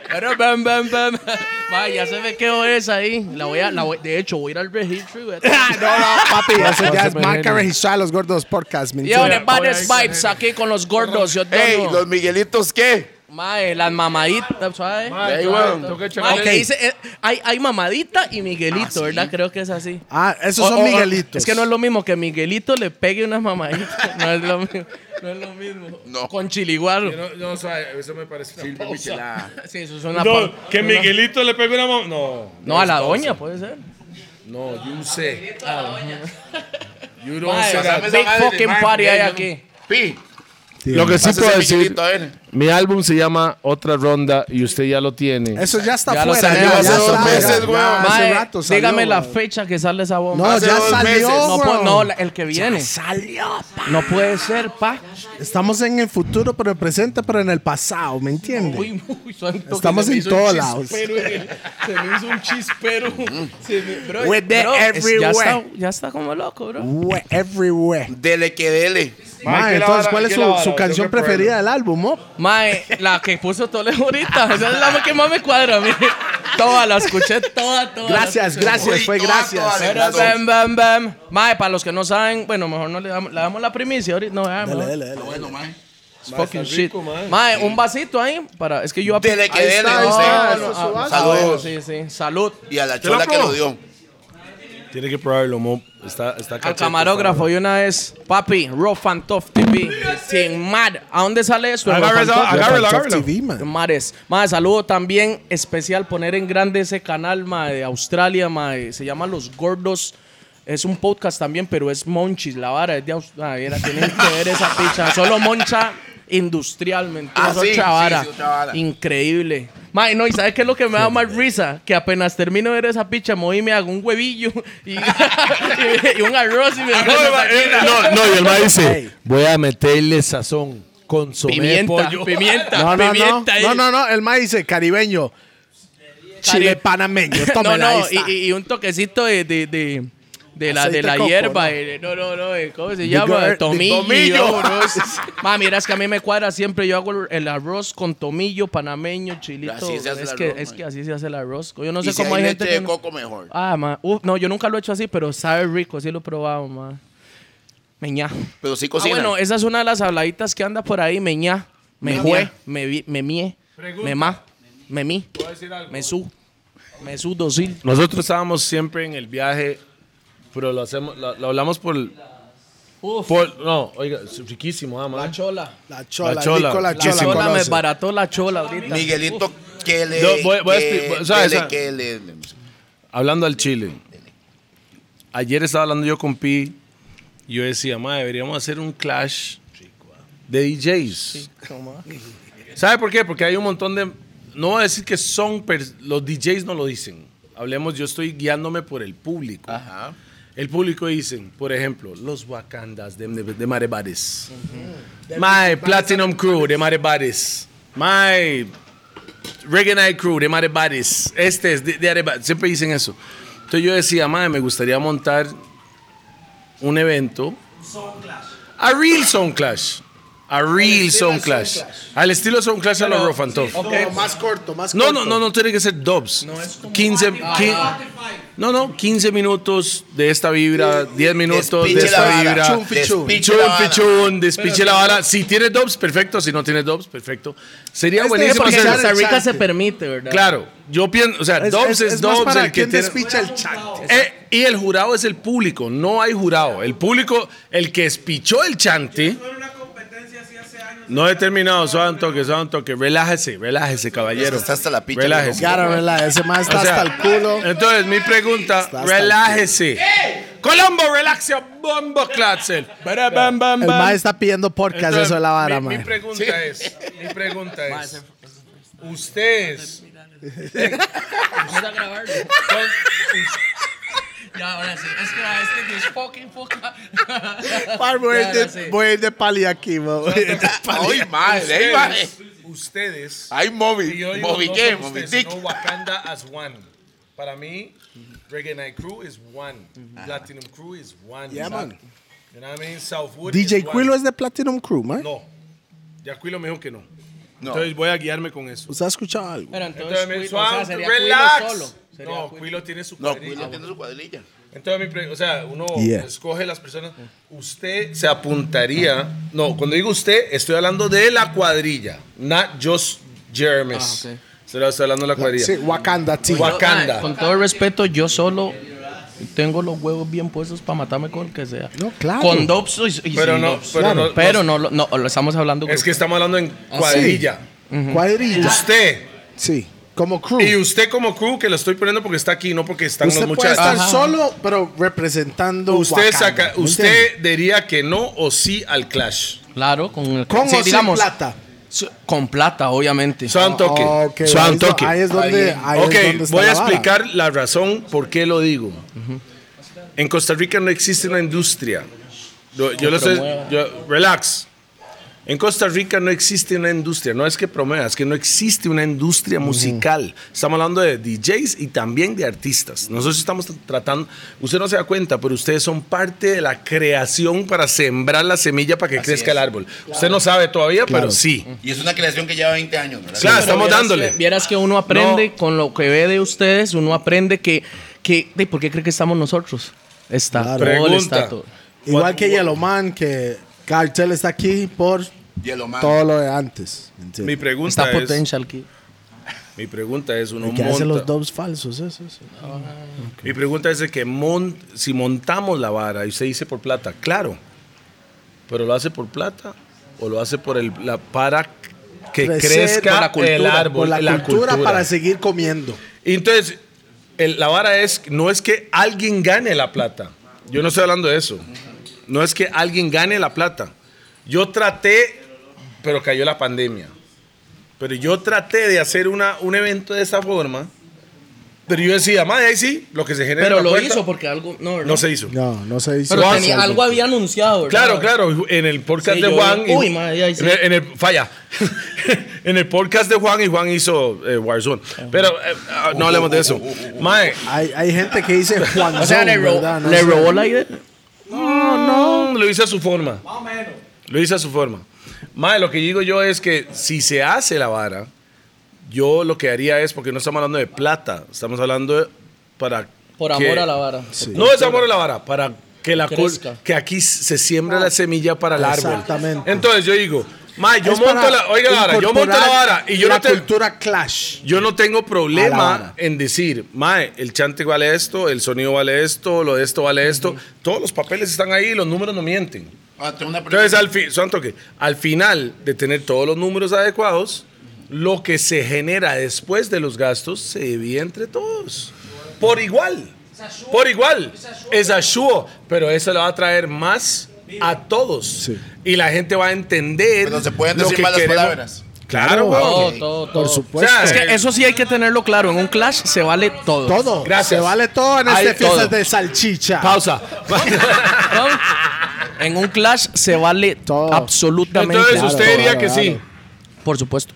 Pero bam, bam, bam. Ma, ya se me quedó esa ahí. La voy a, la voy- de hecho, voy a ir al registro y voy a...
No, no, papi, eso ya es marca registrada de los gordos podcast, ¿me
Y ahora
entiendes?
varios vibes aquí con los gordos. Yo
Ey,
tengo.
los Miguelitos, ¿qué?
Mae, las mamaditas, ¿sabes?
Ey, weón.
Mae, que dice, eh, hay, hay mamadita y Miguelito, ¿verdad? Creo que es así.
Ah, esos
O-
son
o- o-
Miguelitos.
Es que no es lo mismo que Miguelito le pegue unas mamaditas. No es lo mismo. No es lo mismo.
No.
Con chiliguaro.
No, no, o sea, eso me parece. una pausa.
Sí, eso es una
No,
pa-
que
una-
Miguelito le pegue una mam- No,
No, a la doña puede ser.
no, you say. You don't
Mae,
say
o sea,
that.
Pásame esa
big
madre de
fucking
Mike,
party
ya,
hay
yo no-
aquí.
Pi,
Lo que sí
pásese
puedo
pues.
decir,
Miguelito, a ver.
mi álbum se llama Otra Ronda y usted ya lo tiene.
Eso ya está
Ya lo
fuera.
salió
ya,
hace
ya
dos
está,
meses,
ya,
weón.
ya hace
Mae,
rato salió,
dígame la
weón.
fecha que sale esa bomba.
No,
Hace
ya
dos
salió,
meses.
No,
weón.
po- no, la- el que viene.
Salió.
No puede ser, pa.
Estamos en el futuro, pero el presente, pero en el pasado, ¿me entiendes?
Uy, uy, santo,
Estamos
que se me
en
hizo un
todos lados. Mm.
chispero en el- Se me hizo un chispero. Se me- bro,
With the
bro, es- ya,
everywhere.
está, ya está como loco, bro.
We- everywhere.
Dele que dele.
Mae,
¿qué la
entonces,
vara?
¿cuál es
¿Qué
su,
la vara?
su
Tengo
canción
que probarlo.
preferida del álbum, Mop?
Mae, la que puso Toledo ahorita. Esa es la que más me cuadra a mí. Toda, la escuché toda, toda.
Gracias, gracias,
Uy,
Ah, fue
toda, toda,
gracias.
le
Pero
encantó.
bam, bam, bam. Mae, para los que no saben, bueno, mejor no le damos, le damos la primicia ahorita. No, veamos.
Dale, dale, dale.
Bueno, man.
It's fucking shit. Mae, un vasito ahí para. Es que yo apenas.
Dele que dele.
está, ahí
José.
está, eso es su
Ah,
vaso.
ah, bueno, sí,
Salud.
sí. Salud.
Y a la chola que lo dio.
Tiene que probarlo, Mo. Está, está
Al camarógrafo y una vez, papi, Rough and Tough TV, sin mad. ¿A dónde sale esto?
Agarra
Rough and
esa-
Tough?
Agárralo,
Top
agárralo.
TV, man.
Mares. Mae, saludo también especial poner en grande ese canal, mae, de Australia, mae. Se llama Los Gordos. Es un podcast también, pero es Monchis, la vara es de Australia. Tienen que ver esa picha. Solo Moncha industrialmente.
Ah, sí, sí,
otra vara.
sí, otra vara.
Increíble. Mae, no, ¿y sabes qué es lo que me da más risa? Que apenas termino de ver esa picha, me voy y me hago un huevillo y, y un arroz y me
eh,
Eh, No, no, y el mae dice, voy a meterle sazón con su
Pimienta, pimienta,
No, no, no.
pimienta. ahí.
No, no, no. El maíz dice caribeño. Chile panameño. Tómela,
no,
ahí
no,
está.
y- y, y un toquecito de, de, de, de la,
Aceite
de la
de coco,
hierba.
¿no?
eh, No, no, no, eh, ¿cómo se
De
llama?
gar- de
tomillo.
tomillo.
bro. Ma, mira, es que a mí me cuadra siempre. Yo hago el- el arroz con tomillo, panameño, chilito.
Así se hace
es,
el
que,
arroz,
es
man.
que así se hace el arroz. Yo no
Y
sé
si
cómo
hay
hay gente
leche
que
de
no-
coco, mejor.
Ah, ma, uf, no, yo nunca lo he hecho así, pero sabe rico, sí lo he probado, ma. Meñá.
Pero sí
Ah,
cocina.
bueno, esa es una de las habladitas que anda por ahí, meñá, me
Meñá.
jue, me, vi- me mie, me ma, me mi, me su, me su dosil.
Nosotros estábamos siempre en el viaje, pero lo hacemos, lo, lo hablamos por,
Uf,
por- no, oiga, es riquísimo, ah, mae.
la chola.
La chola,
La chola.
Nico, la
La
chola
chola me
conoce.
barató la chola ahorita.
Miguelito, que le.
Yo voy- voy a
que-
expli- o sea,
dele
esa-
que le- le-
Hablando al Chile. Ayer estaba hablando yo con Pi. y Yo decía, ma, deberíamos hacer un clash de DJs. ¿Sabe por qué? Porque hay un montón de... No voy a decir que son... pers- Los DJs no lo dicen. Hablemos, yo estoy guiándome por el público.
Ajá.
El público dicen, por ejemplo, los Wakandas de, de, de Marebares. My Platinum Crew de Marebares. My Reggae Night Crew de Marebares. Este es de, de Arebares. Siempre dicen eso. Entonces yo decía, madre, me gustaría montar un evento. A real Sound Clash. A real Sound Clash. Al estilo Sound Clash a los Rough and Tough.
No, más corto, más
No,
corto.
no, no, no tiene que ser dubs. 15, qui- no, no, 15 minutos de esta vibra, 10 minutos de
Despiche la
esta
vara.
vibra.
Despiche
Pichón,
la vara.
pichón, despiche la vara. Si tiene dubs, perfecto. Si no tiene dubs, perfecto. Sería
Este
buenísimo
porque
hacerlo.
Costa Rica se
Chante.
permite, ¿verdad?
Claro, yo pienso, o sea,
Es,
dubs
es,
es,
es más
dubs.
para
el que
quien
tiene-
despicha el chante.
Eh, y el jurado es el público, no hay jurado. El público, el que espichó el chante. No he terminado, suave un toque, suave un toque. Relájese, relájese, caballero.
Está hasta la picha,
Relájese.
Gara, ¿verdad? Ese más está
O sea,
hasta el culo.
Entonces, mi pregunta,
Está hasta
relájese. Colombo, relaxe, bombo, clatzel. Bara, bam, bam,
El
bam.
más está pidiendo podcast,
Entonces,
Pues eso de la vara,
mi, mi
man.
pregunta es, mi pregunta es, ustedes,
Ya, ahora sí. Es que a este que es fucking foca.
Par, Voy a ir
Ya, ahora
de-
sí.
voy a ir de pali aquí, man. Voy a ir de pali.
Ay, madre, ahí va.
ustedes,
Ay, Moby.
y yo digo,
Moby,
no
¿qué?
son
Moby
ustedes,
Dick.
sino Wakanda as one. Para mí, Reggae Night Crew is one. Platinum Crew is one.
Yeah, man.
You know what I mean? Southwood
DJ
is one.
Quilo es de Platinum Crew, man.
No. Ya Aquilo me dijo que no.
No.
Entonces voy a guiarme con eso.
¿Usted ha escuchado algo?
Pero
Entonces,
entonces,
me
Quil-
dice,
o sea,
"Ah,
sería
relax.
Quilo solo. Sería
no,
Quil-
Quilo tiene su
No,
cuadrilla.
Quilo tiene su cuadrilla.
Entonces, mi pre- o sea, uno
Yeah.
escoge las personas. Usted se apuntaría. No, cuando digo usted, estoy hablando de la cuadrilla. Not just Jeremy's.
Ah, ok.
Solo Estoy hablando de la cuadrilla.
Sí, Wakanda, tío.
Wakanda.
Con todo el respeto, yo solo tengo los huevos bien puestos para matarme con el que sea.
No, claro.
Con Dops y, y
Pero
sin
no,
Dops.
pero no-
pero no, lo- no, lo estamos hablando.
Es que
grupo.
estamos hablando en cuadrilla.
Cuadrilla.
Usted.
Sí. Como crew.
Y usted como crew, que lo estoy poniendo porque está aquí, no porque están
Ah. usted
los
puede
muchachos.
estar solo, pero representando.
Usted,
Wakanda,
saca,
¿me
usted
entiende?
diría que no o sí al Clash.
Claro, con el
Con
sí,
o sin
digamos,
plata.
su- Con plata, obviamente.
Suan toque.
Ah, ok,
Suan
ahí es do-
toque.
Ahí es donde. ahí es
ok,
donde está
voy a
la vara.
explicar la razón por qué lo digo. En Costa Rica no existe una industria. Yo, yo lo sé. yo- relax. En Costa Rica no existe una industria. No es que promueva, es que no existe una industria musical. Estamos hablando de DJs y también de artistas. Nosotros estamos tr- tratando. Usted no se da cuenta, pero ustedes son parte de la creación para sembrar la semilla para que crezca el árbol. Usted no sabe todavía, pero sí.
Y es una creación que lleva 20 años, ¿verdad?
Pero
Claro, Ah, estamos
vieras
dándole.
que- vieras que uno aprende con lo que ve de ustedes, uno aprende que, que de, ¿por qué cree que estamos nosotros? Está
Claro.
todo, el
Pregunta.
está todo.
Igual que Yellow Man, que Cartel está aquí por
Yellow Man.
todo lo de antes. ¿me entiende?
Mi pregunta
Está
es.
Potential Kid.
Mi pregunta es, uno
El que hace los
monta.
dubs falsos, eso, eso.
Mi pregunta es de que mon- si montamos la vara y usted dice por plata, claro, pero lo hace por plata o lo hace por el la para que
Crecer
crezca
por la
el
cultura,
árbol,
por la, cultura, para
hacer.
seguir comiendo.
Entonces, el- la vara es no es que alguien gane la plata. Yo no estoy hablando de eso. No es que alguien gane la plata. Yo traté, pero cayó la pandemia. Pero yo traté de hacer una, un evento de esa forma. Pero yo decía, madre, ahí sí, lo que se genera. en
Pero
la
lo
cuenta,
hizo porque algo. No, ¿verdad?
No se hizo.
No, no se dice.
Pero
que
tenía-
sea
algo había anunciado, ¿verdad?
Claro, claro, en el podcast
Sí,
de
yo-
Juan. y-
uy, madre, ahí sí.
en el- en el- falla. en el podcast de Juan y Juan hizo eh, Warzone. Pero eh, ah, no hablemos de eso. Mae,
Hay, hay gente que dice Juan
O sea, le, ro- le robó la idea.
No, Mm, lo hice a su forma. Más o menos. Lo hice a su forma. Mae, lo que digo yo es que si se hace la vara, yo lo que haría es, porque no estamos hablando de plata, estamos hablando de, para...
Por
que-
amor a la vara.
No es amor a la vara, para que la col-
Crezca.
que aquí se siembra la semilla para el árbol.
Exactamente.
Entonces yo digo, mae, yo monto la, oiga la vara, yo monto la vara y yo
la
no te,
cultura clash.
yo no tengo
A la
problema
vara.
en decir, mae, el chante vale esto, el sonido vale esto, lo de esto vale esto. Todos los papeles están ahí, los números no mienten.
Ah, tengo una pregunta.
Entonces, al, fi- son toque. al final de tener todos los números adecuados, lo que se genera después de los gastos se divide entre todos. Por igual. Por igual. Es ashuo. Pero eso le va a traer más a todos. Y la gente va a entender.
Pero se pueden
lo
decir
que
malas
queremos.
palabras.
Claro.
Claro,
Pues, eh,
weón.
Todo, todo, todo.
Por supuesto.
O sea,
Es que eso sí hay que tenerlo claro. En un clash se vale todo.
todo.
gracias.
Se vale todo en
Hay
este fiestas
todo.
de salchicha.
Pausa.
¿No? En un clash se vale
Todo.
absolutamente
Entonces,
todo.
usted diría que sí.
Por supuesto.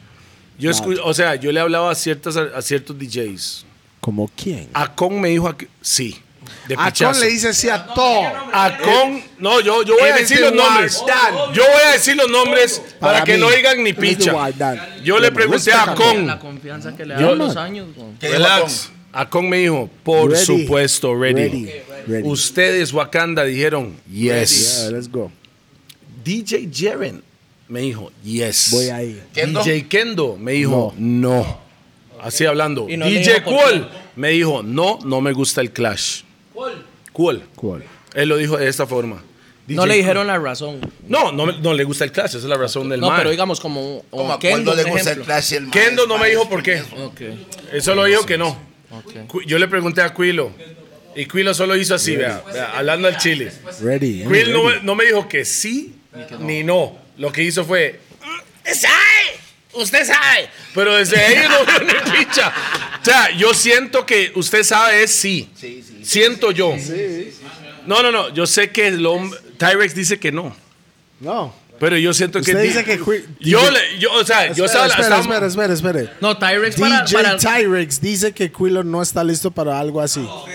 Yo escu- o sea, yo le hablaba a, ciertas, a ciertos DJs.
¿Como quién?
Acon me dijo aquí, sí. De
Acon
pichazo.
le dice sí a todo.
Acon, no, yo, yo voy a
Eres
decir
de
los nombres.
Guardán.
Yo voy a decir los nombres para,
Para
que
mí,
no digan ni
eres de
picha.
Guardán.
Yo le pregunté a
La
Acon.
confianza que le dan los años.
¿Qué dijo
Relax. Acon me dijo, por
Ready.
supuesto, ready.
Ready, ready.
Ustedes, Wakanda, dijeron, yes.
Yeah, let's go.
DJ Jaren me dijo, yes.
Voy ahí.
Kendo.
DJ Kendo me dijo, no. Así hablando.
Y no le
DJ
dijo por
Kuol me dijo, no, no me gusta el clash. Kuol.
¿Cuál?
Él lo dijo de esta forma.
No
DJ
le dijeron la razón.
No, no, me- no le gusta el Clash, esa es la razón del
No,
man.
pero digamos como.
¿Cómo
como
a cuál no
Kendo,
le
un
gusta el
ejemplo.
Clash y el maestro?
Kendo no me dijo por qué.
Ok,
Él solo dijo que no.
ok.
Cu- Yo le pregunté a Quilo. Y Quilo solo hizo así, vea, vea, hablando al chile.
Ready. eh,
Quil no,
ready.
me- no me dijo que sí ni no. Lo que hizo fue. "Mm, ¡Sabe! ¡Usted sabe! Pero desde ahí no veo ni picha. O sea, yo siento que usted sabe es sí.
Sí, sí.
Siento yo. No, no, no. Yo sé que el hombre. Tyrex dice que no.
No.
Pero yo siento que.
Usted
di-
dice que Quick-
Yo, le- yo, o sea,
espera,
yo estaba.
espera,
estábamos-
espera, espera, espera.
No, Tyrex para,
DJ
para-
Tyrex dice que Quilo no está listo para algo así. Ok,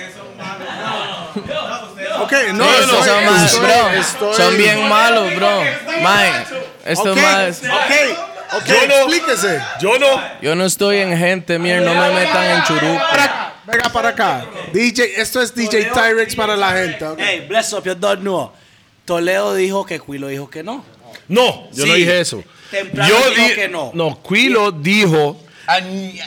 no,
No,
estoy-
no,
son,
no,
más,
estoy-
bro.
estoy-
son bien malos, bro. Mae, estos
Ok,
más.
ok, ok,
Yo no-
explíquese.
Yo no.
Yo no estoy en gente, mierda, no me metan en churuco.
Venga para acá. DJ, esto es DJ Tyrex para la gente. ok.
Hey, bless up, your dog no. Toledo dijo que Quilo dijo que no.
No, yo no
Sí.
dije eso.
Temprano dijo que no.
No, Quilo dijo,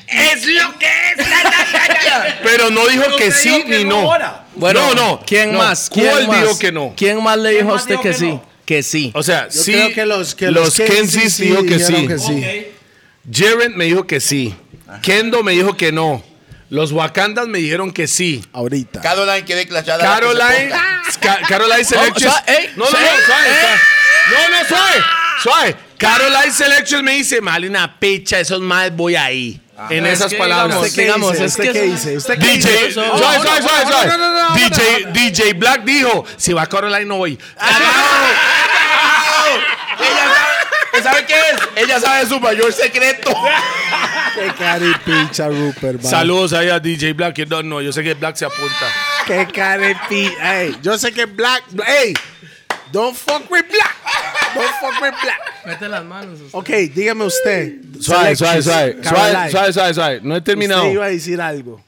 Es lo que es. la, la, la, la.
pero no dijo que
Usted
sí
dijo
ni no.
ahora.
no, no.
¿Quién
no.
más? ¿Quién
¿Cuál
más?
dijo que no?
¿Quién más le dijo a
más
usted
dijo
que
que
sí?
no?
Que sí.
O sea,
Yo
sí.
creo que los que
los Kensis dijo que
dijeron
sí. Jaren me dijo que sí. Kendo me dijo que no. Los Wakandas me dijeron que sí.
Ahorita.
Caroline quedé clachada.
Caroline,
Ah,
Ca- Caroline Selections.
Oh, suave, ey,
no, no, no,
suave, Eh.
suave, suave. No, no, suave. Suave. Caroline Selections me dice, Malina, picha, esos más voy ahí. en
Ah. Es
esas
que,
palabras.
digamos, digamos,
¿Usted
es que
qué
es-
dice? ¿Usted qué dice?
DJ,
no,
suave,
no,
suave,
no,
suave,
no,
suave.
no, no, no, no,
DJ, DJ Black dijo, si va a Caroline no voy.
Ah.
Ella sabe, ¿sabe qué es? Ella sabe su mayor secreto.
Qué caripincha, Rupert. man.
Saludos ahí a DJ Black. que No, no, yo sé que Black se apunta.
Qué caripincha. Ey, yo sé que Black. Hey, don't fuck with Black. Don't fuck with Black.
Mete las manos. usted.
Ok, dígame usted.
Suave, suave, suave.
Selections,
Suave,
Caroline.
suave, suave, suave. No he terminado.
Usted iba a decir algo.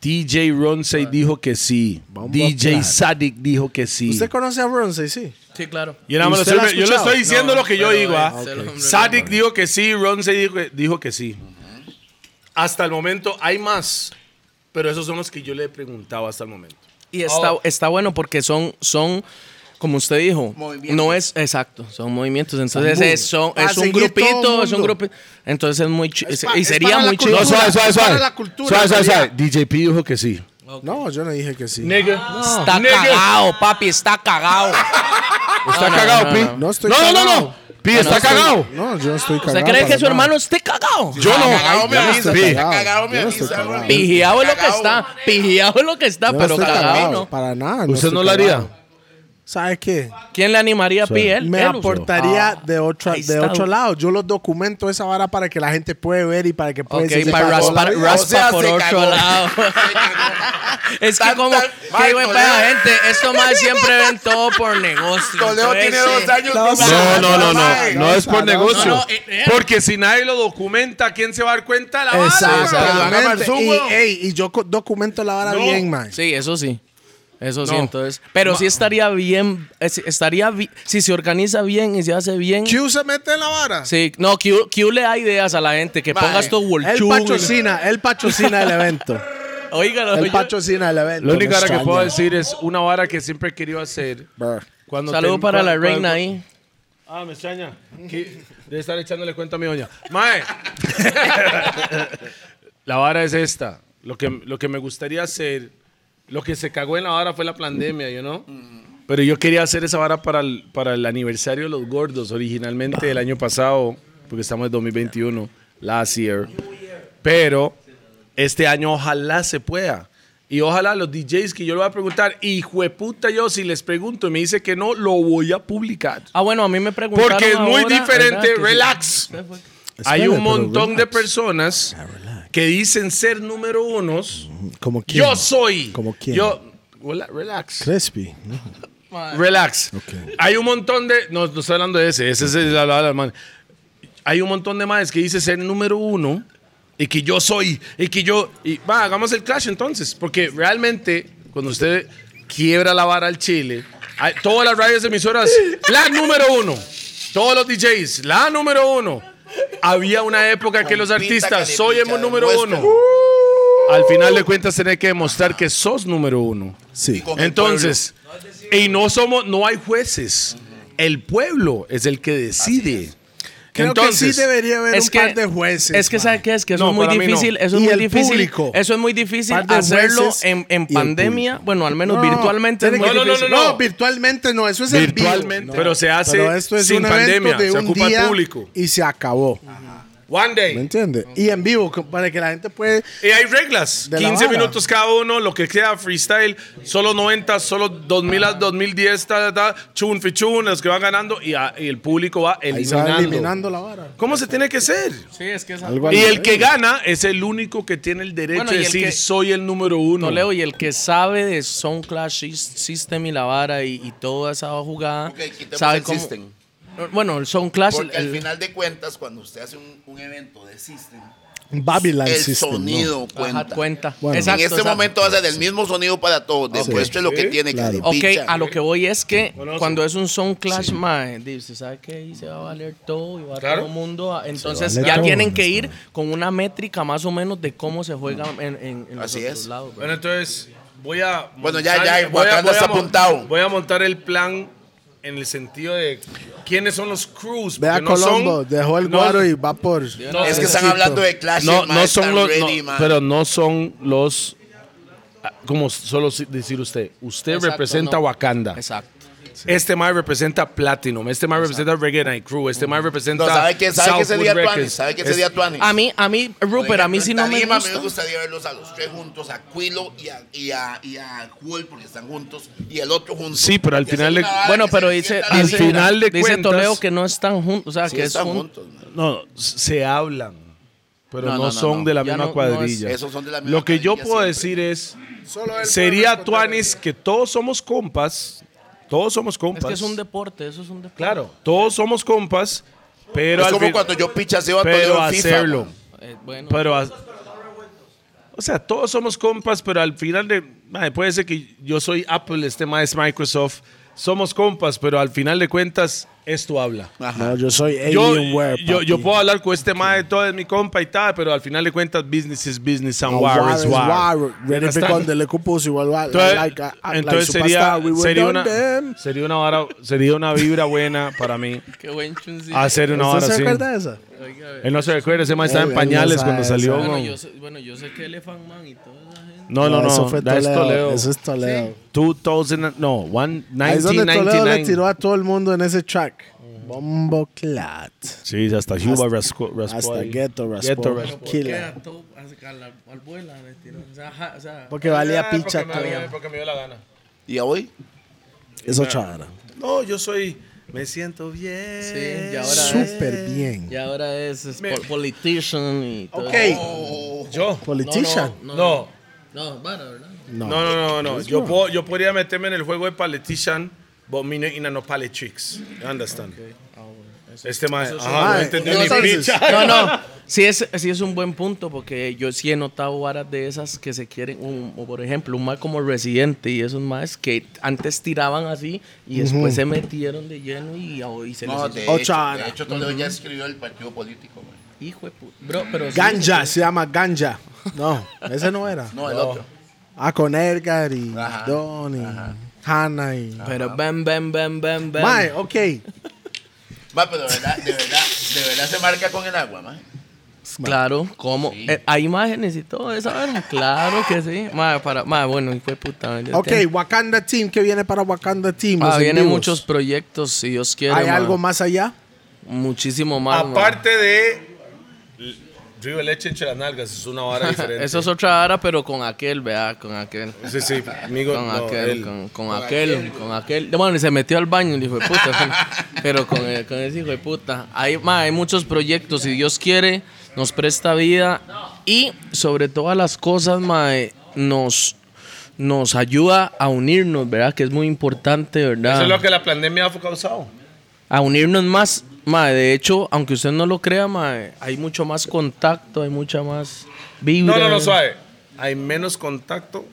DJ Ronsey dijo que sí.
Vamos a
DJ
hablar.
Sadik dijo que sí.
¿Usted conoce a Bronze? Sí.
Sí, claro.
Y nada más
¿Usted
lo
la ha
estoy- yo le
escuchado?
estoy diciendo lo que yo digo. ah.
es el hombre
Sadik dijo que sí, Ronsey dijo, que- dijo que sí. Hasta el momento hay más, pero esos son los que yo le he preguntado hasta el momento.
Y está,
oh.
está bueno porque son, son, como usted dijo, no es exacto, son movimientos. Entonces es, son-
Para
es un
seguir Ah, todo
grupito,
el
es un
mundo.
grupito. Entonces es muy chi-
Es
y
pa-
y
es
sería
para la
muy chido.
cultura.
No, suave, suave,
para
suave.
la cultura,
Suave, suave,
María.
suave. DJP dijo que sí.
No, yo no dije que sí. Ah.
Está
Nigga.
cagado, papi, está cagado.
Está
no,
cagado,
no,
Pi.
no,
no. No estoy
no, no, no.
cagado.
Pi, está cagado.
No, yo no estoy cagado.
¿Usted cree que
para
su
nada.
hermano esté cagado?
Yo no.
Cagado, mi
Yo no
avisa,
estoy
está
cagado.
cagado, "Ah, mi
Yo no
avisa,
estoy
bro.
cagado.
Pijado es lo que
Cagao.
está, pijado es lo que está,
Yo no
pero
estoy
cagado
cagado.
no.
Para nada.
¿Usted
estoy
no lo
cagado.
haría?
¿Sabe qué?
¿Quién le animaría a Pi? Él,
Me
él, Ah. usted.
aportaría de otro,
ahí
de
está.
otro lado. Yo los documento esa vara para que la gente puede ver y para que pueda
Ok,
decir,
para
"Se cagó la
raspar,
vida".
Oh,
raspa
O sea,
por
se
otro
cagó.
lado. es que
Tan,
como,
tan,
qué
Mike,
buen
Toledo.
pedo, gente, estos más siempre ven todo por negocio.
Toledo tiene
entonces,
dos años.
No,
No,
más.
no, no, no.
Mae,
No es por
no,
negocio.
no,
no, eh, eh.
Porque si nadie lo documenta, ¿quién se va a dar cuenta? La vara.
Exactamente.
Exactamente.
Y, ey, y yo co- documento la vara bien, man.
Sí, eso sí. Eso sí,
No.
entonces. Pero sí estaría bien, es- estaría bi- si se organiza bien y se hace bien.
Q se mete en la vara.
Sí, no, Q, Q le da ideas a la gente que ponga estos
Él
wolchung.
patrocina, él patrocina el evento.
Oiga,
Él patrocina el evento.
Lo único
no
ahora que
extraña.
puedo decir es una vara que siempre he querido hacer.
Brr.
Cuando
saludo
ten-
para la
cuando-
reina
cuando-
ahí.
Ah, me extraña. Que- Debe estar echándole cuenta a mi doña. Mae. la vara es esta. Lo que, lo que me gustaría hacer, lo que se cagó en la vara fue la pandemia, you know? Pero yo quería hacer esa vara para el, para el aniversario de los gordos, originalmente el año pasado, porque estamos en 2021, last year. Pero este año ojalá se pueda. Y ojalá los DJs que yo le voy a preguntar, hijo de puta, yo si les pregunto y me dice que no, lo voy a publicar.
Ah, bueno, a mí me preguntaron.
Porque es muy
ahora,
diferente.
¿verdad? Que-
Relax. Hay
Espere,
un
pero
montón de
relax.
personas que dicen ser número unos.
Como quién?
Yo soy.
¿Como quién?
Yo. Hola, Relax.
Crispy.
Relax. Hay un montón de. No, no estoy hablando de ese. Ese es el hablaba del man. Hay un montón de más que dice ser número uno y que yo soy. Y que yo. Y va, hagamos el clash entonces. Porque realmente, cuando usted quiebra la vara al chile, hay- todas las radios emisoras, la número uno. Todos los DJs, la número uno. Había una época que los artistas, soy el número uno. Al final de cuentas, tenés que demostrar que sos número uno.
Sí.
Con el
Entonces, y no somos, no hay jueces. El pueblo es el que decide.
Creo que
Entonces,
sí debería haber un par de jueces.
Es que,
man.
¿sabe qué es? Que eso
No,
es muy
para mí no.
difícil. Eso es
Y
muy
el
difícil.
público.
Eso es muy difícil
Par de
hacerlo
jueces
en, en
y el
pandemia.
público.
Bueno, al menos
No,
virtualmente. es
tiene
muy
que-
No, no,
difícil.
no, no.
virtualmente no, eso es en vivo.
virtualmente, pero se hace
Pero esto es
sin
un
pandemia,
evento de
se
un
ocupa el
día
público.
y se acabó.
One day.
¿Me entiendes? Y en vivo, co- para que la gente puede.
Y hay reglas.
De la
15
vara.
minutos cada uno, lo que sea, freestyle, solo 90, solo 2000 a 2010, ta, ta, ta, chun fi chun, los que van ganando y, a- y el público va
Ahí se va
eliminando.
eliminando la vara.
¿Cómo se tiene que ser?
Sí, es que es
Algo
Y
así.
el que gana es el único que tiene el derecho
Bueno,
de
y el
decir
que-
soy el número uno.
Toledo y el que sabe de Sound Clash Sys- System y la vara y, y toda esa jugada,
Ok, quitemos
sabe
el
cómo.
System.
Bueno, el Sound Clash.
Porque
el-
al final de cuentas, cuando usted hace un, un evento de System,
Babylon
el
System, ¿no?
sonido
Ajá,
cuenta.
cuenta.
Bueno. En
en este
exacto.
momento va a ser el mismo sonido para todos. Después esto es lo que tiene
claro.
que
Ok,
picha.
a lo que voy es que cuando es un Sound Clash, mae, di, usted sabe que ahí se va a valer todo y va todo el mundo. a- entonces
valer
ya
todo,
tienen que
¿no?
ir con una métrica más o menos de cómo se juega en, en- en los
Así
otros
es.
lados. ¿verdad?
Bueno, entonces voy a.
Bueno, ya,
montar-
ya,
voy a-
Wakanda
voy a
está
mon-
apuntado.
Voy a montar el plan en el sentido de quiénes son los crews.
Ve a
porque no son-
Colombo, dejó el
no-
guaro y va por.
es que están hablando de Clash.
No,
ma,
no son
están
los.
ready,
no,
ma.
pero no son los. ah, Como solo si- decir usted, usted
Exacto,
representa
no.
Wakanda.
Exacto.
Este más representa Platinum. Este más representa Reggae Night Crew. Este más representa.
No, ¿sabe que, sabe que ese
Southwood
día
Records.
Tuani? ¿Sabe que ese
Es-
día Tuani?
A mí, a mí, Rupert, a mí sí no me
Tarima,
gusta.
me gustaría verlos a los tres juntos, a Quilo y a, y a, y a Jewel, porque están juntos, y el otro juntos.
Sí, pero al
Y
final
hacer una
de-
vara
Bueno,
que
pero
se
dice,
sienta la
al
dice-
vibra.
final de
dice
cuentas-
Toledo que no están juntos, o sea,
Sí,
que es
están
jun-
juntos. ma.
No, se hablan, pero
No,
no,
no, no,
son
no.
de la
Ya
misma
no- no
cuadrilla.
es- Esos son de la misma
Lo que yo
cuadrilla
puedo
siempre.
decir es, sería Tuanis que todos somos compas, todos somos
Es
compas.
que es
pues.
un deporte, eso es un deporte.
Claro, todos somos compas, pero
Es
al
como
fin-
cuando yo pichaseo a
pero
Toledo en FIFA.
hacerlo.
ma.
Eh, bueno,
Pero a- o sea, todos somos compas, pero al final de. mae, puede ser que yo soy Apple, este mae es Microsoft. Somos compas, pero al final de cuentas, esto habla.
No, yo soy
Yo, eh,
Alienware.
yo, yo
papi.
puedo hablar con este mae, todo es mi compa y tal, pero al final de cuentas, business is business and
No,
war
war
is
is
war.
war. Ready
Ya está.
because the Leco Pussy will war.
Entonces,
Like, uh, like
entonces sería,
superstar, we will
sería,
done
una,
them.
sería, una vara- sería una vibra buena para mí
qué buen chuncito.
hacer una
¿Usted
hora
se
así.
acuerda Eh, de esa?
Él no se recuerda, ese mae estaba
Él- él
en
no
pañales
sabe,
cuando
sabe.
salió.
Bueno,
weón.
yo sé, bueno, yo sé que Elephant Man y toda esa gente.
No, no, no.
Eso fue
that's
Toledo.
Toledo.
Eso es Toledo.
2000, no, one,
Ahí es donde Toledo le
1999.
tiró a todo el mundo en ese track. Bombo Clat.
Sí, hasta Cuba Rasco, Rasco
Hasta
ahí.
Ghetto Raspo.
Ghetto Raspo.
Killer.
Era todo a la albuela, me tiró. O sea, ajá, o sea,
Porque valía picha todo.
Porque me dio la gana.
Y hoy,
Eso chavara.
No, yo soy. Me siento bien.
sí, y ahora es,
Súper bien.
y ahora es, es pol- politician y todo.
Ok. Yo.
Politician.
No, no,
No.
no, no, bueno, ¿verdad?
No, no, no, no. Yo, puedo, yo podría meterme en el juego de Paletician, but me no, ina no Paletrix. You understand? Este mae. Ajá, no
mae.
entendí mi
Entonces-
No,
picha.
no. Sí es, sí es un buen punto porque yo sí he notado varas de esas que se quieren, un- o por ejemplo, un mal como Residente y esos más que antes tiraban así y después se metieron de lleno y, oh, y se
no,
les hizo.
de,
Ocho
hecho,
años.
de hecho, Toledo ya escribió el partido político. ma.
Hijo de puta. Bro, pero sí,
Ganja, se llama Ganja. No, ese no era.
No, el otro.
Ah, con Edgar y
Ajá.
Don y Hannah y...
Pero ven, ven, ven, ven, ven.
Mae, ok.
Ma, pero de verdad, de verdad, de verdad se marca con el agua, ma.
Claro, ¿cómo? Eh, ¿Hay imágenes y todo eso? ¿verdad? Claro que sí. Madre, para, madre, bueno, hijo de puta. yo
Ok,
tengo-
Wakanda Team, ¿qué viene para Wakanda Team?
Ah,
Los
vienen
envíos.
muchos ah. proyectos, si Dios quiere.
¿Hay
madre.
algo más allá?
Muchísimo más. madre.
Aparte de. Río de leche entre las nalgas, es una vara diferente.
Eso es otra ara, pero con aquel, vea, con aquel.
Sí, sí, amigo.
Con
no,
aquel,
él.
con, con aquel, con aquel. Bueno, y se metió al baño el hijo de puta. pero con, el- con ese hijo de puta. Hay, ma, hay muchos proyectos, si Dios quiere, nos presta vida. Y sobre todas las cosas, ma, eh, nos, nos ayuda a unirnos, ¿verdad? Que es muy importante, ¿verdad?
Eso es lo que la pandemia ha causado.
Mm. a unirnos más. Mae, de hecho, aunque usted no lo crea, mae, hay mucho más contacto, hay mucha más vibra.
No, no, no, suave. Hay menos contacto,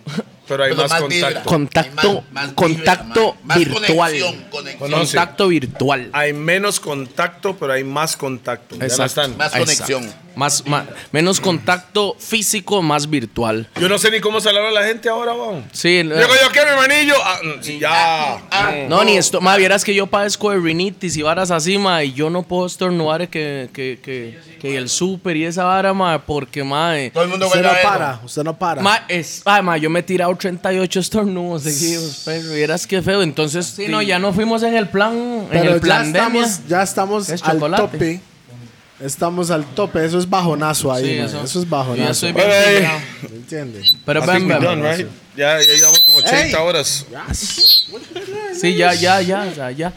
pero hay
Pero
más,
más vibra.
contacto.
Contacto-
Hay más- más
contacto
vibra, ma. Más
virtual.
conexión, conexión.
Conoce.
Contacto virtual.
Hay menos contacto, pero hay más contacto. Ya no
Exacto.
están.
Más
Exacto.
conexión.
Más, más- menos contacto físico, más virtual.
Yo no sé ni cómo saludar a la gente ahora, vamos.
Sí, el-
Yo, yo quiero mi manillo. Ah, mm, sí, ya.
Ah,
no, ni esto. Ma, vieras que yo padezco de rinitis y varas así, ma, y yo no puedo estornudar que, que, que, que el súper y esa vara, ma, porque, ma, eh,
Todo el mundo
Usted no
vuelve a verlo.
para, usted no para.
ma, es, ay, ma, yo me he tirado 38 estornudos seguidos, pero vieras que feo. Entonces, sí, no, ya no fuimos en el plan, en
Pero
el
ya
plan
estamos, ya estamos
Es
al
chocolate.
tope Estamos al tope. Eso es bajonazo ahí,
Sí,
man. eso.
eso.
es bajonazo.
Yo soy bien
Alright.
pillado.
¿Entiendes?
Pero
I think
ven,
we're
ven.
done, right? Ya, ya llevamos como 80 horas.
Sí, ya, ya, ya, ya, ya.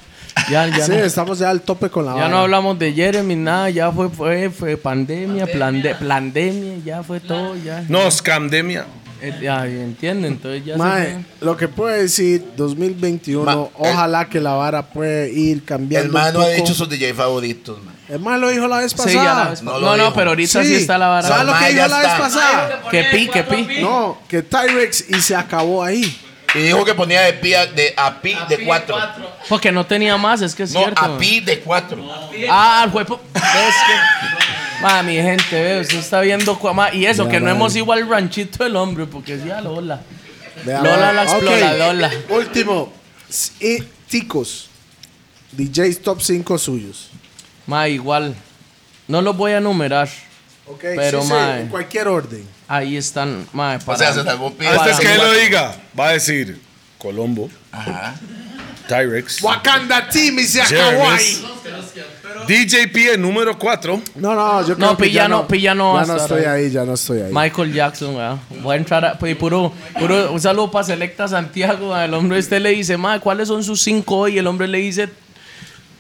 Ya, ya
Sí,
no.
estamos ya al tope con la
Ya
vara.
no hablamos de Jeremy, nada, ya fue, fue, fue pandemia, plande- pandemia, ya fue todo, ya.
No, scamdemia.
Eh, ya entiende, entonces ya se
Mae, lo que puedo decir, 2021,
Ma- el-
ojalá que la vara puede ir cambiando.
El man no
un
ha
poco.
dicho sus DJ favoritos, man.
El mae lo dijo la vez
Sí, ya la
pasada.
vez
No
pa-
lo
No, no,
dijo.
pero ahorita sí, está la
¿Sabes
vara.
lo
Ma,
que dijo
ya
la vez
está.
pasada?
Que pi, que pi.
No, que Tyrex y se acabó ahí.
Y dijo que ponía de pi a, de, a pi de cuatro.
Porque no tenía más, es que es
No,
cierto.
a pi de cuatro.
Ah, el juepo. Es que. Ma, mi gente, veo, usted está viendo. cua- ma, y eso, que no hemos ido al ranchito del hombre, porque sí, a Lola.
Vea,
Lola la
ok.
exploradora.
Último. S- Y ticos. DJs top 5 suyos.
Ma, igual. No los voy a enumerar.
Ok,
Pero,
sí, sí,
mae.
en cualquier orden.
Ahí están, ma,
O
para.
sea, se salvó pi.
Para-
Antes que él lo diga, va a decir Colombo, Tyrex,
Wakanda Team y se
Jeremy's, DJ P en número 4.
No, no, yo creo
No,
que
Pi, ya
ya
no,
no,
Pi, ya no va
Ya
a
no
estar
estoy
ahí.
ahí, ya no estoy ahí.
Michael Jackson, ¿verdad? Voy a entrar a, pues, puro, puro, un saludo para Selecta Santiago. El hombre este le dice, ma, ¿cuáles son sus cinco hoy? El hombre le dice,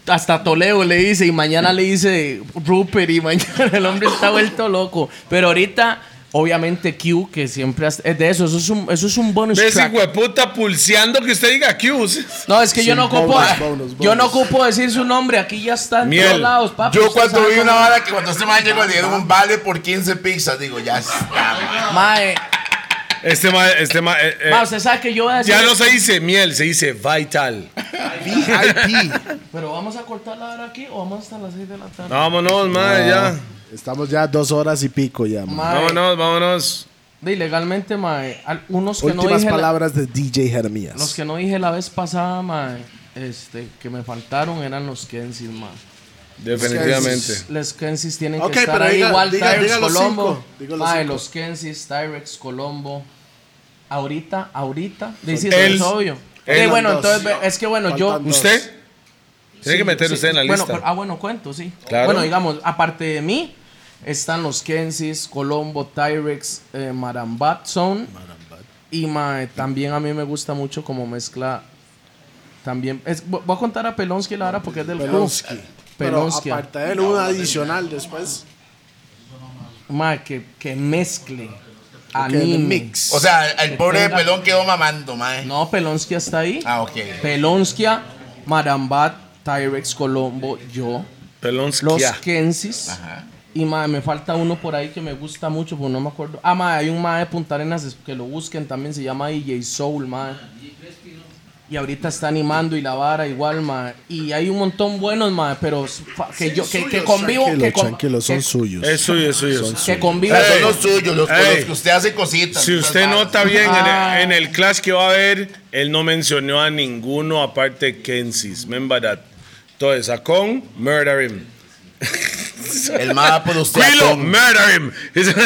hasta Toledo le dice, y mañana le dice Rupert, y mañana el hombre está vuelto loco. Pero ahorita, obviamente, Q, que siempre has- es de eso, eso es un, eso es un bonus
Ves,
track.
hueputa, pulseando que usted diga Q's.
No, es que yo no ocupo,
bonus, bonus,
yo no
bonus.
ocupo decir su nombre, aquí ya está en todos
Miel.
lados, papi.
Yo
usted
cuando
sabe
vi
cómo-
una hora que cuando este man llegó le dieron un vale por 15 pizzas, digo, ya está.
Mae,
Este ma, este ma, eh, eh,
ma, usted sabe que yo voy a decir...
ya no se dice miel, se dice vital.
VIP.
Pero vamos a cortar la hora aquí o vamos hasta las 6 de la tarde.
Vámonos, ma, ya.
Estamos ya dos horas y pico ya. man.
Mae,
Vámonos, vámonos.
de ilegalmente, mae. al- Unos que no
Últimas
dije la,
palabras de DJ Jeremías.
los que no dije la vez pasada, mae, este, que me faltaron eran los Kensis, mae.
Definitivamente.
Los Kensis tienen
Ok,
que estar
pero
ahí
diga-
igual
diga-
Tyrex
diga los
Colombo.
cinco, diga los
mae,
cinco.
los Kensis, Tyrex Colombo. Ahorita, ahorita. Dices,
El-
es obvio.
el-
Sí, bueno,
Faltan
entonces
dos.
es que bueno, yo
Faltan dos.
¿Usted? Tiene que meter
Sí,
usted en la
bueno,
lista.
pero- ah, bueno, cuento, sí.
Claro.
Bueno, digamos, aparte de mí, están los Kensis, Colombo, Tyrex, eh, Marambat Zone. Y mae, también a mí me gusta mucho como mezcla. También. es- vo- voy a contar a Pelonsky la hora porque es del
Pelonsky. Pero
Pelonsky.
aparte de él, un adicional después.
Mae, que, que mezcle.
que el
anime.
mix.
O sea, el pobre de
tenga-
pelón quedó mamando, mae.
No, Pelonsky está ahí.
Ah, ok.
Pelonskia, Marambat, Tyrex, Colombo, yo. Los
Pelonskia.
Kensis. Y mae, me falta uno por ahí que me gusta mucho, pero no me acuerdo. Ah, mae, hay un mae de Punta Arenas es- que lo busquen también, se llama DJ Soul, mae. Y ahorita está animando y la vara igual, mae. Y hay un montón buenos, mae, pero s- fa- que yo, que, que convivo. que
Tranquilo,
con-
tranquilo, son
que-
suyos.
Es suyo, es suyo.
Que convivo. este
Pero
Ey.
son los suyos, los, con
Ey.
los que usted hace cositas.
Si
esas
usted
varas.
nota bien en el-
Ah.
en el, clash que va a haber, él no mencionó a ninguno aparte de Kensis. Remember that. Entonces, a Kong, murder him.
El mapa por usted.
Quilo,
Acón.
murder him.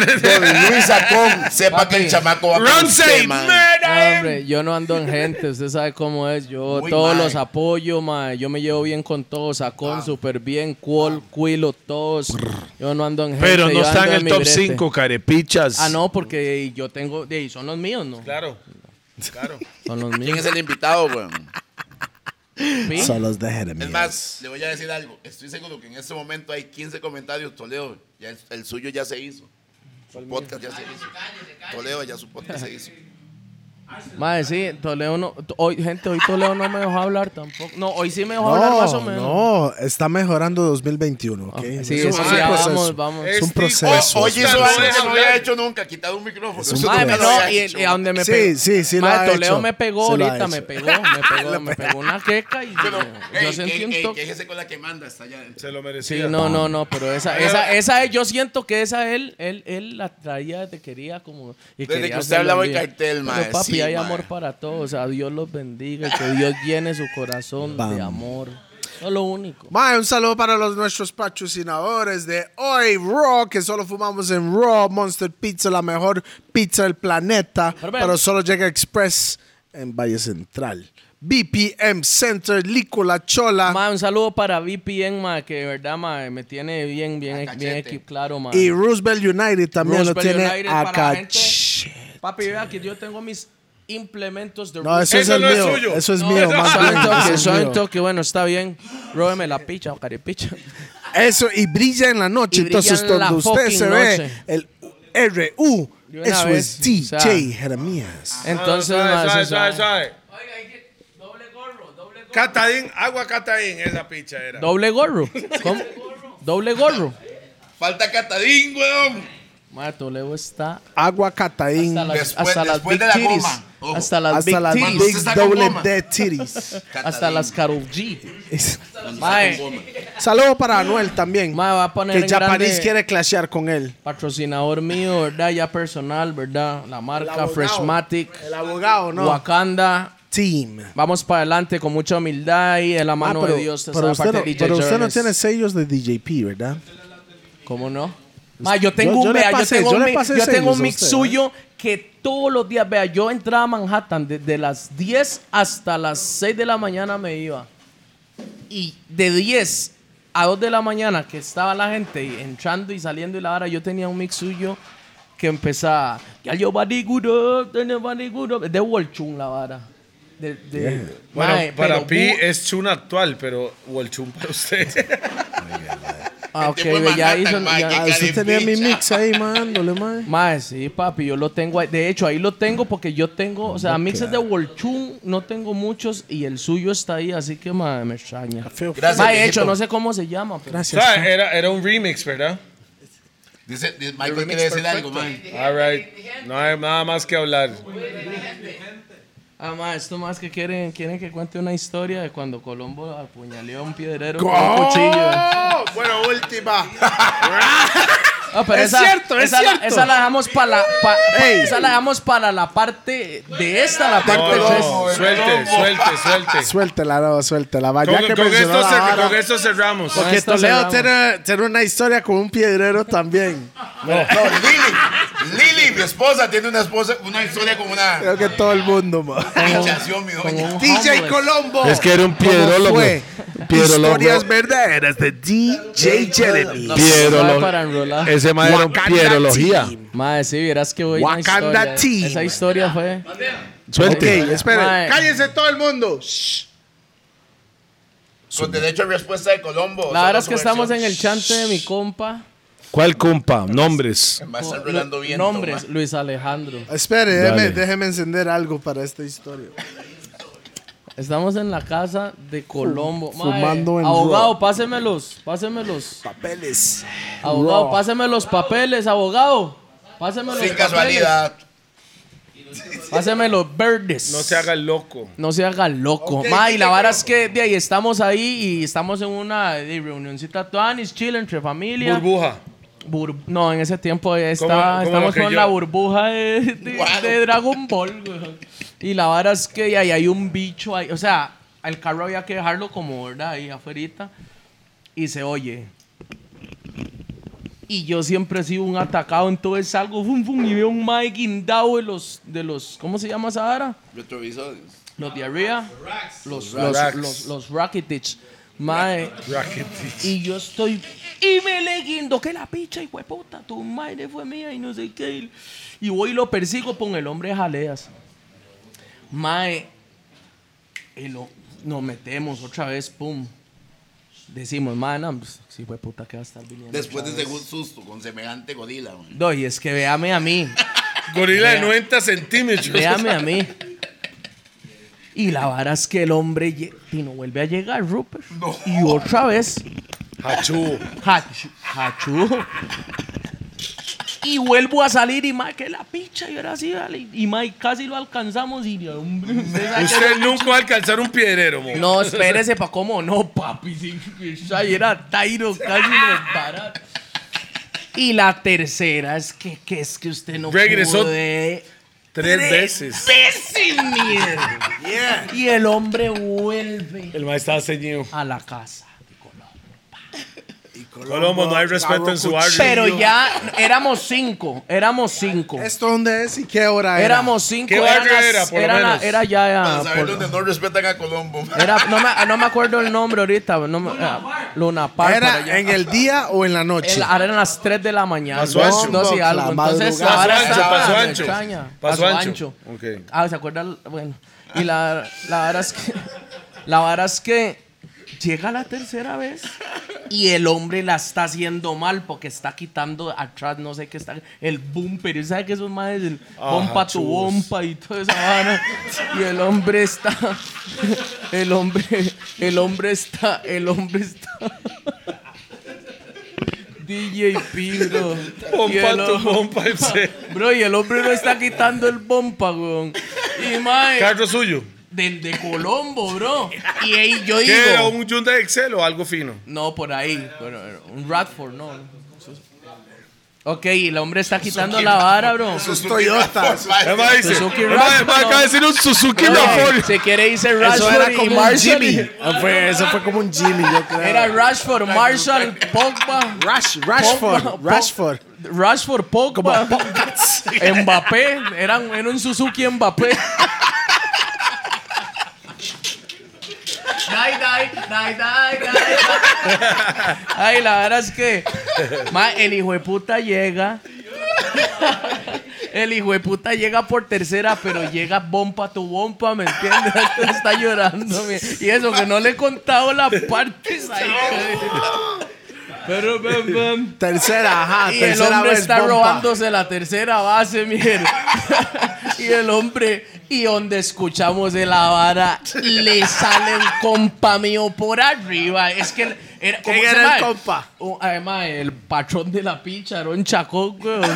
Por Luis Acón, sepa
Papi.
que el chamaco va por
Run
usted, mae.
safe,
No,
murder him.
este hombre, yo no ando en gente, usted sabe cómo es. Yo
Muy
todos
mal.
los apoyo, mae. Yo me llevo bien con todos, sacón
Ah.
súper bien, cuol, cuilo, todos. Yo no ando en gente.
Pero no
yo
está
ando
en el
mi
top
brete.
5, carepichas.
Ah, no, porque yo tengo. De, son los míos, ¿no?
Claro. Claro.
Son los
¿Quién
míos.
es el invitado, weón?
¿sí?
Son los de
Es
Jeremías.
más, le voy a decir algo. Estoy seguro que en este momento hay 15 comentarios. Toledo, ya el, el suyo ya se hizo. Su podcast ya se hizo. Toledo, ya su podcast se hizo.
Madre, sí, Toledo no. to- Hoy, gente, hoy Toledo no me dejó hablar tampoco. No, hoy sí me dejó hablar más o
no,
menos.
no, está mejorando 2021, ¿ok?
Ah, sí,
Es
eso
un
sí,
proceso.
vamos, vamos.
Es un
Este-
proceso.
O-
Oh, Oye,
Oscar,
eso
no
antes
deja
no había
hablar.
hecho nunca, quitar un micrófono. Eso
Madre,
nunca lo
no,
había
y,
hecho.
y a donde me
Sí,
pegó.
sí, sí lo
Madre,
ha
Toledo
hecho.
me pegó
Sí lo ha
ahorita, me
hecho.
pegó, me pegó, me pegó una queca y
Pero,
yo
Ah, ey,
sentí
ey,
un
ey,
toque.
quéjese con la que manda, está allá.
Se lo
Sí,
merecía.
no, no, no, pero esa, esa, esa, es- yo siento que esa él, él, él la traía desde que quería como. Y
Desde
quería
que usted
hacerlo
hablaba en
bien.
cartel,
Pero,
mae,
papi,
sí,
hay
mae.
amor para todos, a Dios los bendiga, y que Dios llene su corazón de amor. Eso es lo único.
Mae, un saludo para los nuestros patrocinadores de hoy, Raw, que solo fumamos en Raw, Monster Pizza, la mejor pizza del planeta, pero,
Pero ven.
solo llega Express en Valle Central. BPM Center, Lícola Chola
Ma, un saludo para VPN, ma, que de verdad, ma, me tiene bien, bien, bien
cachete.
equipo, claro, ma.
y Roosevelt United también lo
Roosevelt
tiene
United para
acá.
la gente. Papi, vea que yo tengo mis implementos de
No, eso,
Eso
es
no
el
es
mío.
suyo.
Eso es
No,
mío. más
Son
bien,
toque,
eso es
son
mío.
toque, bueno, está bien. Róbeme la picha, caripicha.
Eso, y brilla en la noche.
Y brilla
Entonces,
en
donde
la
usted se
fucking
ve,
noche.
el RU,
De una
eso
vez,
es DJ
o sea.
Jeremías.
Entonces,
Ah, Suave,
ma,
suave,
eso
suave,
sabe.
suave. Cataín, agua Cataín, es la picha era.
Doble gorro. ¿Cómo? Doble gorro.
Falta Catadín, weón.
Ma, Toledo está
Agua Cataín.
hasta las,
Después-
hasta las
después
big
de la
titties.
goma. Ojo.
Hasta las
Hasta
big
las
titties.
Cuando
Big
usted está con
Double
goma.
Dead Titties.
Hasta las Karol G. Mae.
Saludos para Anuel también.
Ma, va a poner
que
en
ya
grande-
París quiere clashear con él.
Patrocinador mío, ¿verdad? Ya personal, ¿verdad? La marca
abogado.
Freshmatic.
El abogado, ¿no?
Wakanda.
Team.
Vamos para adelante con mucha humildad y de la
Ah,
mano
pero,
de Dios.
pero
esa
usted,
parte de
no,
DJ
pero usted no
Jones.
tiene sellos de DJP, ¿verdad?
¿Cómo no? Ma, yo tengo
yo
un,
le
vea,
pasé-
yo tengo
yo
un
le
mi-
pasé
yo tengo
sellos
un
a
mix
usted, ¿eh?
suyo que todos los días, vea, yo entraba a Manhattan desde las 10 hasta las 6 de la mañana me iba. Y de 10 a 2 de la mañana que estaba la gente y entrando y saliendo y la hora, yo tenía un mix suyo que empezaba "Girl, your body good up, then your body good up", de Wolchun la vara. De, de-
Bueno,
Mae,
para
pero
Pi
eh,
bu-
es chun actual, pero Wolchun para usted.
Ah, ok,
Este fue
ve, ya
Manhattan,
hizo.
mae,
ya-
qué
Ah, usted tenía mi
carepicha.
mix ahí, mándole, man.
Mae, sí, papi, yo lo tengo. ahí. De hecho, ahí lo tengo porque yo tengo, o sea, mixes de Wolchun, no tengo muchos y el suyo está ahí, así que mae, me extraña.
Gracias,
Mae, de
viejito.
hecho, no sé cómo se llama, pero
Gracias.
Suave, era, era un remix, ¿verdad?
Dice, dice- Michael quiere decir algo, man.
All right. No hay nada más que hablar.
Ah, mae, esto más que quieren, quieren que cuente una historia de cuando Colombo apuñaleó a un piedrero con un cuchillo.
Bueno, última.
Ah, pero
Es cierto, es
esa la-
cierto.
esa la dejamos para pa, pa- esa la dejamos para la parte de esta, la parte
No,
tres.
no, suelte, suelte, suelte.
Suéltela, no, suéltela. Vaya
Con,
que
con
mencionó
esto
la
cer-
vara.
con esto cerramos.
Con
Que
esto
Toledo
cerramos.
tiene, tiene una historia con un piedrero también.
No, Lili. Lili, mi esposa, tiene una esposa, una historia con una
Creo que todo el mundo, man.
Ah, pinchación, mi
Con
doña.
un
DJ
homeless.
Colombo.
Es que era un piedrólogo.
fue?
Piedrólogo.
Historias verdaderas de DJ Jeremy.
No,
Piedrolo-
para enrolar.
Ese mae era un
Wakanda
piedrología.
Team.
Mae, sí, vieras que hoy una
Wakanda
historia.
team.
Esa historia fue
Ok,
Suelte.
espere.
Mae.
Cállense todo el mundo.
Con derecho a respuesta de Colombo.
La
solo
verdad es
su
que estamos en
versión.
el chante de mi compa.
¿Cuál compa? Nombres.
Me está
Lu-
enredando bien.
nombres,
toma.
Luis Alejandro.
Espere, déjeme,
Dale.
déjeme encender algo para esta historia.
Estamos en la casa de Colombo. Mae,
fumando en
abogado,
Raw.
pásemelos, pásemelos.
Papeles.
Abogado, páseme los papeles, abogado. Páseme los
Sin
papeles.
casualidad.
Páseme los verdes.
No se haga el loco.
No se haga loco. Ma, y la vara es que de ahí estamos ahí y estamos en una eh, de reunioncita tuanis, chile entre familia.
Burbuja.
Bur- no, en ese tiempo ya
¿Cómo-
está-
cómo
estamos
que
con
yo?
la burbuja de, de- de Dragon Ball. güey. Y la vara es que ahí hay un bicho ahí. O sea, el carro había que dejarlo como, ¿verdad? Ahí afuera. Y se oye. Y yo siempre he sido un atacado, entonces salgo fum, fum, y veo un mae guindado de los, de los, ¿cómo se llama esa vara?
Retrovisores.
Los diarrea. Los, los,
Racks.
los, los Rakitic. Mae. Y yo estoy. Y me le guindo que la picha, y puta, tu madre fue mía y no sé qué. Y voy y lo persigo con el hombre de jaleas. Mae. Y lo, nos metemos otra vez, pum. Decimos, mae, no, pues, si fue puta que va a estar viniendo.
Después de
otra
ese
vez".
susto con semejante godila, man.
No, y es que véame a mí.
Gorila de 90 centímetros.
Véame a mí. Y la vara es que el hombre lle- y no vuelve a llegar, Rupert. Y otra vez.
Hachú.
Hachu. Hachu. Y vuelvo a salir y más que la picha. Y ahora sí, dale. Y más casi lo alcanzamos. Y hombre, usted sabe que-
Usted nunca va a alcanzar un piedrero, mo.
No, espérese, pa' cómo no, papi. Sí, esa era Tairo casi nos barato. Y la tercera es que, que es que usted no
Regresó
puede-
Tres veces.
veces, mierda. Y el hombre vuelve
El maestro estaba ceñido.
a la casa de Colombo. pa.
Y
Colombo, no hay respeto en su barrio.
Pero ya éramos cinco, éramos cinco.
¿Esto dónde es y qué hora era?
Éramos cinco.
¿Qué
eran
barrio
las-
era, por lo
eran la-
menos?
Era ya. ya,
Para saber
Ah, por-
dónde no respetan a Colombo.
era- no, me, no me acuerdo el nombre ahorita. No me, ah, Luna Park. por allá.
¿Era en el día o en la noche?
El- ahora eran las 3 de la mañana.
Paso ancho.
Dos y
La
algo. Entonces,
madrugada.
ahora
Paso
está-
ancho, paso
me
ancho.
extraña.
Paso
Paso
ancho.
ancho.
Ok.
Ah, ¿se acuerdan? Bueno. Y la, la vara es que... La vara es que llega la tercera vez y el hombre la está haciendo mal porque está quitando atrás, no sé qué está... El bumper. ¿Y sabe que eso es más? El
Ah,
bompa tu bompa y toda esa vara. Y el hombre está... El hombre... El hombre está... El hombre está... DJ Piro. Y
Pompa
el
tu
hom-
pompa, ese.
Bro, y el hombre no está quitando el bomba, weón. Y mae,
Carro suyo.
del de Colombo, bro. Y ahí yo
¿Qué era?
digo.
¿Un Hyundai Excel o algo fino?
No, por ahí. Bueno, un Radford, no. Eso es- Ok, y el hombre está quitando la vara, bro.
Los Toyota.
Además dice.
Suzuki
además-
Rafa,
además acaba de
no.
decir un Suzuki
Bro,
Rafa.
Se quiere irse
Eso
Rashford
era
y
como un
Marshall.
Jimmy. Ah, fue- eso fue como un Jimmy, yo creo.
Era Rashford, Marshall, Pogba.
Rash- Rashford,
Pogba, Pog-
Rashford.
Rashford, Pogba. Mbappé. Eran, era un Suzuki Mbappé. Dai, dai, dai, dai, dai. Ay, la verdad es que ma, el hijo de puta llega. El hijo de puta llega por tercera, pero llega bompa tu bompa, ¿me entiendes? Entonces Está llorando. mi- Y eso que no le he contado la parte. Pero, bam, bam.
Tercera, ajá.
Y el
Ah, tercera
hombre
vez,
está
bomba.
robándose la tercera base, miren. y el hombre, y donde escuchamos de la vara, le sale un compa mío por arriba. Es que era, ¿cómo se
¿Quién era
llama?
el compa?
Oh, además, el patrón de la picha, era un chacón, weón.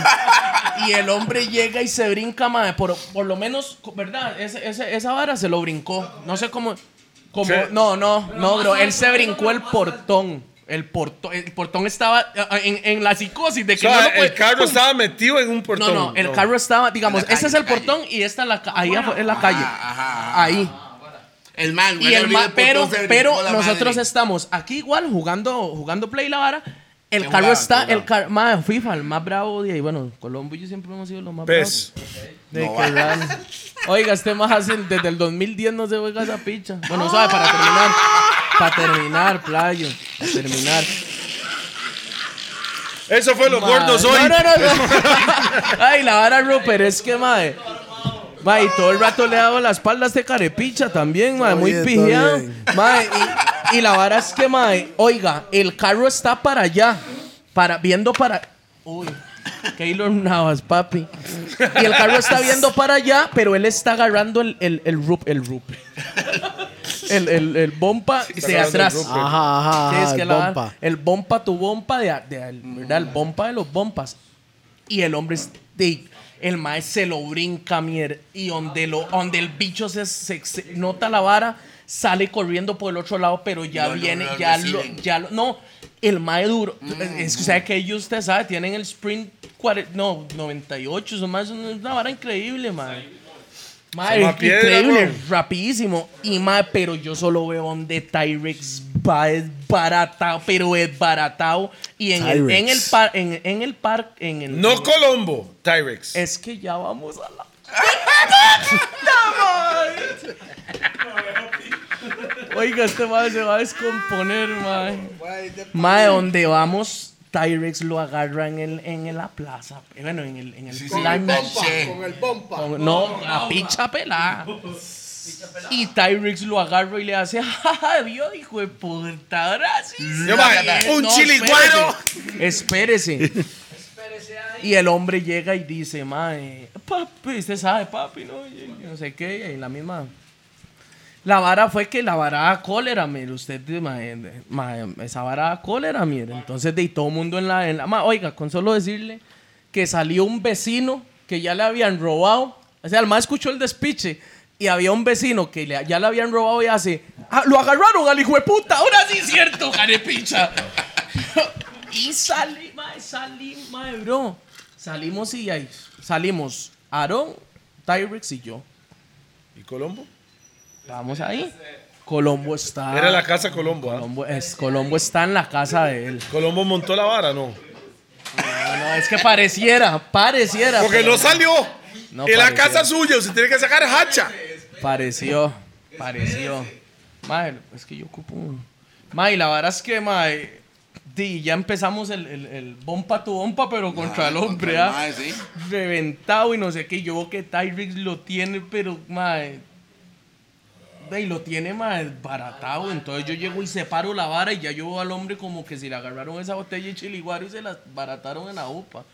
y el hombre llega y se brinca, madre. Por, por lo menos, ¿verdad? Ese- ese- esa vara se lo brincó. No sé cómo. cómo- No, no, no, bro. Él se brincó el portón. El portón, el portón estaba eh, en, en la psicosis de
O
que no
sea,
lo puede-
el carro
¡Pum!
estaba metido en un portón.
No, no, el carro estaba, digamos, este es el portón y esta es la, ca- ahí afu- es
Ah,
la calle. Ahí.
El man,
Y el ma- pero, pero nosotros
es.
estamos aquí igual jugando, jugando play la vara. El
¿Qué
carro
jugaba?
está,
¿Qué
el carro, FIFA, el más bravo de ahí. Bueno, Colombia y yo siempre hemos sido los más
Pez.
bravos. De que dan- Oiga, este más hace, desde el 2010 no se juega esa picha. Bueno, sabe, para terminar, para terminar, playo, para terminar.
Eso fue los
Madre.
gordos hoy.
No, no, no, no. Ay, la vara Rupert, es que, madre. Mae, y todo el rato le he dado la espalda a este carepicha también, mae, muy
bien, todo
pijeado.
bien.
Mae, y, y la vara es que, mae, oiga, el carro está para allá, para, viendo para. Uy, Keylor Navas, papi. Y el carro está viendo para allá, pero él está agarrando el, el, el Rup, el Rup. El, el, el bomba de
agarrando el
atrás.
Rupert.
Ajá, ajá.
Sí,
ajá,
es que
el
la-
bomba.
el bompa tu bompa de, de- el, ¿verdad? El bompa de los bompas. Y el hombre es de- el maestro se lo brinca, mier. Y donde, lo, donde el bicho se, se- se nota la vara, sale corriendo por el otro lado, pero ya
No, no,
viene,
no,
ya,
lo
lo,
siguen. Mm.
ya lo- No, el mae duro. Es, o sea, que ellos, usted sabe, tienen el sprint cuare- no, 98. Son más, una vara increíble, mae. Mae,
Son más piedra,
increíble,
weón.
rapidísimo. Y mae, pero yo solo veo donde Tyrex va es baratado, pero es baratado. Y en el, en el
Tyrex.
par, en, en el par, en el.
No Colombo, Tyrex.
Es que ya vamos a la. Oiga, este mae se va a descomponer, mae. Mae, donde vamos, Tyrex lo agarra en, el, en la plaza. eh, Bueno, en el, en el planche. Con- No, la picha pelada. Y Tyrex lo agarra y le hace, jaja, vio, hijo de puta, ahora sí".
Yo, mae, un chiligüero.
Espérese. Espérese Y el hombre llega y dice, mae, papi, usted sabe, papi, no, Y no sé qué, y la misma. La vara fue que la vara da cólera, mire, usted, mae, mae, esa vara da cólera, mire. Entonces, de todo mundo en la, en la- ma, oiga, con solo decirle que salió un vecino que ya le habían robado, o sea, el más escuchó el despiche. Y había un vecino que le- ya le habían robado y hace, "Ah, lo agarraron al hijo de puta, ahora sí es cierto, carepicha. y salí, mae, salí, mae, bro. Salimos y ahí, salimos Aaron, Tyrex y yo.
¿Y Colombo?
Vamos ahí. Colombo está.
Era la casa Colombo. ¿ah?
Colombo, es- Colombo está en la casa de él.
Colombo montó la vara, ¿no?
No, no, es que pareciera, pareciera.
Porque
pero
no salió.
No
en la
pareció.
casa suya, usted tiene que sacar hacha.
Pareció, pareció. Mae, es que yo ocupo uno. Mae, la verdad es que, mae, di, ya empezamos el, el, el bompa tu bompa, pero contra el hombre, ¿ah?
Mae, sí.
reventado y no sé qué. Yo veo que Tyrix lo tiene, pero mae. Y lo tiene más baratado. Entonces yo llego y separo la vara y ya yo veo al hombre como que si le agarraron esa botella de chiliguaro y se la barataron en la opa.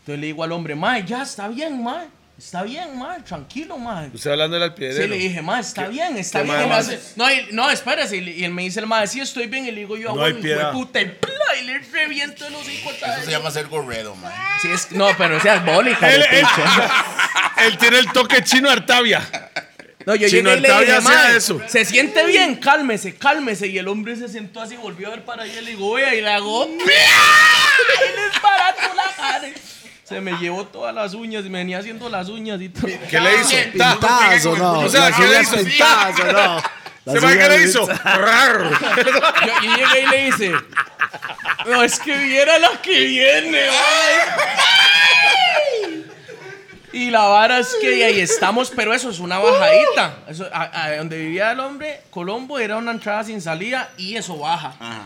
Entonces le digo al hombre, mae, ya está bien, mae. Está bien, mae, tranquilo, mae.
Usted hablando del
Sí,
alpidero.
le dije, mae, está bien, está
qué
bien.
mae
Y me
más?
hace- no, y- no, espérese. Y, le- y él me dice, el mae, sí, estoy bien. Y le digo yo, ah,
No hay
bueno,
piedad.
hijo de puta, y, pla, y le reviento los hijos.
Eso se llama ser gorredo, man.
Sí, es, no, pero sea bólica.
Él, él- él tiene el toque chino Artavia.
No, yo
Chino
llegué y le
Artavia
dije,
hacía
"Mae,
eso".
se siente bien, cálmese, cálmese. Y el hombre se sentó así, volvió a ver para allá y le digo, oye, y le hago, ¡Mia! y le desbarató la cara. Se me llevó todas las uñas y me venía haciendo las uñas y todo.
¿Qué le hizo?
¿Pintadas o no?
O sea,
Las
¿qué le
uñas
hizo?
pintadas o no?
¿Se va qué le hizo? Raro.
Yo, y llegué y le hice, no, es que viera lo que viene, ay". Y la vara es que de ahí estamos, pero eso es una bajadita. Eso, a- a donde vivía el hombre, Colombo era una entrada sin salida y eso baja.
Ajá.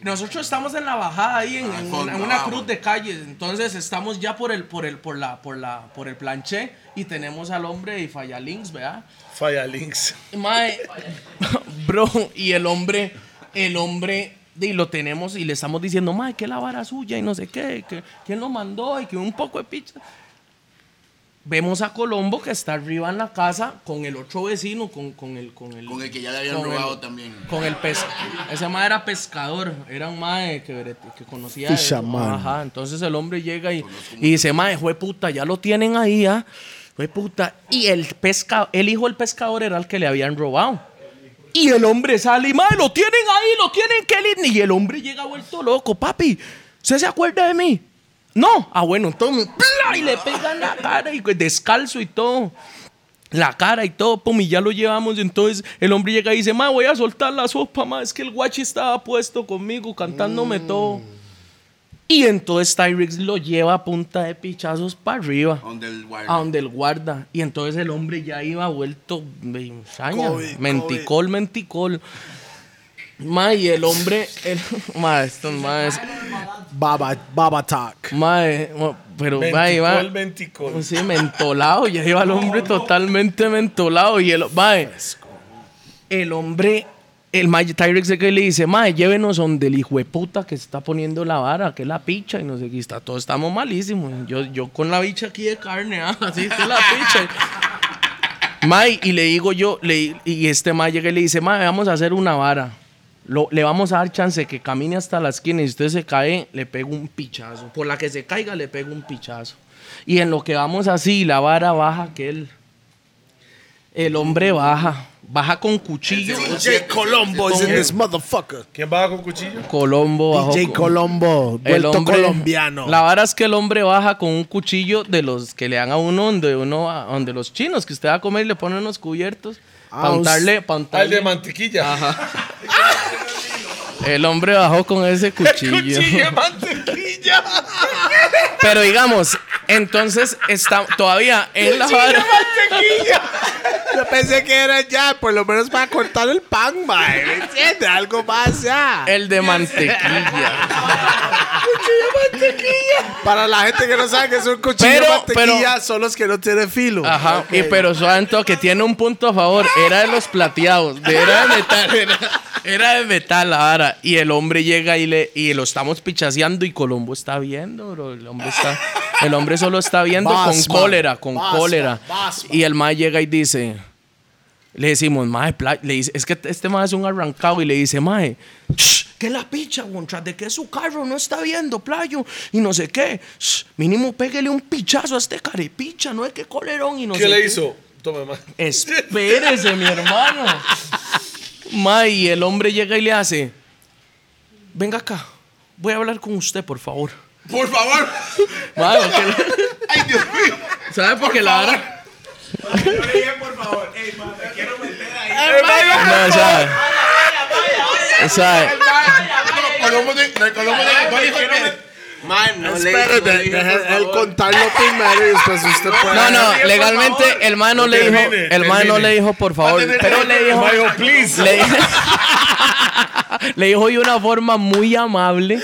Nosotros estamos en la bajada ahí, en, en
fondo,
una, en una
abajo.
cruz de calles. Entonces estamos ya por el, por el, por la, por la, por el planché y tenemos al hombre y falla links, ¿verdad?
Falla Links.
Mae, bro, y el hombre, el hombre, y lo tenemos y le estamos diciendo, mae, que la vara suya y no sé qué, que, quién lo mandó y que un poco de pizza. Vemos a Colombo que está arriba en la casa con el otro vecino, con, con el, con el...
Con el que ya le habían
con
robado también.
Con el pez. Ese mae era pescador, era un mae que, que conocía...
Fisherman.
Ajá, entonces el hombre llega y, y dice, mae, jue puta, ya lo tienen ahí, ¿ah? Jue puta. Y el, pesca, el hijo del pescador era el que le habían robado. Y el hombre sale y, mae, lo tienen ahí, lo tienen, qué lindo. Y el hombre llega vuelto loco, papi, ¿usted se acuerda de mí? No, ah, bueno, entonces, ¡pla! y le pegan la cara y pues, descalzo y todo. La cara y todo, pum, y ya lo llevamos. Entonces el hombre llega y dice, ma, voy a soltar la sopa, ma, es que el guachi estaba puesto conmigo, cantándome todo. Y entonces Tyrix lo lleva a punta de pichazos para arriba,
Donde el guarda.
a donde el guarda. Y entonces el hombre ya iba vuelto de saña, menticol, menticol. Ma, y el hombre, el, ma, estos maes,
Baba, Baba Talk.
ma, eh, ma, pero ma, iba-
Menticol, menticol.
Pues Sí, mentolado, ya iba el hombre totalmente mentolado. Y el, mae, el hombre, el mae Tyrex que le dice, mae, llévenos donde el hijo de puta que está poniendo la vara, que es la picha, y no sé qué, está, todos estamos malísimos. Yo, yo con la bicha aquí de carne, ah, así está la picha. Mae, y le digo yo, le- y este mae llega y le dice, mae, vamos a hacer una vara. Lo- le vamos a dar chance que camine hasta la esquina y si usted se cae, le pego un pichazo. Por la que se caiga, le pego un pichazo. Y en lo que vamos así, la vara baja que él. El hombre baja. Baja con cuchillo.
J. Colombo.
Boys in this motherfucker.
¿Quién baja con cuchillo?
Colombo bajó.
DJ
con-
Colombo,
el
vuelto
hombre-
colombiano.
La vara es que el hombre baja con un cuchillo de los que le dan a uno donde uno va- donde los chinos que usted va a comer y le ponen unos cubiertos.
Ah,
para
us-
untarle, pa'
Al de
untarle.
mantequilla.
El hombre bajó con ese cuchillo.
Cuchillo de mantequilla.
Pero digamos, entonces está todavía en la vara.
Yo pensé que era ya, por lo menos para cortar el pan, mae. ¿Me entiendes? Algo más ya.
El de mantequilla.
Para la gente que no sabe que es un cuchillo
Pero- Ah.
de mantequilla, son los que no tienen filo.
Ajá. Y pero Santo que tiene un punto a favor. Era de los plateados. de- era de metal. Era, era de metal la vara. Y el hombre llega y le y lo estamos pichaseando y Colombo está viendo, bro. El hombre está. El hombre solo está viendo
Basma,
con cólera, con
basma,
cólera.
basma.
Y el mae llega y dice. Le decimos, mae, pla- le dice, es que este mae es un arrancado y le dice, mae, shh, que la picha, contra de que su carro no está viendo, playo, y no sé qué. Shh, mínimo pégale un pichazo a este carepicha, no es que colerón y no
¿Qué
sé
le
qué".
hizo? Toma, más.
Espérese, mi hermano. Mae, y el hombre llega y le hace, venga acá, voy a hablar con usted, por favor.
Por favor.
Mae, porque-
Ay, Dios mío.
¿sabe? Porque la verdad...
Hermano,
mae, sabe. Sabe.
Man, no le
Espérate,
no le dijo, por
deje él
favor.
contarlo primero y después usted puede.
No, no, legalmente el man no le dijo, el man no le dijo por favor, pero le dijo, le, le dijo de una forma muy amable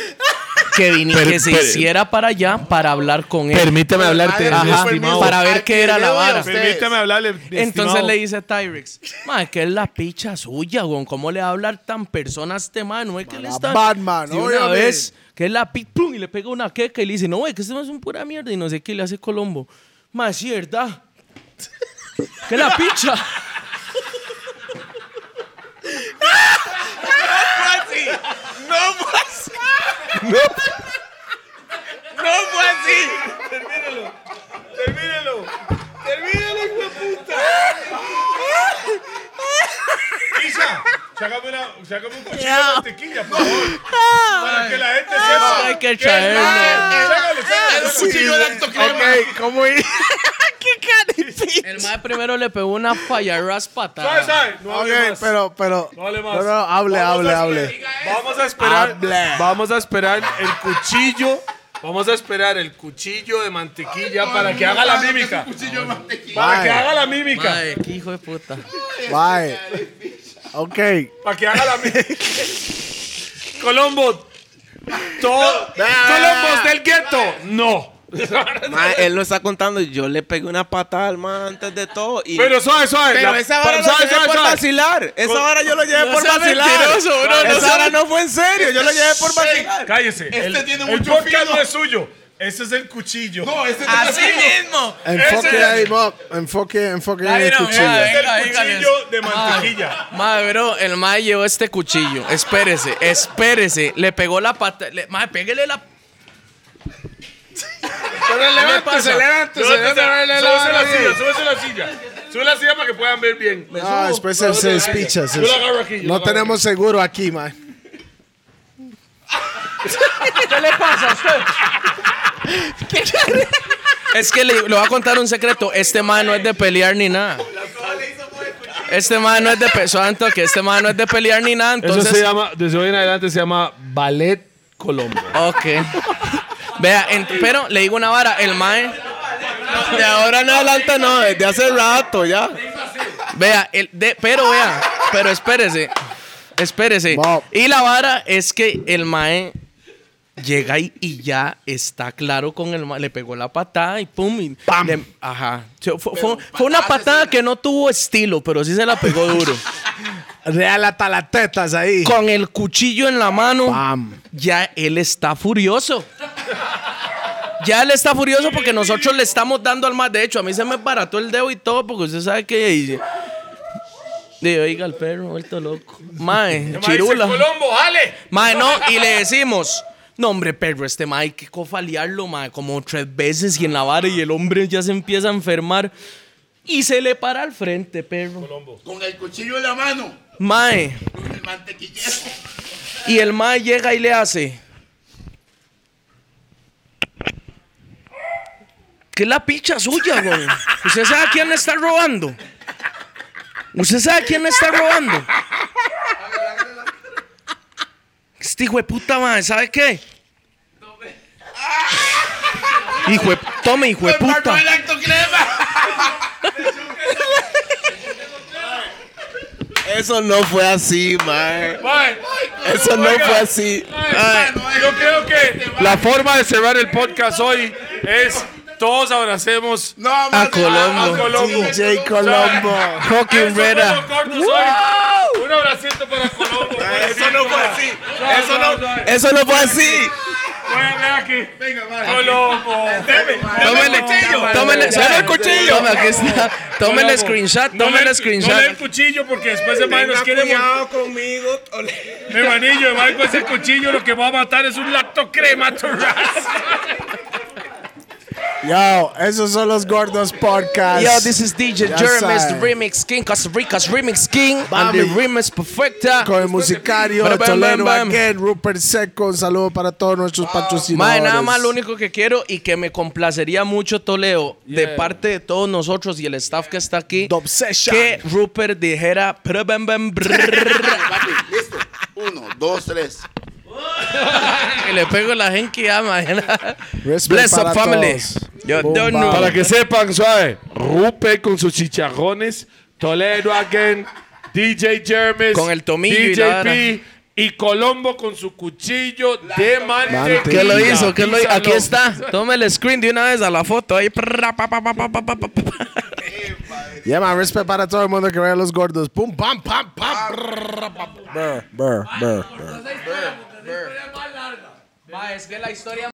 que vini-
Per-
que se
per-
hiciera para allá para hablar con
Eh,
él.
Permíteme hablarte.
Ajá,
estimado.
para ver qué era la vara.
Permítame hablarle.
Entonces le dice a Tyrex, ma, que es la picha suya, weón. ¿Cómo le va a hablar tan persona a este man? No es que le está.
Batman,
de una
obviamente.
vez, que es la picha, y le pega una queca y le dice, no, güey, que este man es un pura mierda y no sé qué le hace Colombo. Ma, sí, ¿verdad? que es la picha.
Isa, sácame una, sácame un cuchillo de mantequilla, por favor. Para que la gente sepa.
Hay que traerlo.
Sácale, sácale.
Ok, ¿cómo ir?
El mae primero le pegó una fallarás
Sabe,
patada.
sabe, No
Ok,
hable más.
pero, pero.
No hable más.
No, no, hable,
Vamos
hable,
a
hable.
esperar- Vamos a esperar.
Hable.
Vamos a esperar el cuchillo. Vamos a esperar el cuchillo de mantequilla para que haga la mímica. Para que
Mae.
haga la mímica.
Mae, qué hijo de puta.
Bye. Ok.
Para que haga la mímica. Colombo. Todo. Colombo del gueto. No.
Man, él no está contando. Yo le pegué una patada al man antes de todo. Y...
Pero suave, suave.
Pero
La-
esa hora lo
suave,
llevé
suave,
por
suave.
vacilar. Esa hora yo lo llevé por
sea
vacilar.
mentiroso, bro, no
esa
sea
hora no fue en serio. Yo lo llevé por
Ey,
vacilar.
Cállese. el,
tiene
el
mucho
podcast
filo.
no es suyo. Ese es el cuchillo.
No, ese
Así mismo.
Enfoque
Ese-
ahí, Bob. Enfoque, enfoque en el
no,
cuchillo.
vea,
Es el
Venga, dígales.
cuchillo de mantequilla.
Madre, bro, el mae llevó este cuchillo. Espérese, espérese. Le pegó la pata. le- Mae, pégale la.
Levántese, levántese. Súbese la silla, súbese la silla. Sube la silla para que puedan ver bien.
Ah, después se, se despicha. se-
Yo lo agarro aquí, yo lo
no
agarro
tenemos seguro aquí, man.
Es que le, le voy a contar un secreto. Este mae no es de pelear ni nada. Este mae no es de pe- santo, que este mae no es de pelear ni nada. Entonces,
llama, desde hoy en adelante se llama Ballet Colombo.
Ok. Vea, en- pero le digo una vara, el mae.
De ahora en adelante no. Desde hace rato ya.
Vea, el de, pero vea, pero espérese. Espérese.
Bob.
Y la vara es que el mae llega y, y ya está claro con el mae. Le pegó la patada y pum. y le- ajá. Sí, Fue, fue- fue una patada que no tuvo estilo, pero sí se la pegó duro.
Real hasta las tetas ahí.
con el cuchillo en la mano,
Pam.
ya él está furioso. Ya él está furioso porque nosotros le estamos dando al más. De hecho, a mí se me barató el dedo y todo porque usted sabe que. y- y- oiga, el perro, vuelto loco. Mae, chirula.
Colombo, jale.
Mae, no, y le decimos. No, hombre, perro, este mae, hay que cofalearlo, mae, como tres veces y en la vara y el hombre ya se empieza a enfermar. Y se le para al frente, perro.
Con el cuchillo en la mano.
Mae,
Con el mantequillero.
y el mae llega y le hace. ¿Qué es la picha suya, güey? ¿Usted sabe quién le está robando? ¿Usted sabe quién le está robando? Este hijo de puta madre, ¿sabe qué? Hijo de, tome, hijo de puta.
Eso no fue así, man.
Mae,
Eso no fue así.
mae, yo creo que la forma de cerrar el podcast hoy es todos abracemos
No, mano,
a Colombo.
DJ Colombo.
Rocky
Eso fue
Rivera.
lo corto, soy. Un abracito para Colombo. Ah, Eso no fue así. Eso no.
Eso no fue así.
aquí. Colombo.
Tómele, tómele,
Dame
¿sabe?
el cuchillo.
Tome, aquí está. Tome el screenshot, tome el
No le
screenshot.
el cuchillo porque después el mae nos quiere mon-
conmigo.
Mi hermanillo, el mae con ese cuchillo lo que va a matar es un lactocrema torraz.
Yo, esos son los gordos podcasts.
Yo, this is DJ
Ya
Jeremy's
sabe.
the Remix King, Costa Rica's Remix King, and the
Mami.
Remix Perfecta.
con el musicario
Bam, bam,
Toledo
bam, bam.
again, Rupert Seco. Un saludo para todos nuestros
Mae,
patrocinadores.
nada más lo único que quiero y que me complacería mucho, Toleo, de parte de todos nosotros y el staff que está aquí,
The Obsession.
que Rupert dijera... "Pra, bam, bam, brrr",
Papi, listo. Uno, dos, tres.
que le pego la gente que ama.
Respect
Bless
para
up, family.
todos.
Yo
Boom,
don't
bam.
know.
Para
Para que sepan, suave. Rupe con sus chicharrones. Toledo again. DJ Jermes.
Con el tomillo y la
DJ
vara.
P. Y Colombo con su cuchillo de mantequilla.
¿Qué lo hizo? ¿Qué lo hizo?
Písalo.
Aquí está. Toma el screen de una vez a la foto. Ahí. prrra, pa, pa, pa, pa, pa, pa, pa, pa.
Yeah, man, respect para todo el mundo que vea los gordos. Pum, pam, pam, pam. Brr, brr, brr.
Ma, es que la historia